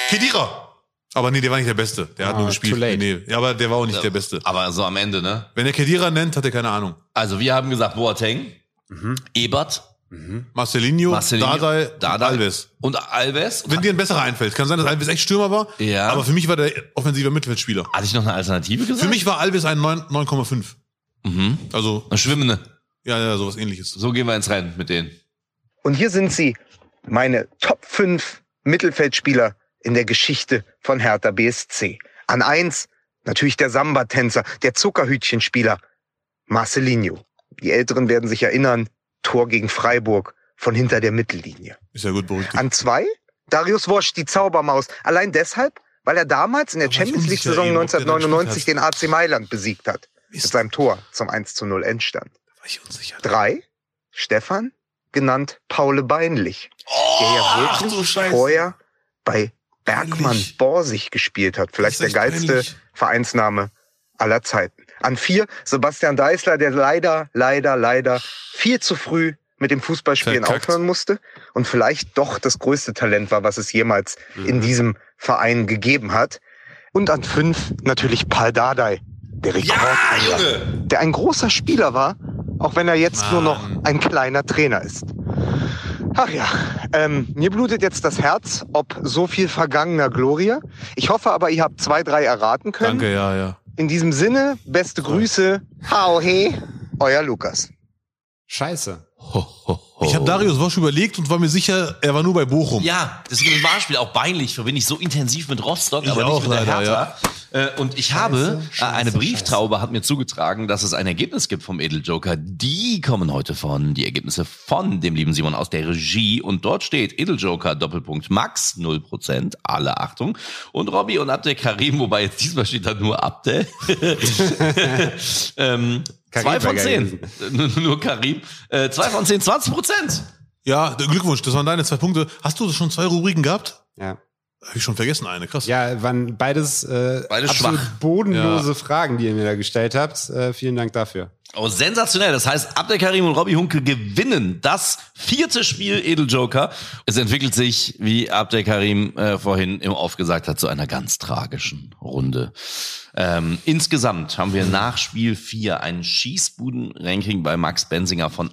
Speaker 5: Kedira! Aber nee, der war nicht der Beste. Der hat
Speaker 2: Ah,
Speaker 5: nur gespielt.
Speaker 2: too late.
Speaker 5: Nee, ja, aber der war auch nicht der Beste.
Speaker 3: Aber so am Ende, ne?
Speaker 5: Wenn er Kedira nennt, hat er keine Ahnung.
Speaker 3: Also wir haben gesagt Boateng,
Speaker 2: Mhm.
Speaker 3: Ebert
Speaker 5: Marcelinho,
Speaker 3: Marcelinho,
Speaker 5: Dardai,
Speaker 3: Dardai.
Speaker 5: Alves.
Speaker 3: und Alves. Und
Speaker 5: Wenn dir ein besserer einfällt, kann sein, dass Alves echt Stürmer war.
Speaker 3: Ja.
Speaker 5: Aber für mich war der offensiver Mittelfeldspieler.
Speaker 3: hatte ich noch eine Alternative gesagt?
Speaker 5: Für mich war Alves ein 9 9,5.
Speaker 3: Mhm.
Speaker 5: Also,
Speaker 3: Eine schwimmende.
Speaker 5: ja, ja, sowas ähnliches.
Speaker 3: So gehen wir ins Rennen mit denen.
Speaker 12: Und hier sind sie, meine Top 5 Mittelfeldspieler in der Geschichte von Hertha BSC. An eins natürlich der Samba-Tänzer, der Zuckerhütchenspieler Marcelinho. Die Älteren werden sich erinnern, Tor gegen Freiburg von hinter der Mittellinie.
Speaker 5: Ist ja gut beruhigt.
Speaker 12: An zwei Darius Wosch, die Zaubermaus. Allein deshalb, weil er damals in der
Speaker 5: Aber ich
Speaker 12: Champions
Speaker 5: unsicher
Speaker 12: League-Saison
Speaker 5: eben, ob der dann
Speaker 12: 1999
Speaker 5: gespielt
Speaker 12: den AC Mailand besiegt hat. Mit
Speaker 5: Mist.
Speaker 12: seinem Tor zum 1 zu 0 Endstand.
Speaker 5: War ich unsicher.
Speaker 12: Drei, Stefan, genannt Paul Beinlich, der
Speaker 5: Oh,
Speaker 12: ja wirklich vorher bei Bergmann
Speaker 5: Beinlich.
Speaker 12: Borsig gespielt hat. Vielleicht
Speaker 5: Das
Speaker 12: der
Speaker 5: ist echt
Speaker 12: geilste
Speaker 5: peinlich.
Speaker 12: Vereinsname aller Zeiten. An vier, Sebastian Deißler, der leider, leider, leider viel zu früh mit dem Fußballspielen
Speaker 5: Verkackt.
Speaker 12: aufhören musste und vielleicht doch das größte Talent war, was es jemals in diesem Verein gegeben hat. Und an fünf natürlich Paul Dardai, der Rekord,
Speaker 3: Junge!
Speaker 12: der ein großer Spieler war, auch wenn er jetzt nur noch
Speaker 5: Mann.
Speaker 12: ein kleiner Trainer ist. Ach ja, ähm, mir blutet jetzt das Herz, ob so viel vergangener Glorie. Ich hoffe aber, ihr habt zwei, drei erraten können.
Speaker 5: Danke, ja, ja.
Speaker 12: In diesem Sinne, beste Grüße. Hau he, euer Lukas.
Speaker 2: Scheiße.
Speaker 3: Ho, ho,
Speaker 5: Ich habe Darius Wosch überlegt und war mir sicher, er war nur bei Bochum.
Speaker 3: Ja, das ist ein Wahlspiel auch peinlich, verbinde ich so intensiv mit Rostock,
Speaker 5: Ich
Speaker 3: aber
Speaker 5: auch
Speaker 3: nicht mit
Speaker 5: leider,
Speaker 3: der Hertha. Äh, Und ich habe, äh, eine Brieftraube hat mir zugetragen, dass es ein Ergebnis gibt vom Edeljoker. Die kommen heute von, die Ergebnisse von dem lieben Simon aus der Regie. Und dort steht Edeljoker, Doppelpunkt Max, 0%, alle Achtung. Und Robby und Abdel Karim, wobei jetzt diesmal steht da nur Abdel. ähm,
Speaker 2: Karim
Speaker 3: zwei von
Speaker 2: war
Speaker 3: zehn. nur Karim. Äh, zwei von zehn, 20 Prozent.
Speaker 5: Ja, d- Glückwunsch, das waren deine zwei Punkte. Hast du schon zwei Rubriken gehabt?
Speaker 2: Ja.
Speaker 5: Hab ich schon vergessen, eine, krass.
Speaker 2: Ja, waren beides, äh,
Speaker 3: Beides
Speaker 2: absolut
Speaker 3: schwach.
Speaker 2: bodenlose
Speaker 5: Ja.
Speaker 2: Fragen, die ihr mir da gestellt habt. Äh, vielen Dank dafür.
Speaker 3: Oh, sensationell. Das heißt, Abdelkarim und Robbie Hunke gewinnen das vierte Spiel Edeljoker. Es entwickelt sich, wie Abdelkarim äh, vorhin im Off gesagt hat, zu einer ganz tragischen Runde. Ähm, insgesamt haben wir nach Spiel 4 ein Schießbuden-Ranking bei Max Benzinger von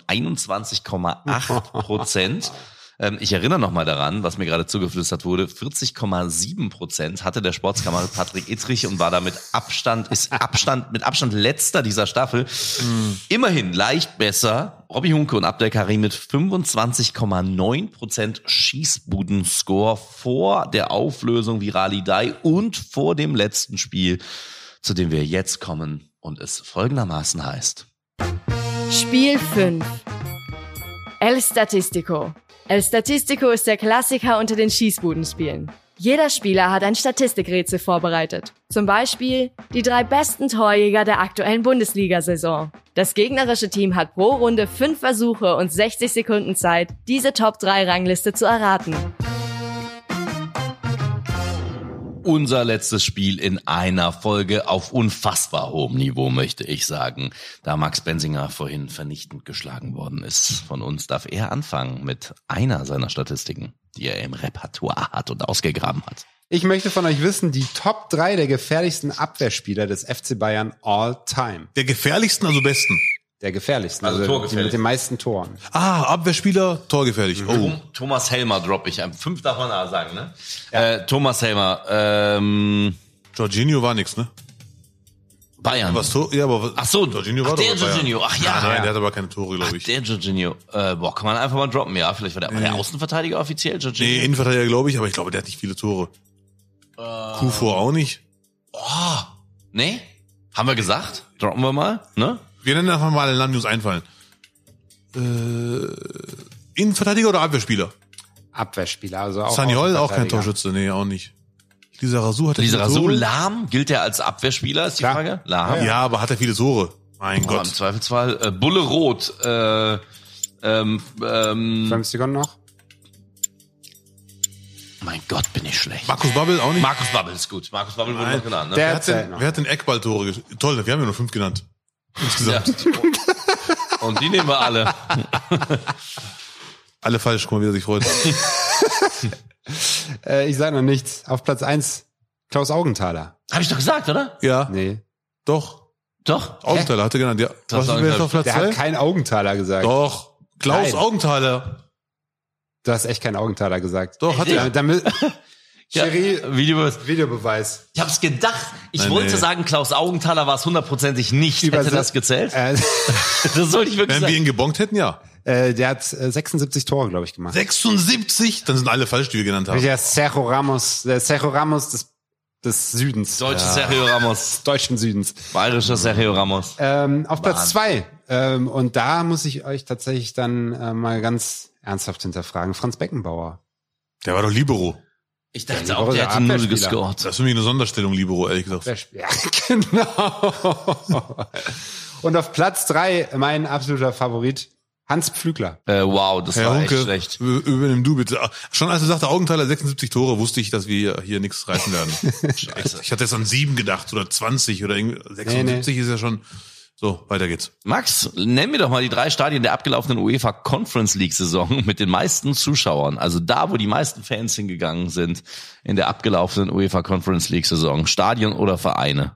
Speaker 3: 21,8 Prozent. Ähm, ich erinnere nochmal daran, was mir gerade zugeflüstert wurde. 40,7 Prozent hatte der Sportskameraden Patrick Ittrich und war damit Abstand, ist Abstand, mit Abstand letzter dieser Staffel. Immerhin leicht besser. Robby Hunke und Abdel Karim mit 25,9 Prozent Schießbuden-Score vor der Auflösung Virali Dai und vor dem letzten Spiel, zu dem wir jetzt kommen und es folgendermaßen heißt.
Speaker 4: Spiel 5. El Statistico. El Statistico ist der Klassiker unter den Schießbudenspielen. Jeder Spieler hat ein Statistikrätsel vorbereitet. Zum Beispiel die drei besten Torjäger der aktuellen Bundesliga-Saison. Das gegnerische Team hat pro Runde fünf Versuche und 60 Sekunden Zeit, diese Top-3-Rangliste zu erraten.
Speaker 3: unser letztes Spiel in einer Folge auf unfassbar hohem Niveau, möchte ich sagen. Da Max Benzinger vorhin vernichtend geschlagen worden ist von uns, darf er anfangen mit einer seiner Statistiken, die er im Repertoire hat und ausgegraben hat.
Speaker 2: Ich möchte von euch wissen, die Top 3 der gefährlichsten Abwehrspieler des FC Bayern all time.
Speaker 5: Der gefährlichsten, also besten.
Speaker 2: Der gefährlichsten,
Speaker 3: Also
Speaker 2: also, die
Speaker 3: torgefährlich.
Speaker 2: mit den meisten Toren.
Speaker 5: Ah, Abwehrspieler, torgefährlich.
Speaker 3: Mhm.
Speaker 5: Oh.
Speaker 3: Thomas Helmer droppe ich. Fünf darf man da sagen, ne? Äh, Thomas Helmer, ähm,
Speaker 5: Jorginho war nix, ne?
Speaker 3: Bayern.
Speaker 5: Was Tor? Ja, aber was-
Speaker 3: Ach so,
Speaker 5: Jorginho
Speaker 3: ach,
Speaker 5: war doch
Speaker 3: der
Speaker 5: bei Bayern.
Speaker 3: Jorginho, ach ja.
Speaker 5: Nein, nein,
Speaker 3: Ja.
Speaker 5: der hat aber keine Tore, glaube ich.
Speaker 3: Der Jorginho, äh, boah, kann man einfach mal droppen, ja. Vielleicht war der, war der Außenverteidiger offiziell, Jorginho.
Speaker 5: Nee, Innenverteidiger, glaube ich, aber ich glaube, der hat nicht viele Tore.
Speaker 3: Ah.
Speaker 5: Kufor auch nicht.
Speaker 3: Nee? Haben wir gesagt? Droppen wir mal, ne?
Speaker 5: Wir nennen einfach mal alle Namen, die uns einfallen. Äh, Innenverteidiger oder Abwehrspieler?
Speaker 2: Abwehrspieler, also auch.
Speaker 5: Saniol auch kein
Speaker 2: Außenverteidiger.
Speaker 5: Torschütze, nee, auch nicht. Lisa Rasu hat er
Speaker 3: Dieser
Speaker 5: viele
Speaker 3: Rasul
Speaker 5: Tore?
Speaker 3: lahm gilt er als Abwehrspieler, ist die
Speaker 2: Klar.
Speaker 3: Frage? Lahm.
Speaker 5: Ja, aber hat er viele Tore? Mein
Speaker 3: Aber Im
Speaker 5: Gott.
Speaker 3: Zweifelsfall äh, Bulle Rot. Äh, ähm, ähm,
Speaker 2: Fünf Sekunden noch.
Speaker 3: mein Gott, bin ich schlecht.
Speaker 5: Markus Babbel auch nicht?
Speaker 3: Markus Babbel ist gut. Markus Babbel wurde
Speaker 5: Nein.
Speaker 3: noch genannt. Ne?
Speaker 5: Wer
Speaker 2: Der
Speaker 5: hat,
Speaker 2: zählt
Speaker 5: denn,
Speaker 2: noch.
Speaker 5: wer hat denn Eckball-Tore gesch- Toll, wir haben ja nur fünf genannt.
Speaker 3: Ja.
Speaker 5: Insgesamt.
Speaker 3: Und die nehmen wir alle.
Speaker 5: Alle falsch, guck mal, wie er sich freut.
Speaker 2: Äh, ich sage noch nichts. Auf Platz 1 Klaus Augenthaler.
Speaker 3: Hab ich doch gesagt, oder?
Speaker 5: ja,
Speaker 2: Nee.
Speaker 5: doch.
Speaker 3: Doch.
Speaker 5: Augenthaler hat er genannt, ja. Was sind wir jetzt auf Platz
Speaker 2: Der hat
Speaker 5: zwei?
Speaker 2: keinen Augenthaler gesagt.
Speaker 5: Doch. Klaus
Speaker 2: Nein.
Speaker 5: Augenthaler.
Speaker 2: Du hast echt keinen Augenthaler gesagt. Äh,
Speaker 5: Doch, hat er.
Speaker 2: Ja, damit,
Speaker 3: Ja,
Speaker 2: Schiri,
Speaker 3: Video.
Speaker 2: Videobeweis.
Speaker 3: Ich hab's gedacht. Ich
Speaker 5: Nein,
Speaker 3: wollte
Speaker 5: nee.
Speaker 3: sagen, Klaus Augenthaler war es hundertprozentig nicht.
Speaker 2: Übersetzt-
Speaker 3: Hätte das gezählt?
Speaker 2: Äh,
Speaker 3: Das sollte ich wirklich
Speaker 5: Wenn wir
Speaker 3: sagen.
Speaker 5: ihn gebonkt hätten, ja.
Speaker 2: äh, der hat äh, 76 Tore, glaube ich, gemacht.
Speaker 5: 76, dann sind alle falsch, die wir genannt haben.
Speaker 2: Der Sergio Ramos, der Sergio Ramos des, des Südens,
Speaker 3: Deutscher Sergio Ramos.
Speaker 2: des deutschen Südens.
Speaker 3: Bayerischer Sergio Ramos.
Speaker 2: Ähm, auf Platz zwei. Ähm, und da muss ich euch tatsächlich dann äh, mal ganz ernsthaft hinterfragen. Franz Beckenbauer.
Speaker 5: Der war doch Libero.
Speaker 3: Ich dachte
Speaker 2: Ja,
Speaker 3: auch, der
Speaker 2: der
Speaker 3: hätte null
Speaker 2: Abwehrspieler.
Speaker 3: gescored.
Speaker 5: Das ist für mich eine Sonderstellung, Libero, ehrlich gesagt.
Speaker 2: Wer sp- Ja, genau. und auf Platz drei mein absoluter Favorit, Hans Pflügler.
Speaker 3: Äh, wow, das
Speaker 5: Herr
Speaker 3: war
Speaker 5: Hunke,
Speaker 3: echt schlecht.
Speaker 5: ü- übernimm du bitte. Ah, Schon als du sagte, Augenthaler 76 Tore, wusste ich, dass wir hier nichts reißen werden. Scheiße. Ich hatte jetzt an sieben gedacht oder 20 oder irgendwie. 76 ist ja schon. So, weiter geht's.
Speaker 3: Max, nenn mir doch mal die drei Stadien der abgelaufenen UEFA Conference League Saison mit den meisten Zuschauern. Also da, wo die meisten Fans hingegangen sind in der abgelaufenen UEFA Conference League Saison. Stadien oder Vereine?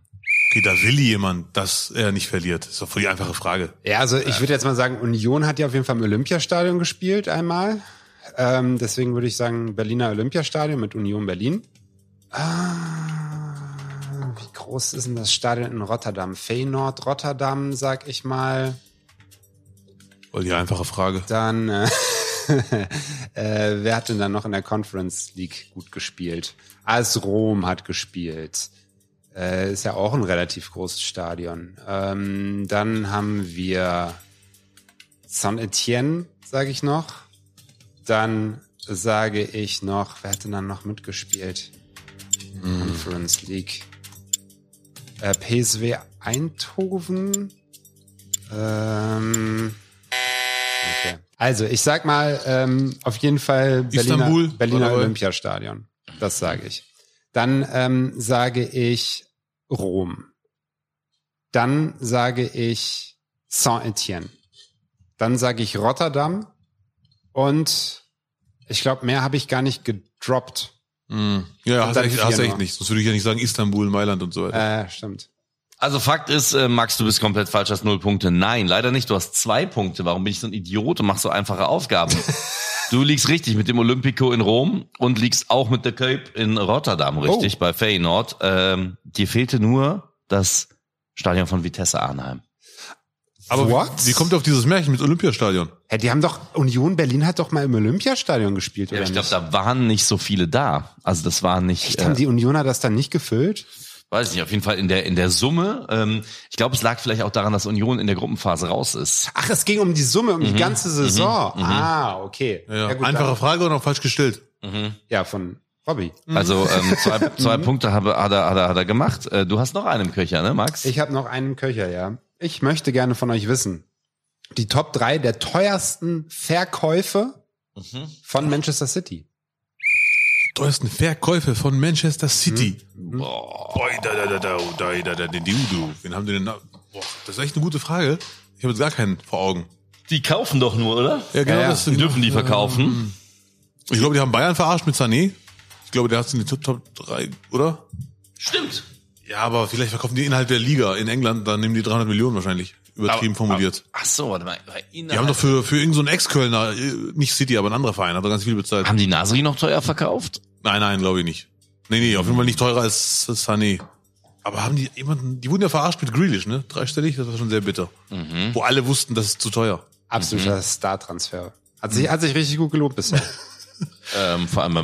Speaker 5: Okay, da will jemand, dass er nicht verliert. Ist doch voll die einfache Frage.
Speaker 2: Ja, also ich würde jetzt mal sagen, Union hat ja auf jeden Fall im Olympiastadion gespielt einmal. Ähm, deswegen würde ich sagen, Berliner Olympiastadion mit Union Berlin. Ah, wie groß ist denn das Stadion in Rotterdam? Feyenoord Rotterdam, sag ich mal.
Speaker 5: Voll die einfache Frage.
Speaker 2: Dann, äh, äh, wer hat denn dann noch in der Conference League gut gespielt? AS Rom hat gespielt. Äh, ist ja auch ein relativ großes Stadion. Ähm, dann haben wir Saint-Etienne, sage ich noch. Dann sage ich noch, wer hat denn dann noch mitgespielt? Conference League. Äh, PSW Eindhoven. Ähm, okay. Also, ich sag mal, ähm, auf jeden Fall Berliner,
Speaker 5: Istanbul,
Speaker 2: Berliner
Speaker 5: oder?
Speaker 2: Olympiastadion. Das sage ich. Dann ähm, sage ich Rom. Dann sage ich Saint-Etienne. Dann sage ich Rotterdam. Und ich glaube, mehr habe ich gar nicht gedroppt.
Speaker 3: Hm.
Speaker 5: Mhm. Ja,
Speaker 2: Und
Speaker 5: hast
Speaker 2: dann
Speaker 5: echt, hast
Speaker 2: vier
Speaker 5: echt
Speaker 2: noch.
Speaker 5: nicht. Sonst würde ich ja nicht sagen Istanbul, Mailand und so weiter.
Speaker 2: Äh, stimmt.
Speaker 3: Also Fakt ist, äh, Max, du bist komplett falsch, hast null Punkte. Nein, leider nicht. Du hast zwei Punkte. Warum bin ich so ein Idiot und mach so einfache Aufgaben? du liegst richtig mit dem Olympico in Rom und liegst auch mit der Cape in
Speaker 2: Oh.
Speaker 3: Rotterdam richtig bei Feyenoord. Ähm, dir fehlte nur das Stadion von Vitesse Arnheim.
Speaker 5: Aber
Speaker 2: What?
Speaker 5: wie, wie kommt ihr auf dieses Märchen mit Olympiastadion?
Speaker 2: Hä, die haben doch, Union Berlin hat doch mal im Olympiastadion gespielt,
Speaker 3: Ja,
Speaker 2: oder
Speaker 3: ich glaube,
Speaker 2: nicht?
Speaker 3: da waren nicht so viele da. Also das war nicht.
Speaker 2: Echt, haben die Unioner das dann nicht gefüllt?
Speaker 3: Weiß nicht, auf jeden Fall in der, in der Summe. Ähm, ich glaube, es lag vielleicht auch daran, dass Union in der Gruppenphase raus ist.
Speaker 2: Ach, es ging um die Summe,
Speaker 5: Mhm.
Speaker 2: um die ganze Saison. Ah, okay.
Speaker 5: Ja,
Speaker 2: gut,
Speaker 5: einfache
Speaker 2: dann-
Speaker 5: Frage oder noch falsch gestellt?
Speaker 3: Mhm.
Speaker 2: Ja, von Robby.
Speaker 3: Also ähm, zwei, zwei
Speaker 5: Mhm.
Speaker 3: Punkte habe, hat, er, hat, er, hat er gemacht. Äh, du hast noch einen im Köcher, ne, Max?
Speaker 2: Ich habe noch einen Köcher, ja. Ich möchte gerne von euch wissen, die Top 3 der teuersten Verkäufe
Speaker 3: Mhm.
Speaker 2: von Manchester City.
Speaker 5: Teuersten Verkäufe von Manchester
Speaker 2: Hm.
Speaker 5: City. Hm? Boah. Boy, da, da, da, da, da, da, da, den Diudu. Wen haben die denn da? Boah, das ist echt eine gute Frage. Ich habe jetzt gar keinen vor Augen.
Speaker 3: Die kaufen doch nur, oder?
Speaker 5: Ja, genau.
Speaker 2: Ja, ja.
Speaker 5: Das,
Speaker 3: Die dürfen die verkaufen.
Speaker 5: hm, ich glaube, die haben Bayern verarscht mit Sané. Ich glaube, der hat es in die Top, Top 3, oder?
Speaker 3: Stimmt.
Speaker 5: Ja, aber vielleicht verkaufen die innerhalb der Liga in England, dann nehmen die 300 Millionen wahrscheinlich. Übertrieben formuliert.
Speaker 3: Ach so, warte mal.
Speaker 5: die haben doch für, für irgendeinen so Ex-Kölner, äh, nicht City, aber ein anderer Verein, hat doch ganz viel bezahlt.
Speaker 3: haben die Nasri noch teuer verkauft?
Speaker 5: Nein, nein, glaube ich nicht. Nee, nee, auf jeden Fall nicht teurer als Sané. Aber haben die jemanden, die wurden ja verarscht mit Grealish, ne? Dreistellig, das war schon sehr bitter.
Speaker 3: Mhm.
Speaker 5: Wo alle wussten, das ist zu teuer.
Speaker 2: Absoluter Star-Transfer. Hat sich, hat sich richtig gut gelobt bisher.
Speaker 3: Ähm, vor allem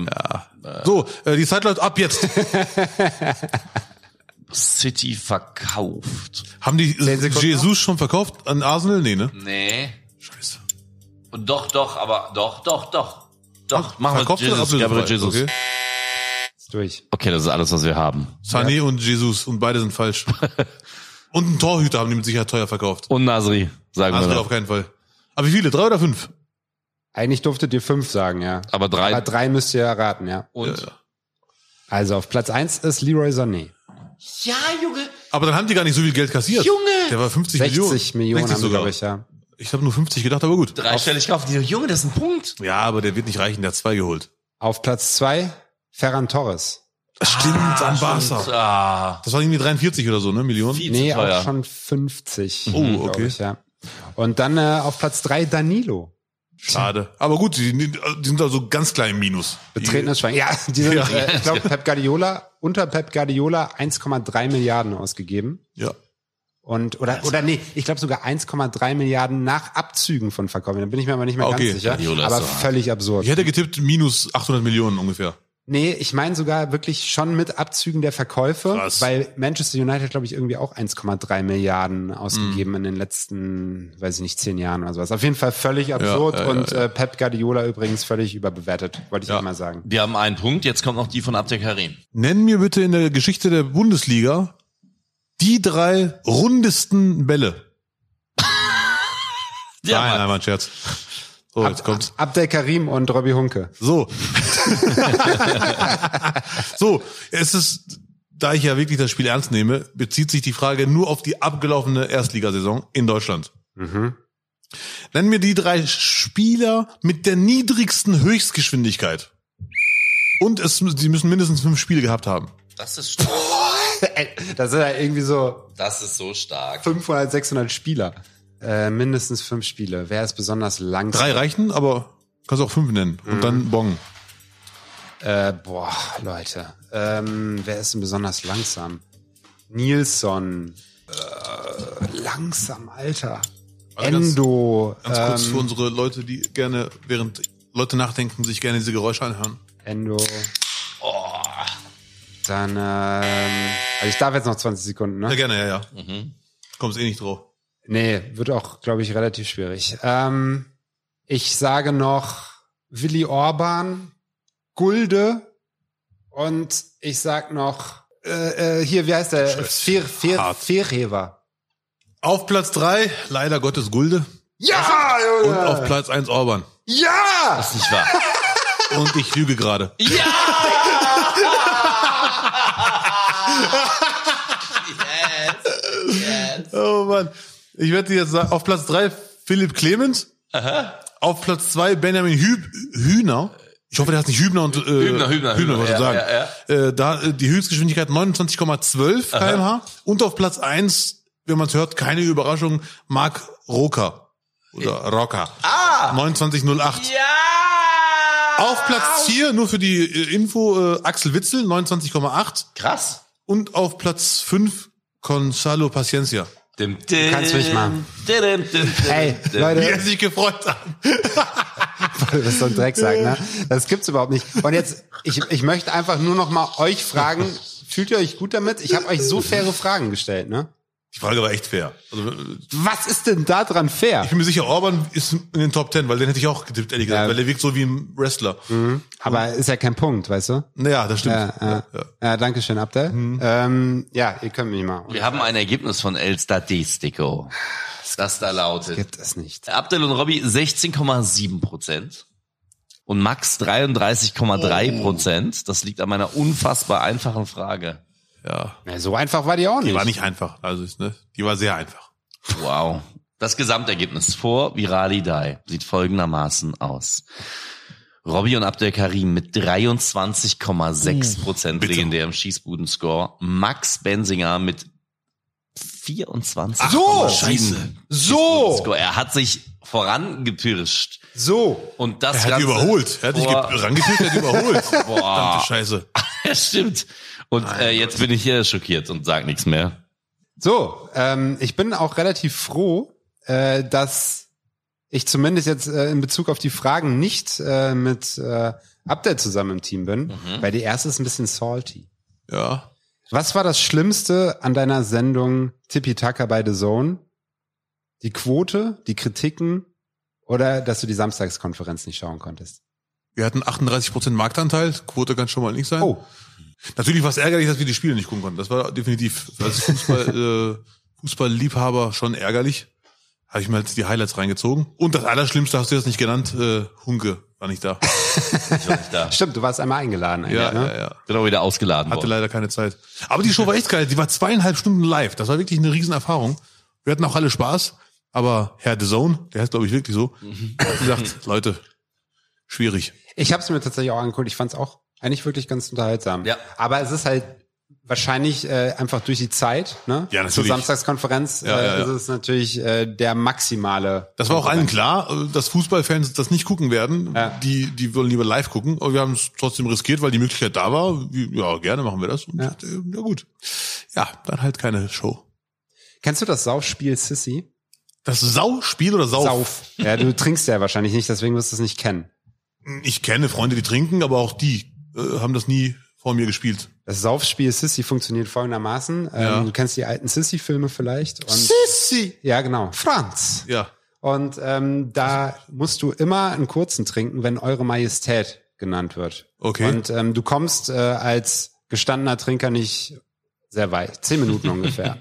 Speaker 3: beim
Speaker 5: So, äh, die Zeit läuft ab jetzt.
Speaker 3: City verkauft.
Speaker 5: haben die Jesus schon verkauft an Arsenal? Nee, ne?
Speaker 3: Nee.
Speaker 5: Scheiße.
Speaker 3: Und doch, doch, aber doch, doch, doch. Doch, machen wir
Speaker 5: Verkauft oder
Speaker 3: Jesus,
Speaker 5: absolut
Speaker 3: Gabriel
Speaker 5: frei?
Speaker 3: Jesus.
Speaker 5: Okay.
Speaker 3: Okay.
Speaker 2: Ist durch.
Speaker 3: das ist alles, was wir haben.
Speaker 5: Sané und Jesus und beide sind falsch. und einen Torhüter haben die mit Sicherheit teuer verkauft.
Speaker 3: Und Nasri, sagen
Speaker 5: Arsenal
Speaker 3: wir
Speaker 5: auf
Speaker 3: noch.
Speaker 5: keinen Fall. Aber wie viele? Drei oder fünf?
Speaker 2: Eigentlich durftet ihr fünf sagen, ja.
Speaker 3: Aber drei-
Speaker 2: Aber drei müsst ihr erraten, ja.
Speaker 3: Und?
Speaker 5: Ja, ja.
Speaker 2: Also auf Platz 1 ist Leroy Sané.
Speaker 3: Ja, Junge.
Speaker 5: Aber dann haben die gar nicht so viel Geld kassiert.
Speaker 3: Junge!
Speaker 5: Der war 50 Millionen.
Speaker 2: 60 Millionen,
Speaker 5: 60
Speaker 2: haben wir,
Speaker 5: sogar.
Speaker 2: glaube ich, ja.
Speaker 5: Ich habe nur 50 gedacht, aber gut.
Speaker 3: Dreistellig kaufen die. Junge, das ist ein Punkt.
Speaker 5: Ja, aber der wird nicht reichen, der hat zwei geholt.
Speaker 2: Auf Platz 2 Ferran Torres.
Speaker 5: Stimmt, an Barca.
Speaker 3: Ah.
Speaker 5: Das waren irgendwie 43 oder so, ne? Millionen?
Speaker 3: Viel
Speaker 2: Nee,
Speaker 3: zu teuer.
Speaker 2: auch schon 50.
Speaker 5: Oh,
Speaker 2: glaub
Speaker 5: okay.
Speaker 2: Ich, ja. Und dann äh, auf Platz 3 Danilo.
Speaker 5: Schade. Aber gut, die, die sind also ganz klein im Minus.
Speaker 2: Betretenes Schwein. Ja, die sind,
Speaker 5: Ja.
Speaker 2: äh, ich glaube, Pep Guardiola, unter Pep Guardiola 1,3 Milliarden ausgegeben.
Speaker 5: Ja.
Speaker 2: Und, oder, oder nee, ich glaube sogar 1,3 Milliarden nach Abzügen von Verkäufen. Da bin ich mir aber nicht mehr
Speaker 5: Ah, Okay.
Speaker 2: ganz sicher.
Speaker 3: Guardiola ist
Speaker 2: aber
Speaker 3: so hart.
Speaker 2: völlig absurd.
Speaker 5: Ich hätte getippt, minus 800 Millionen ungefähr.
Speaker 2: Nee, ich meine sogar wirklich schon mit Abzügen der Verkäufe,
Speaker 5: Krass.
Speaker 2: weil Manchester United, glaube ich, irgendwie auch 1,3 Milliarden ausgegeben
Speaker 5: Hm.
Speaker 2: in den letzten, weiß ich nicht, zehn Jahren oder sowas. Auf jeden Fall völlig absurd
Speaker 5: ja, ja,
Speaker 2: und Äh, Pep Guardiola übrigens völlig überbewertet, wollte ich
Speaker 5: Ja.
Speaker 2: auch mal sagen.
Speaker 3: Die haben einen Punkt, jetzt kommt noch die von Abdel Karim.
Speaker 5: Nenn mir bitte in der Geschichte der Bundesliga die drei rundesten Bälle.
Speaker 3: Ja,
Speaker 5: nein,
Speaker 3: Mann.
Speaker 5: nein, mein Scherz. So, jetzt kommt's.
Speaker 2: Abdel Karim und Robbie Hunke.
Speaker 5: So. so, es ist, da ich ja wirklich das Spiel ernst nehme, bezieht sich die Frage nur auf die abgelaufene Erstligasaison in Deutschland. Nenn mir die drei Spieler mit der niedrigsten Höchstgeschwindigkeit. Und es, sie müssen mindestens fünf Spiele gehabt haben.
Speaker 3: Das ist stark.
Speaker 2: Ey, Das sind ja irgendwie so
Speaker 3: Das ist so stark.
Speaker 2: 500, 600 Spieler. Äh, mindestens fünf Spiele. Wer ist besonders langsam?
Speaker 5: Drei reichen, aber kannst auch fünf nennen.
Speaker 2: Mhm.
Speaker 5: Und dann Bong.
Speaker 2: Äh, boah, Leute. Ähm, wer ist denn besonders langsam? Nilsson. Äh, langsam, Alter. Endo. ähm,
Speaker 5: Ganz kurz für unsere Leute, die gerne, während Leute nachdenken, sich gerne diese Geräusche anhören.
Speaker 2: Endo. Dann, ähm, also ich darf jetzt noch 20 Sekunden, ne?
Speaker 5: Ja, gerne, ja, ja. Kommst eh nicht drauf.
Speaker 2: Nee, wird auch, glaube ich, relativ schwierig. Ähm, ich sage noch Willi Orban, Gulde und ich sag noch, äh, äh, hier, wie heißt der? Fer, Fer, Ferhever.
Speaker 5: Auf Platz drei leider Gottes Gulde.
Speaker 2: Ja!
Speaker 5: Und auf Platz eins Orban.
Speaker 2: Ja!
Speaker 3: Das ist nicht wahr.
Speaker 5: Und ich lüge gerade. Oh Mann. Ich werde dir jetzt sagen, auf Platz drei Philipp Clemens. Auf Platz zwei Benjamin Hüb Hühner. Ich hoffe, der heißt nicht Hübner und äh,
Speaker 3: Hübner, Hübner, Hübner,
Speaker 5: Hübner, wollte ich
Speaker 3: ja,
Speaker 5: sagen. Äh, da äh, die Höchstgeschwindigkeit 29,12 km/h und auf Platz eins, wenn man es hört, keine Überraschung, Marc Rocker
Speaker 3: Äh.
Speaker 5: oder Rocker. Ah! 2908. Auf Platz vier nur für die äh, Info, äh, Axel Witzel 29,8
Speaker 3: Krass.
Speaker 5: und auf Platz fünf Gonzalo Paciencia.
Speaker 3: Dim,
Speaker 2: Du kannst mich mal.
Speaker 3: Dim, dim, dim,
Speaker 2: Hey,
Speaker 3: dim.
Speaker 5: Wie
Speaker 2: Leute,
Speaker 5: er sich gefreut hat.
Speaker 2: das ist so ein Drecksack, ne? Das gibt's überhaupt nicht. Und jetzt, ich, ich möchte einfach nur noch mal euch fragen, fühlt ihr euch gut damit? Ich habe euch so faire Fragen gestellt, ne?
Speaker 5: Die Frage war echt fair. Also, äh,
Speaker 2: Was ist denn da dran fair?
Speaker 5: ich bin mir sicher, Orban ist in den Top Ten, weil den hätte ich auch getippt, ehrlich gesagt,
Speaker 2: Ja. Mhm.
Speaker 5: weil der wirkt so wie ein Wrestler.
Speaker 2: Aber ist ja kein Punkt, weißt du?
Speaker 5: Naja, das stimmt.
Speaker 2: Ja, ja.
Speaker 5: Ja.
Speaker 2: ja danke schön, Abdel. Ähm, ja, ihr könnt mich mal. Und
Speaker 3: Wir haben ein Ergebnis von El Statistico. Das da lautet.
Speaker 2: gibt es nicht.
Speaker 3: Abdel und Robby 16,7 Prozent. Und Max 33,3 Prozent. Das liegt an meiner unfassbar einfachen Frage.
Speaker 5: Ja.
Speaker 2: Na, so einfach war die auch nicht.
Speaker 5: Die war nicht einfach. Also, ist, ne? Die war sehr einfach.
Speaker 3: Wow. Das Gesamtergebnis vor Virali Dai sieht folgendermaßen aus. Robby und Abdel Karim mit
Speaker 2: Hm.
Speaker 3: 23,6 Prozent
Speaker 5: Bitte.
Speaker 3: legendärem Schießbuden-Score. Max Benzinger mit 24.
Speaker 5: oh,
Speaker 2: So! So!
Speaker 3: Score. Er hat sich vorangepirscht.
Speaker 2: So!
Speaker 3: Und das
Speaker 5: Er hat
Speaker 3: Ganze
Speaker 5: überholt. Er hat dich
Speaker 3: vor-
Speaker 5: ge- rangetippt, er hat überholt.
Speaker 3: Boah.
Speaker 5: Verdammte Scheiße.
Speaker 3: Ja, stimmt. Und äh, jetzt bin ich hier schockiert und sag nichts mehr.
Speaker 2: So, ähm, ich bin auch relativ froh, äh, dass ich zumindest jetzt äh, in Bezug auf die Fragen nicht äh, mit äh, Abdel zusammen im Team bin, weil die erste ist ein bisschen salty.
Speaker 5: Ja.
Speaker 2: Was war das Schlimmste an deiner Sendung Tippy Taka bei The Zone? Die Quote, die Kritiken oder dass du die Samstagskonferenz nicht schauen konntest?
Speaker 5: Wir hatten 38% Marktanteil. Quote kann schon mal nicht sein.
Speaker 2: Oh,
Speaker 5: Natürlich war es ärgerlich, dass wir die Spiele nicht gucken konnten. Das war definitiv als Fußball, äh, Fußballliebhaber schon ärgerlich. Habe ich mir halt die Highlights reingezogen. Und das Allerschlimmste hast du jetzt nicht genannt. Äh, Hunke war nicht da.
Speaker 3: Ich war nicht da.
Speaker 2: stimmt, du warst einmal eingeladen.
Speaker 5: Ja,
Speaker 2: eigentlich, ne?
Speaker 5: ja, ja.
Speaker 3: Bin auch wieder ausgeladen
Speaker 5: Hatte
Speaker 3: worden.
Speaker 5: leider keine Zeit. Aber die Show war echt geil. Die war zweieinhalb Stunden live. Das war wirklich eine Riesenerfahrung. Wir hatten auch alle Spaß. Aber Herr The Zone, der heißt glaube ich wirklich so, hat gesagt, Leute, schwierig.
Speaker 2: Ich habe es mir tatsächlich auch angeguckt. Ich fand es auch eigentlich wirklich ganz unterhaltsam.
Speaker 3: Ja.
Speaker 2: Aber es ist halt wahrscheinlich äh, einfach durch die Zeit, ne?
Speaker 5: Ja, natürlich.
Speaker 2: Zur Samstagskonferenz
Speaker 5: Ja,
Speaker 2: äh,
Speaker 5: ja, ja.
Speaker 2: ist es natürlich äh, der maximale.
Speaker 5: Das war auch allen klar, äh, dass Fußballfans das nicht gucken werden.
Speaker 2: Ja.
Speaker 5: Die, die wollen lieber live gucken. Aber wir haben es trotzdem riskiert, weil die Möglichkeit da war. Wie- Ja, gerne machen wir das. Und,
Speaker 2: Ja.
Speaker 5: ja. ja gut. Ja, dann halt keine Show.
Speaker 2: Kennst du das Saufspiel Sissy?
Speaker 5: Das Sau-Spiel oder Sau?
Speaker 2: Ja, du trinkst ja wahrscheinlich nicht, deswegen wirst du es nicht kennen.
Speaker 5: Ich kenne Freunde, die trinken, aber auch die äh, haben das nie vor mir gespielt.
Speaker 2: Das Saufspiel Sissy funktioniert folgendermaßen.
Speaker 5: Ja.
Speaker 2: Ähm, du kennst die alten Sissy-Filme vielleicht. Und,
Speaker 5: Sissi!
Speaker 2: ja, genau. Franz.
Speaker 5: Ja.
Speaker 2: Und ähm, da musst du immer einen kurzen trinken, wenn Eure Majestät genannt wird.
Speaker 5: Okay.
Speaker 2: Und ähm, du kommst äh, als gestandener Trinker nicht sehr weit, zehn Minuten ungefähr.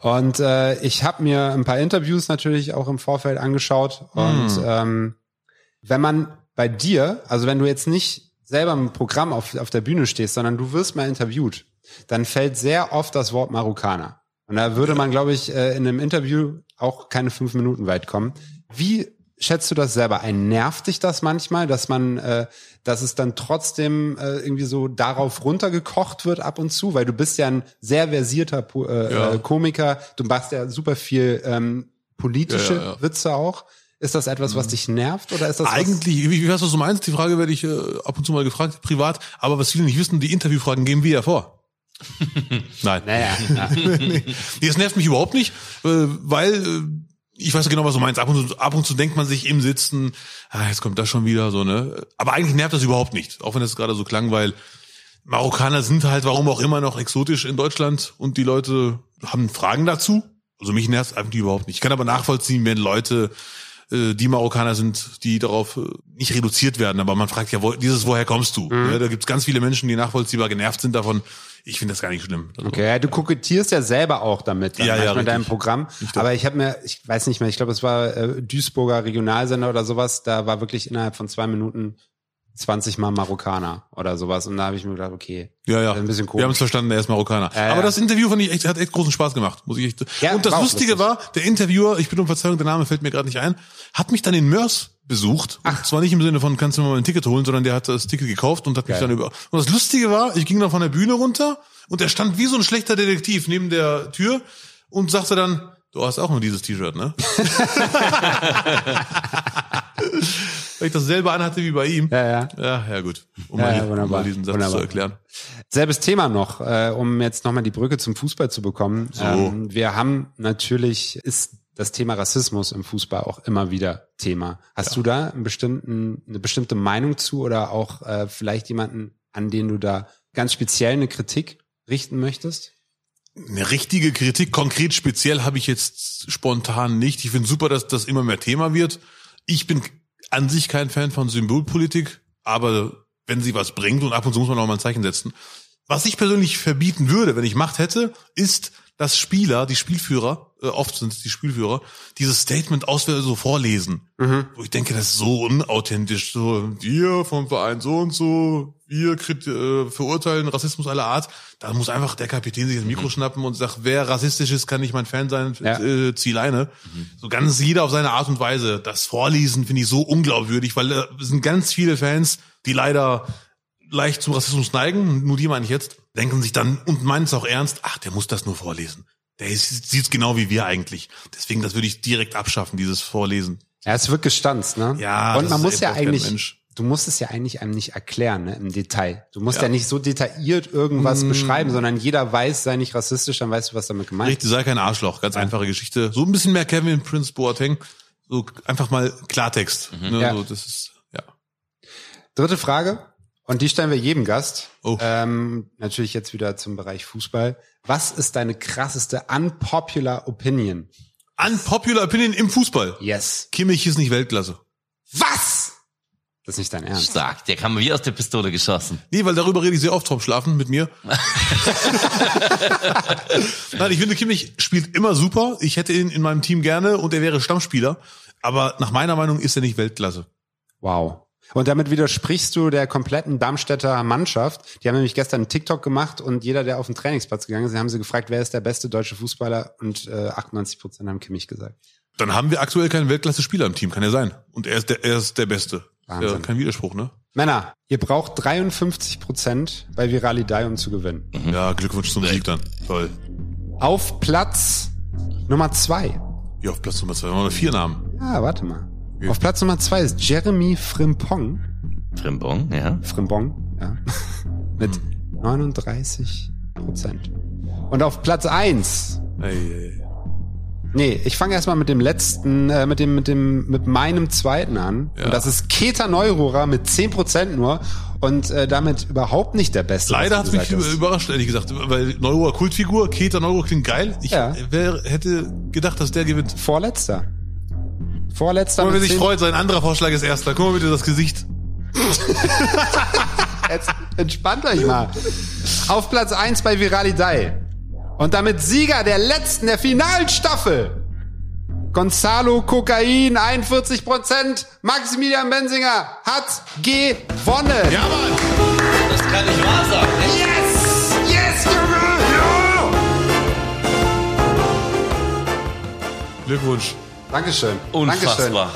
Speaker 2: Und äh, ich habe mir ein paar Interviews natürlich auch im Vorfeld angeschaut. Und ähm, wenn man bei dir, also wenn du jetzt nicht selber im Programm auf, auf der Bühne stehst, sondern du wirst mal interviewt, dann fällt sehr oft das Wort Marokkaner. Und da würde man, glaube ich, äh, in einem Interview auch keine fünf Minuten weit kommen. Wie schätzt du das selber ein? Nervt dich das manchmal, dass man, äh, dass es dann trotzdem äh, irgendwie so darauf runtergekocht wird ab und zu? Weil du bist ja ein sehr versierter Po- äh,
Speaker 5: Ja.
Speaker 2: äh, Komiker, du machst ja super viel ähm, politische
Speaker 5: Ja, Mhm. ja, ja.
Speaker 2: Witze auch. Ist das etwas, was dich nervt oder ist das was-
Speaker 5: Eigentlich, wie, wie weißt du, was du meinst? Die Frage werde ich äh, ab und zu mal gefragt, privat. Aber was viele nicht wissen, die Interviewfragen geben wir ja vor. Nein.
Speaker 2: Naja, ja.
Speaker 5: nee, das nervt mich überhaupt nicht, äh, weil äh, ich weiß genau, was du meinst. Ab und, zu, ab und zu denkt man sich im Sitzen, ah, jetzt kommt das schon wieder so, ne? Aber eigentlich nervt das überhaupt nicht, auch wenn das gerade so klang, weil Marokkaner sind halt, warum auch immer, noch exotisch in Deutschland und die Leute haben Fragen dazu. Also mich nervt es einfach überhaupt nicht. Ich kann aber nachvollziehen, wenn Leute, äh, die Marokkaner sind, die darauf äh, nicht reduziert werden, aber man fragt ja, wo, dieses, woher kommst du?
Speaker 2: Mhm.
Speaker 5: Ja, da gibt es ganz viele Menschen, die nachvollziehbar genervt sind davon. Ich finde das gar nicht schlimm. Also,
Speaker 2: Okay, ja, du kokettierst ja selber auch damit, dann
Speaker 5: Ja,
Speaker 2: manchmal
Speaker 5: ja,
Speaker 2: in
Speaker 5: richtig.
Speaker 2: deinem Programm. Aber ich habe mir, ich weiß nicht mehr, ich glaube, es war äh, Duisburger Regionalsender oder sowas, da war wirklich innerhalb von zwei Minuten 20 Mal Marokkaner oder sowas. Und da habe ich mir gedacht, okay,
Speaker 5: Ja, ja.
Speaker 2: ein bisschen komisch.
Speaker 5: Wir haben es verstanden, er ist Marokkaner.
Speaker 2: Ja, ja.
Speaker 5: Aber das Interview fand ich echt, hat echt großen Spaß gemacht, muss ich echt.
Speaker 2: Ja,
Speaker 5: und das
Speaker 2: war auch
Speaker 5: Lustige
Speaker 2: lustig.
Speaker 5: war, der Interviewer, ich bin um Verzeihung, der Name fällt mir gerade nicht ein, hat mich dann in Mörs besucht. Und zwar nicht im Sinne von, kannst du mir mal ein Ticket holen, sondern der hat das Ticket gekauft und hat mich
Speaker 2: Geil.
Speaker 5: dann über. Und das Lustige war, ich ging dann von der Bühne runter und er stand wie so ein schlechter Detektiv neben der Tür und sagte dann, du hast auch nur dieses T-Shirt, ne? Weil ich dasselbe anhatte wie bei ihm.
Speaker 2: Ja, ja.
Speaker 5: Ja, ja gut. Um,
Speaker 2: Ja,
Speaker 5: mal,
Speaker 2: ja,
Speaker 5: um
Speaker 2: wunderbar,
Speaker 5: mal diesen Satz
Speaker 2: wunderbar.
Speaker 5: zu erklären.
Speaker 2: Selbes Thema noch, äh, um jetzt nochmal die Brücke zum Fußball zu bekommen.
Speaker 5: So.
Speaker 2: Ähm, wir haben natürlich, ist das Thema Rassismus im Fußball auch immer wieder Thema. Hast du da einen bestimmten, eine bestimmte Meinung zu oder auch äh, vielleicht jemanden, an den du da ganz speziell eine Kritik richten möchtest?
Speaker 5: Eine richtige Kritik, konkret speziell, habe ich jetzt spontan nicht. Ich finde super, dass das immer mehr Thema wird. Ich bin an sich kein Fan von Symbolpolitik, aber wenn sie was bringt und ab und zu muss man auch mal ein Zeichen setzen. Was ich persönlich verbieten würde, wenn ich Macht hätte, ist, dass Spieler, die Spielführer, äh, oft sind es die Spielführer, dieses Statement auswählen, so vorlesen. Wo ich denke, das ist so unauthentisch. So, wir vom Verein so und so, wir krit- äh, verurteilen Rassismus aller Art. Da muss einfach der Kapitän sich das Mikro schnappen und sagt, wer rassistisch ist, kann nicht mein Fan sein,
Speaker 2: Ja.
Speaker 5: äh, zieh Leine. So ganz jeder auf seine Art und Weise. Das Vorlesen finde ich so unglaubwürdig, weil da sind ganz viele Fans, die leider leicht zum Rassismus neigen, nur die meine ich jetzt, denken sich dann und meinen es auch ernst, ach, der muss das nur vorlesen. Der ist- sieht's genau wie wir eigentlich. Deswegen, das würde ich direkt abschaffen, dieses Vorlesen.
Speaker 2: Ja, es wird gestanzt, ne?
Speaker 5: Ja,
Speaker 2: Und
Speaker 5: Ah, das
Speaker 2: man
Speaker 5: ist
Speaker 2: muss ja
Speaker 5: einfach kein
Speaker 2: eigentlich,
Speaker 5: Mensch.
Speaker 2: du musst es ja eigentlich einem nicht erklären, ne, im Detail. Du musst ja,
Speaker 5: Ja.
Speaker 2: nicht so detailliert irgendwas
Speaker 5: Mm.
Speaker 2: beschreiben, sondern jeder weiß, sei nicht rassistisch, dann weißt du, was damit gemeint
Speaker 5: Richtig, sei kein Arschloch. Ganz einfache Geschichte. So ein bisschen mehr Kevin Prince Boateng. So einfach mal Klartext. Ne?
Speaker 2: Mhm. Ja.
Speaker 5: So, das ist, ja.
Speaker 2: Dritte Frage. Und die stellen wir jedem Gast.
Speaker 5: Oh.
Speaker 2: Ähm, natürlich jetzt wieder zum Bereich Fußball. Was ist deine krasseste unpopular Opinion?
Speaker 5: Unpopular Opinion im Fußball.
Speaker 2: Yes.
Speaker 5: Kimmich ist nicht Weltklasse.
Speaker 2: Was? Das ist nicht dein Ernst.
Speaker 3: Stark, der kam wie aus der Pistole geschossen.
Speaker 5: Nee, weil darüber rede ich sehr oft vom Schlafen mit mir. Nein, ich finde, Kimmich spielt immer super. Ich hätte ihn in meinem Team gerne und er wäre Stammspieler. Aber nach meiner Meinung ist er nicht Weltklasse.
Speaker 2: Wow. Und damit widersprichst du der kompletten Darmstädter Mannschaft. Die haben nämlich gestern einen TikTok gemacht und jeder, der auf den Trainingsplatz gegangen ist, haben sie gefragt, wer ist der beste deutsche Fußballer? Und äh, 98 Prozent haben Kimmich gesagt.
Speaker 5: Dann haben wir aktuell keinen Weltklasse-Spieler im Team, kann ja sein. Und er ist der, er ist der Beste.
Speaker 2: Wahnsinn.
Speaker 5: Ja, kein Widerspruch, ne?
Speaker 2: Männer, ihr braucht 53 Prozent bei Viralidei, um zu gewinnen.
Speaker 3: Mhm.
Speaker 5: Ja, Glückwunsch zum Sieg dann. Toll.
Speaker 2: Auf Platz Nummer zwei.
Speaker 5: Ja, auf Platz Nummer zwei haben wir vier Namen.
Speaker 2: Ja, Ah, warte mal. Auf Platz Nummer zwei ist Jeremy Frimpong.
Speaker 3: Frimbong, ja.
Speaker 2: Frimpong, ja. Mit
Speaker 5: Hm.
Speaker 2: 39 Prozent. Und auf Platz eins.
Speaker 5: Ey, ey, ey.
Speaker 2: Nee, ich fange erstmal mit dem letzten, äh, mit dem, mit dem, mit meinem zweiten an.
Speaker 5: Ja.
Speaker 2: Und das ist Keter Neururer mit 10% nur und äh, damit überhaupt nicht der beste.
Speaker 5: Leider
Speaker 2: was
Speaker 5: hat's
Speaker 2: du
Speaker 5: mich
Speaker 2: gesagt hast.
Speaker 5: überrascht, ehrlich gesagt, weil Neuroer Kultfigur, Keter Neuroer klingt geil. Ich
Speaker 2: Ja.
Speaker 5: wer hätte gedacht, dass der gewinnt.
Speaker 2: Vorletzter. Vorletzter.
Speaker 5: Guck mal, wer
Speaker 2: mit 10%.
Speaker 5: sich freut, sein anderer Vorschlag ist erster. Guck mal bitte das Gesicht.
Speaker 2: Jetzt entspannt euch mal. Auf Platz 1 bei Viralidei. Und damit Sieger der letzten, der Finalstaffel. Gonzalo Kokain, 41 Prozent. Maximilian Benzinger hat gewonnen.
Speaker 5: Ja, Mann!
Speaker 3: Das kann nicht wahr sein.
Speaker 2: Yes! Yes, Gerard!
Speaker 5: Glückwunsch.
Speaker 2: Ja! Dankeschön.
Speaker 3: Unfassbar.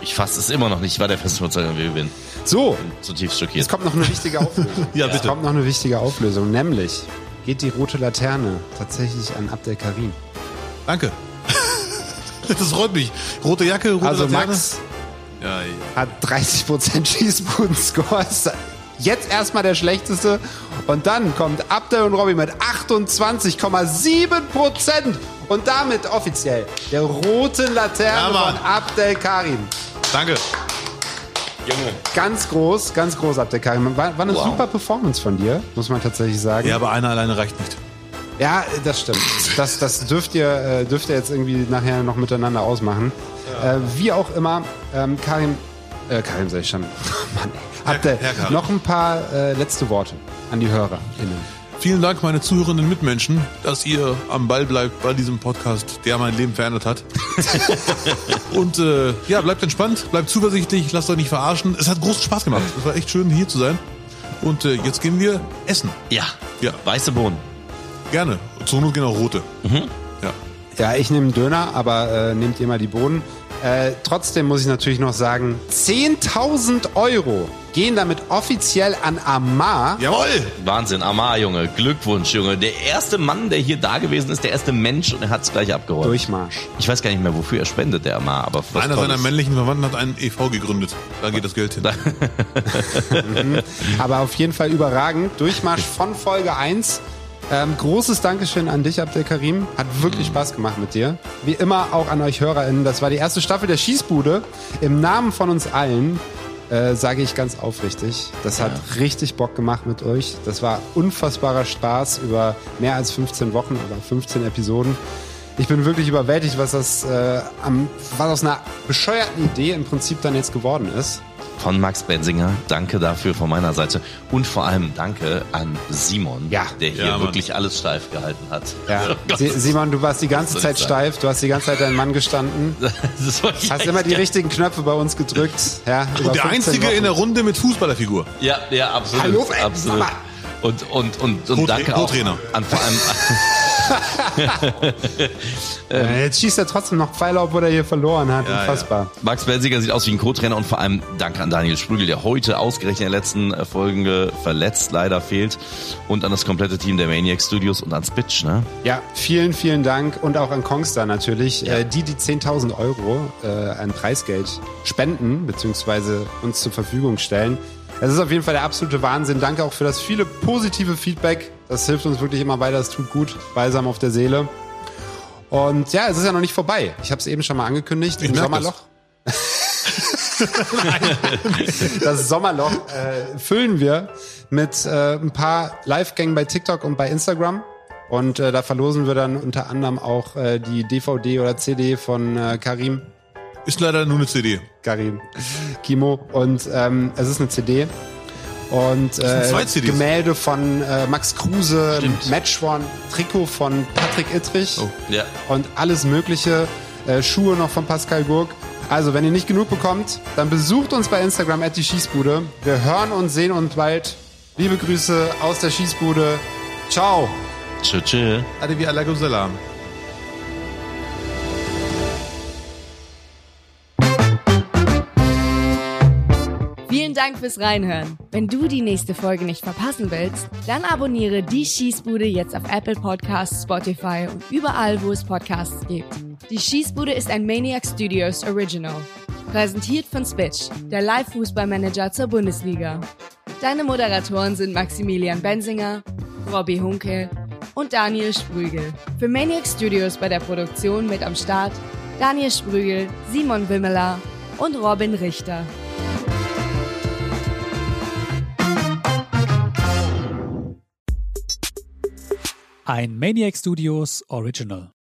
Speaker 3: Ich fasse es immer noch nicht. Ich war der festen Überzeugung, wir gewinnen.
Speaker 2: Dankeschön. So,
Speaker 3: Zutiefst
Speaker 2: es
Speaker 3: schockiert.
Speaker 2: kommt noch eine wichtige Auflösung.
Speaker 5: Ja,
Speaker 2: Es
Speaker 5: bitte.
Speaker 2: kommt noch eine wichtige Auflösung, nämlich geht die rote Laterne tatsächlich an Abdel Karim.
Speaker 5: Danke. das freut mich. Rote Jacke, rote
Speaker 2: Also
Speaker 5: Laterne.
Speaker 2: Max
Speaker 5: Ja, ja.
Speaker 2: hat 30% Schießbuden-Score. Ist Jetzt erstmal der schlechteste. Und dann kommt Abdel und Robby mit 28,7%. Und damit offiziell der roten Laterne von Abdel Karim.
Speaker 5: Danke.
Speaker 3: Junge.
Speaker 2: Ganz groß, ganz groß, Abdel Karim. War, war eine
Speaker 5: Wow.
Speaker 2: super Performance von dir, muss man tatsächlich sagen.
Speaker 5: Ja, aber einer alleine reicht nicht.
Speaker 2: Ja, das stimmt. Das, das dürft, ihr, äh, dürft ihr jetzt irgendwie nachher noch miteinander ausmachen. Äh, wie auch immer, ähm, Karim, äh, Karim sag ich schon, Mann, habt ihr
Speaker 5: Herr Karim.
Speaker 2: noch ein paar äh, letzte Worte an die HörerInnen?
Speaker 5: Vielen Dank, meine zuhörenden Mitmenschen, dass ihr am Ball bleibt bei diesem Podcast, der mein Leben verändert hat. Und äh, ja, bleibt entspannt, bleibt zuversichtlich, lasst euch nicht verarschen. Es hat großen Spaß gemacht. Es war echt schön, hier zu sein. Und äh, jetzt gehen wir essen.
Speaker 3: Ja.
Speaker 5: Ja.
Speaker 3: Weiße Bohnen.
Speaker 5: Gerne. Zur Not genau rote. Ja.
Speaker 2: Ja, ich nehme einen Döner, aber äh, nehmt ihr mal die Bohnen. Äh, trotzdem muss ich natürlich noch sagen, 10.000 Euro gehen damit offiziell an Amar.
Speaker 5: Jawohl!
Speaker 3: Wahnsinn, Amar, Junge. Glückwunsch, Junge. Der erste Mann, der hier da gewesen ist, der erste Mensch und er hat's gleich abgeräumt.
Speaker 2: Durchmarsch.
Speaker 3: Ich weiß gar nicht mehr, wofür er spendet, der Amar, aber was
Speaker 5: Einer seiner
Speaker 3: Tolles.
Speaker 5: männlichen Verwandten hat einen EV gegründet. Da geht das Geld hin.
Speaker 2: Mhm. Aber auf jeden Fall überragend. Durchmarsch von Folge 1. Ähm, großes Dankeschön an dich, Abdel Karim. Hat wirklich Spaß gemacht mit dir. Wie immer auch an euch HörerInnen. Das war die erste Staffel der Schießbude. Im Namen von uns allen äh, sage ich ganz aufrichtig, das hat richtig Bock gemacht mit euch. Das war unfassbarer Spaß über mehr als 15 Wochen oder 15 Episoden. Ich bin wirklich überwältigt, was das äh, am, was aus einer bescheuerten Idee im Prinzip dann jetzt geworden ist.
Speaker 3: Von Max Benzinger. Danke dafür von meiner Seite. Und vor allem danke an Simon, der hier
Speaker 5: Ja, Mann.
Speaker 3: wirklich alles steif gehalten hat.
Speaker 2: Ja.
Speaker 3: Oh Gott,
Speaker 2: Si-
Speaker 3: das-
Speaker 2: Simon, du warst die ganze
Speaker 3: soll
Speaker 2: Zeit
Speaker 3: ich sagen?
Speaker 2: steif, du hast die ganze Zeit deinen Mann gestanden,
Speaker 3: Das wollte
Speaker 2: hast
Speaker 3: ich eigentlich
Speaker 2: immer die
Speaker 3: gar-
Speaker 2: richtigen Knöpfe bei uns gedrückt. Ja, über
Speaker 5: Und der
Speaker 2: 15
Speaker 5: Einzige
Speaker 2: Wochen.
Speaker 5: in der Runde mit Fußballerfigur.
Speaker 3: Ja, ja, absolut.
Speaker 2: Hallo, ey,
Speaker 3: absolut.
Speaker 2: sag mal.
Speaker 3: Und, und, und, und
Speaker 5: Co-Tra-
Speaker 3: danke auch
Speaker 5: Co-Trainer.
Speaker 3: an vor allem
Speaker 2: Ja,
Speaker 3: Ähm,
Speaker 2: Jetzt schießt er trotzdem noch Pfeile, obwohl er hier verloren hat.
Speaker 5: ja.
Speaker 2: Unfassbar.
Speaker 3: Max Benziger sieht aus wie ein Co-Trainer und vor allem danke an Daniel Sprügel, der heute ausgerechnet in der letzten äh, Folge verletzt leider fehlt und an das komplette Team der Maniac Studios und an Spitch, ne?
Speaker 2: Ja. vielen, vielen Dank und auch an Kongstar natürlich, äh, die die 10.000 Euro äh, an Preisgeld spenden bzw. uns zur Verfügung stellen. Es ist auf jeden Fall der absolute Wahnsinn. Danke auch für das viele positive Feedback. Das hilft uns wirklich immer weiter. Es tut gut. Balsam auf der Seele. Und ja, es ist ja noch nicht vorbei. Ich habe es eben schon mal angekündigt.
Speaker 5: Ich
Speaker 2: Im
Speaker 5: merk
Speaker 2: Sommerloch. das Sommerloch äh, füllen wir mit äh, ein paar Live-Gängen bei TikTok und bei Instagram. Und äh, da verlosen wir dann unter anderem auch äh, die DVD oder CD von äh, Karim.
Speaker 5: Ist leider nur eine CD.
Speaker 2: Karim. Kimo. Und ähm, es ist eine CD. Und
Speaker 5: sind zwei
Speaker 2: äh,
Speaker 5: CDs.
Speaker 2: Gemälde von äh, Max Kruse, Match One, Trikot von Patrick Ittrich
Speaker 5: Oh.
Speaker 3: Ja.
Speaker 2: und alles mögliche. Äh, Schuhe noch von Pascal Gurk. Also, wenn ihr nicht genug bekommt, dann besucht uns bei Instagram at die Schießbude. Wir hören und sehen uns bald. Liebe Grüße aus der Schießbude. Ciao.
Speaker 3: Tschö, tschö.
Speaker 5: Ade wie Alaikum Salam.
Speaker 4: Vielen Dank fürs Reinhören. Wenn du die nächste Folge nicht verpassen willst, dann abonniere die Schießbude jetzt auf Apple Podcasts, Spotify und überall, wo es Podcasts gibt. Die Schießbude ist ein Maniac Studios Original. Präsentiert von Spitch, der Live-Fußballmanager zur Bundesliga. Deine Moderatoren sind Maximilian Benzinger, Robbie Hunke und Daniel Sprügel. Für Maniac Studios bei der Produktion mit am Start Daniel Sprügel, Simon Wimmeler und Robin Richter.
Speaker 1: Ein Maniac Studios Original.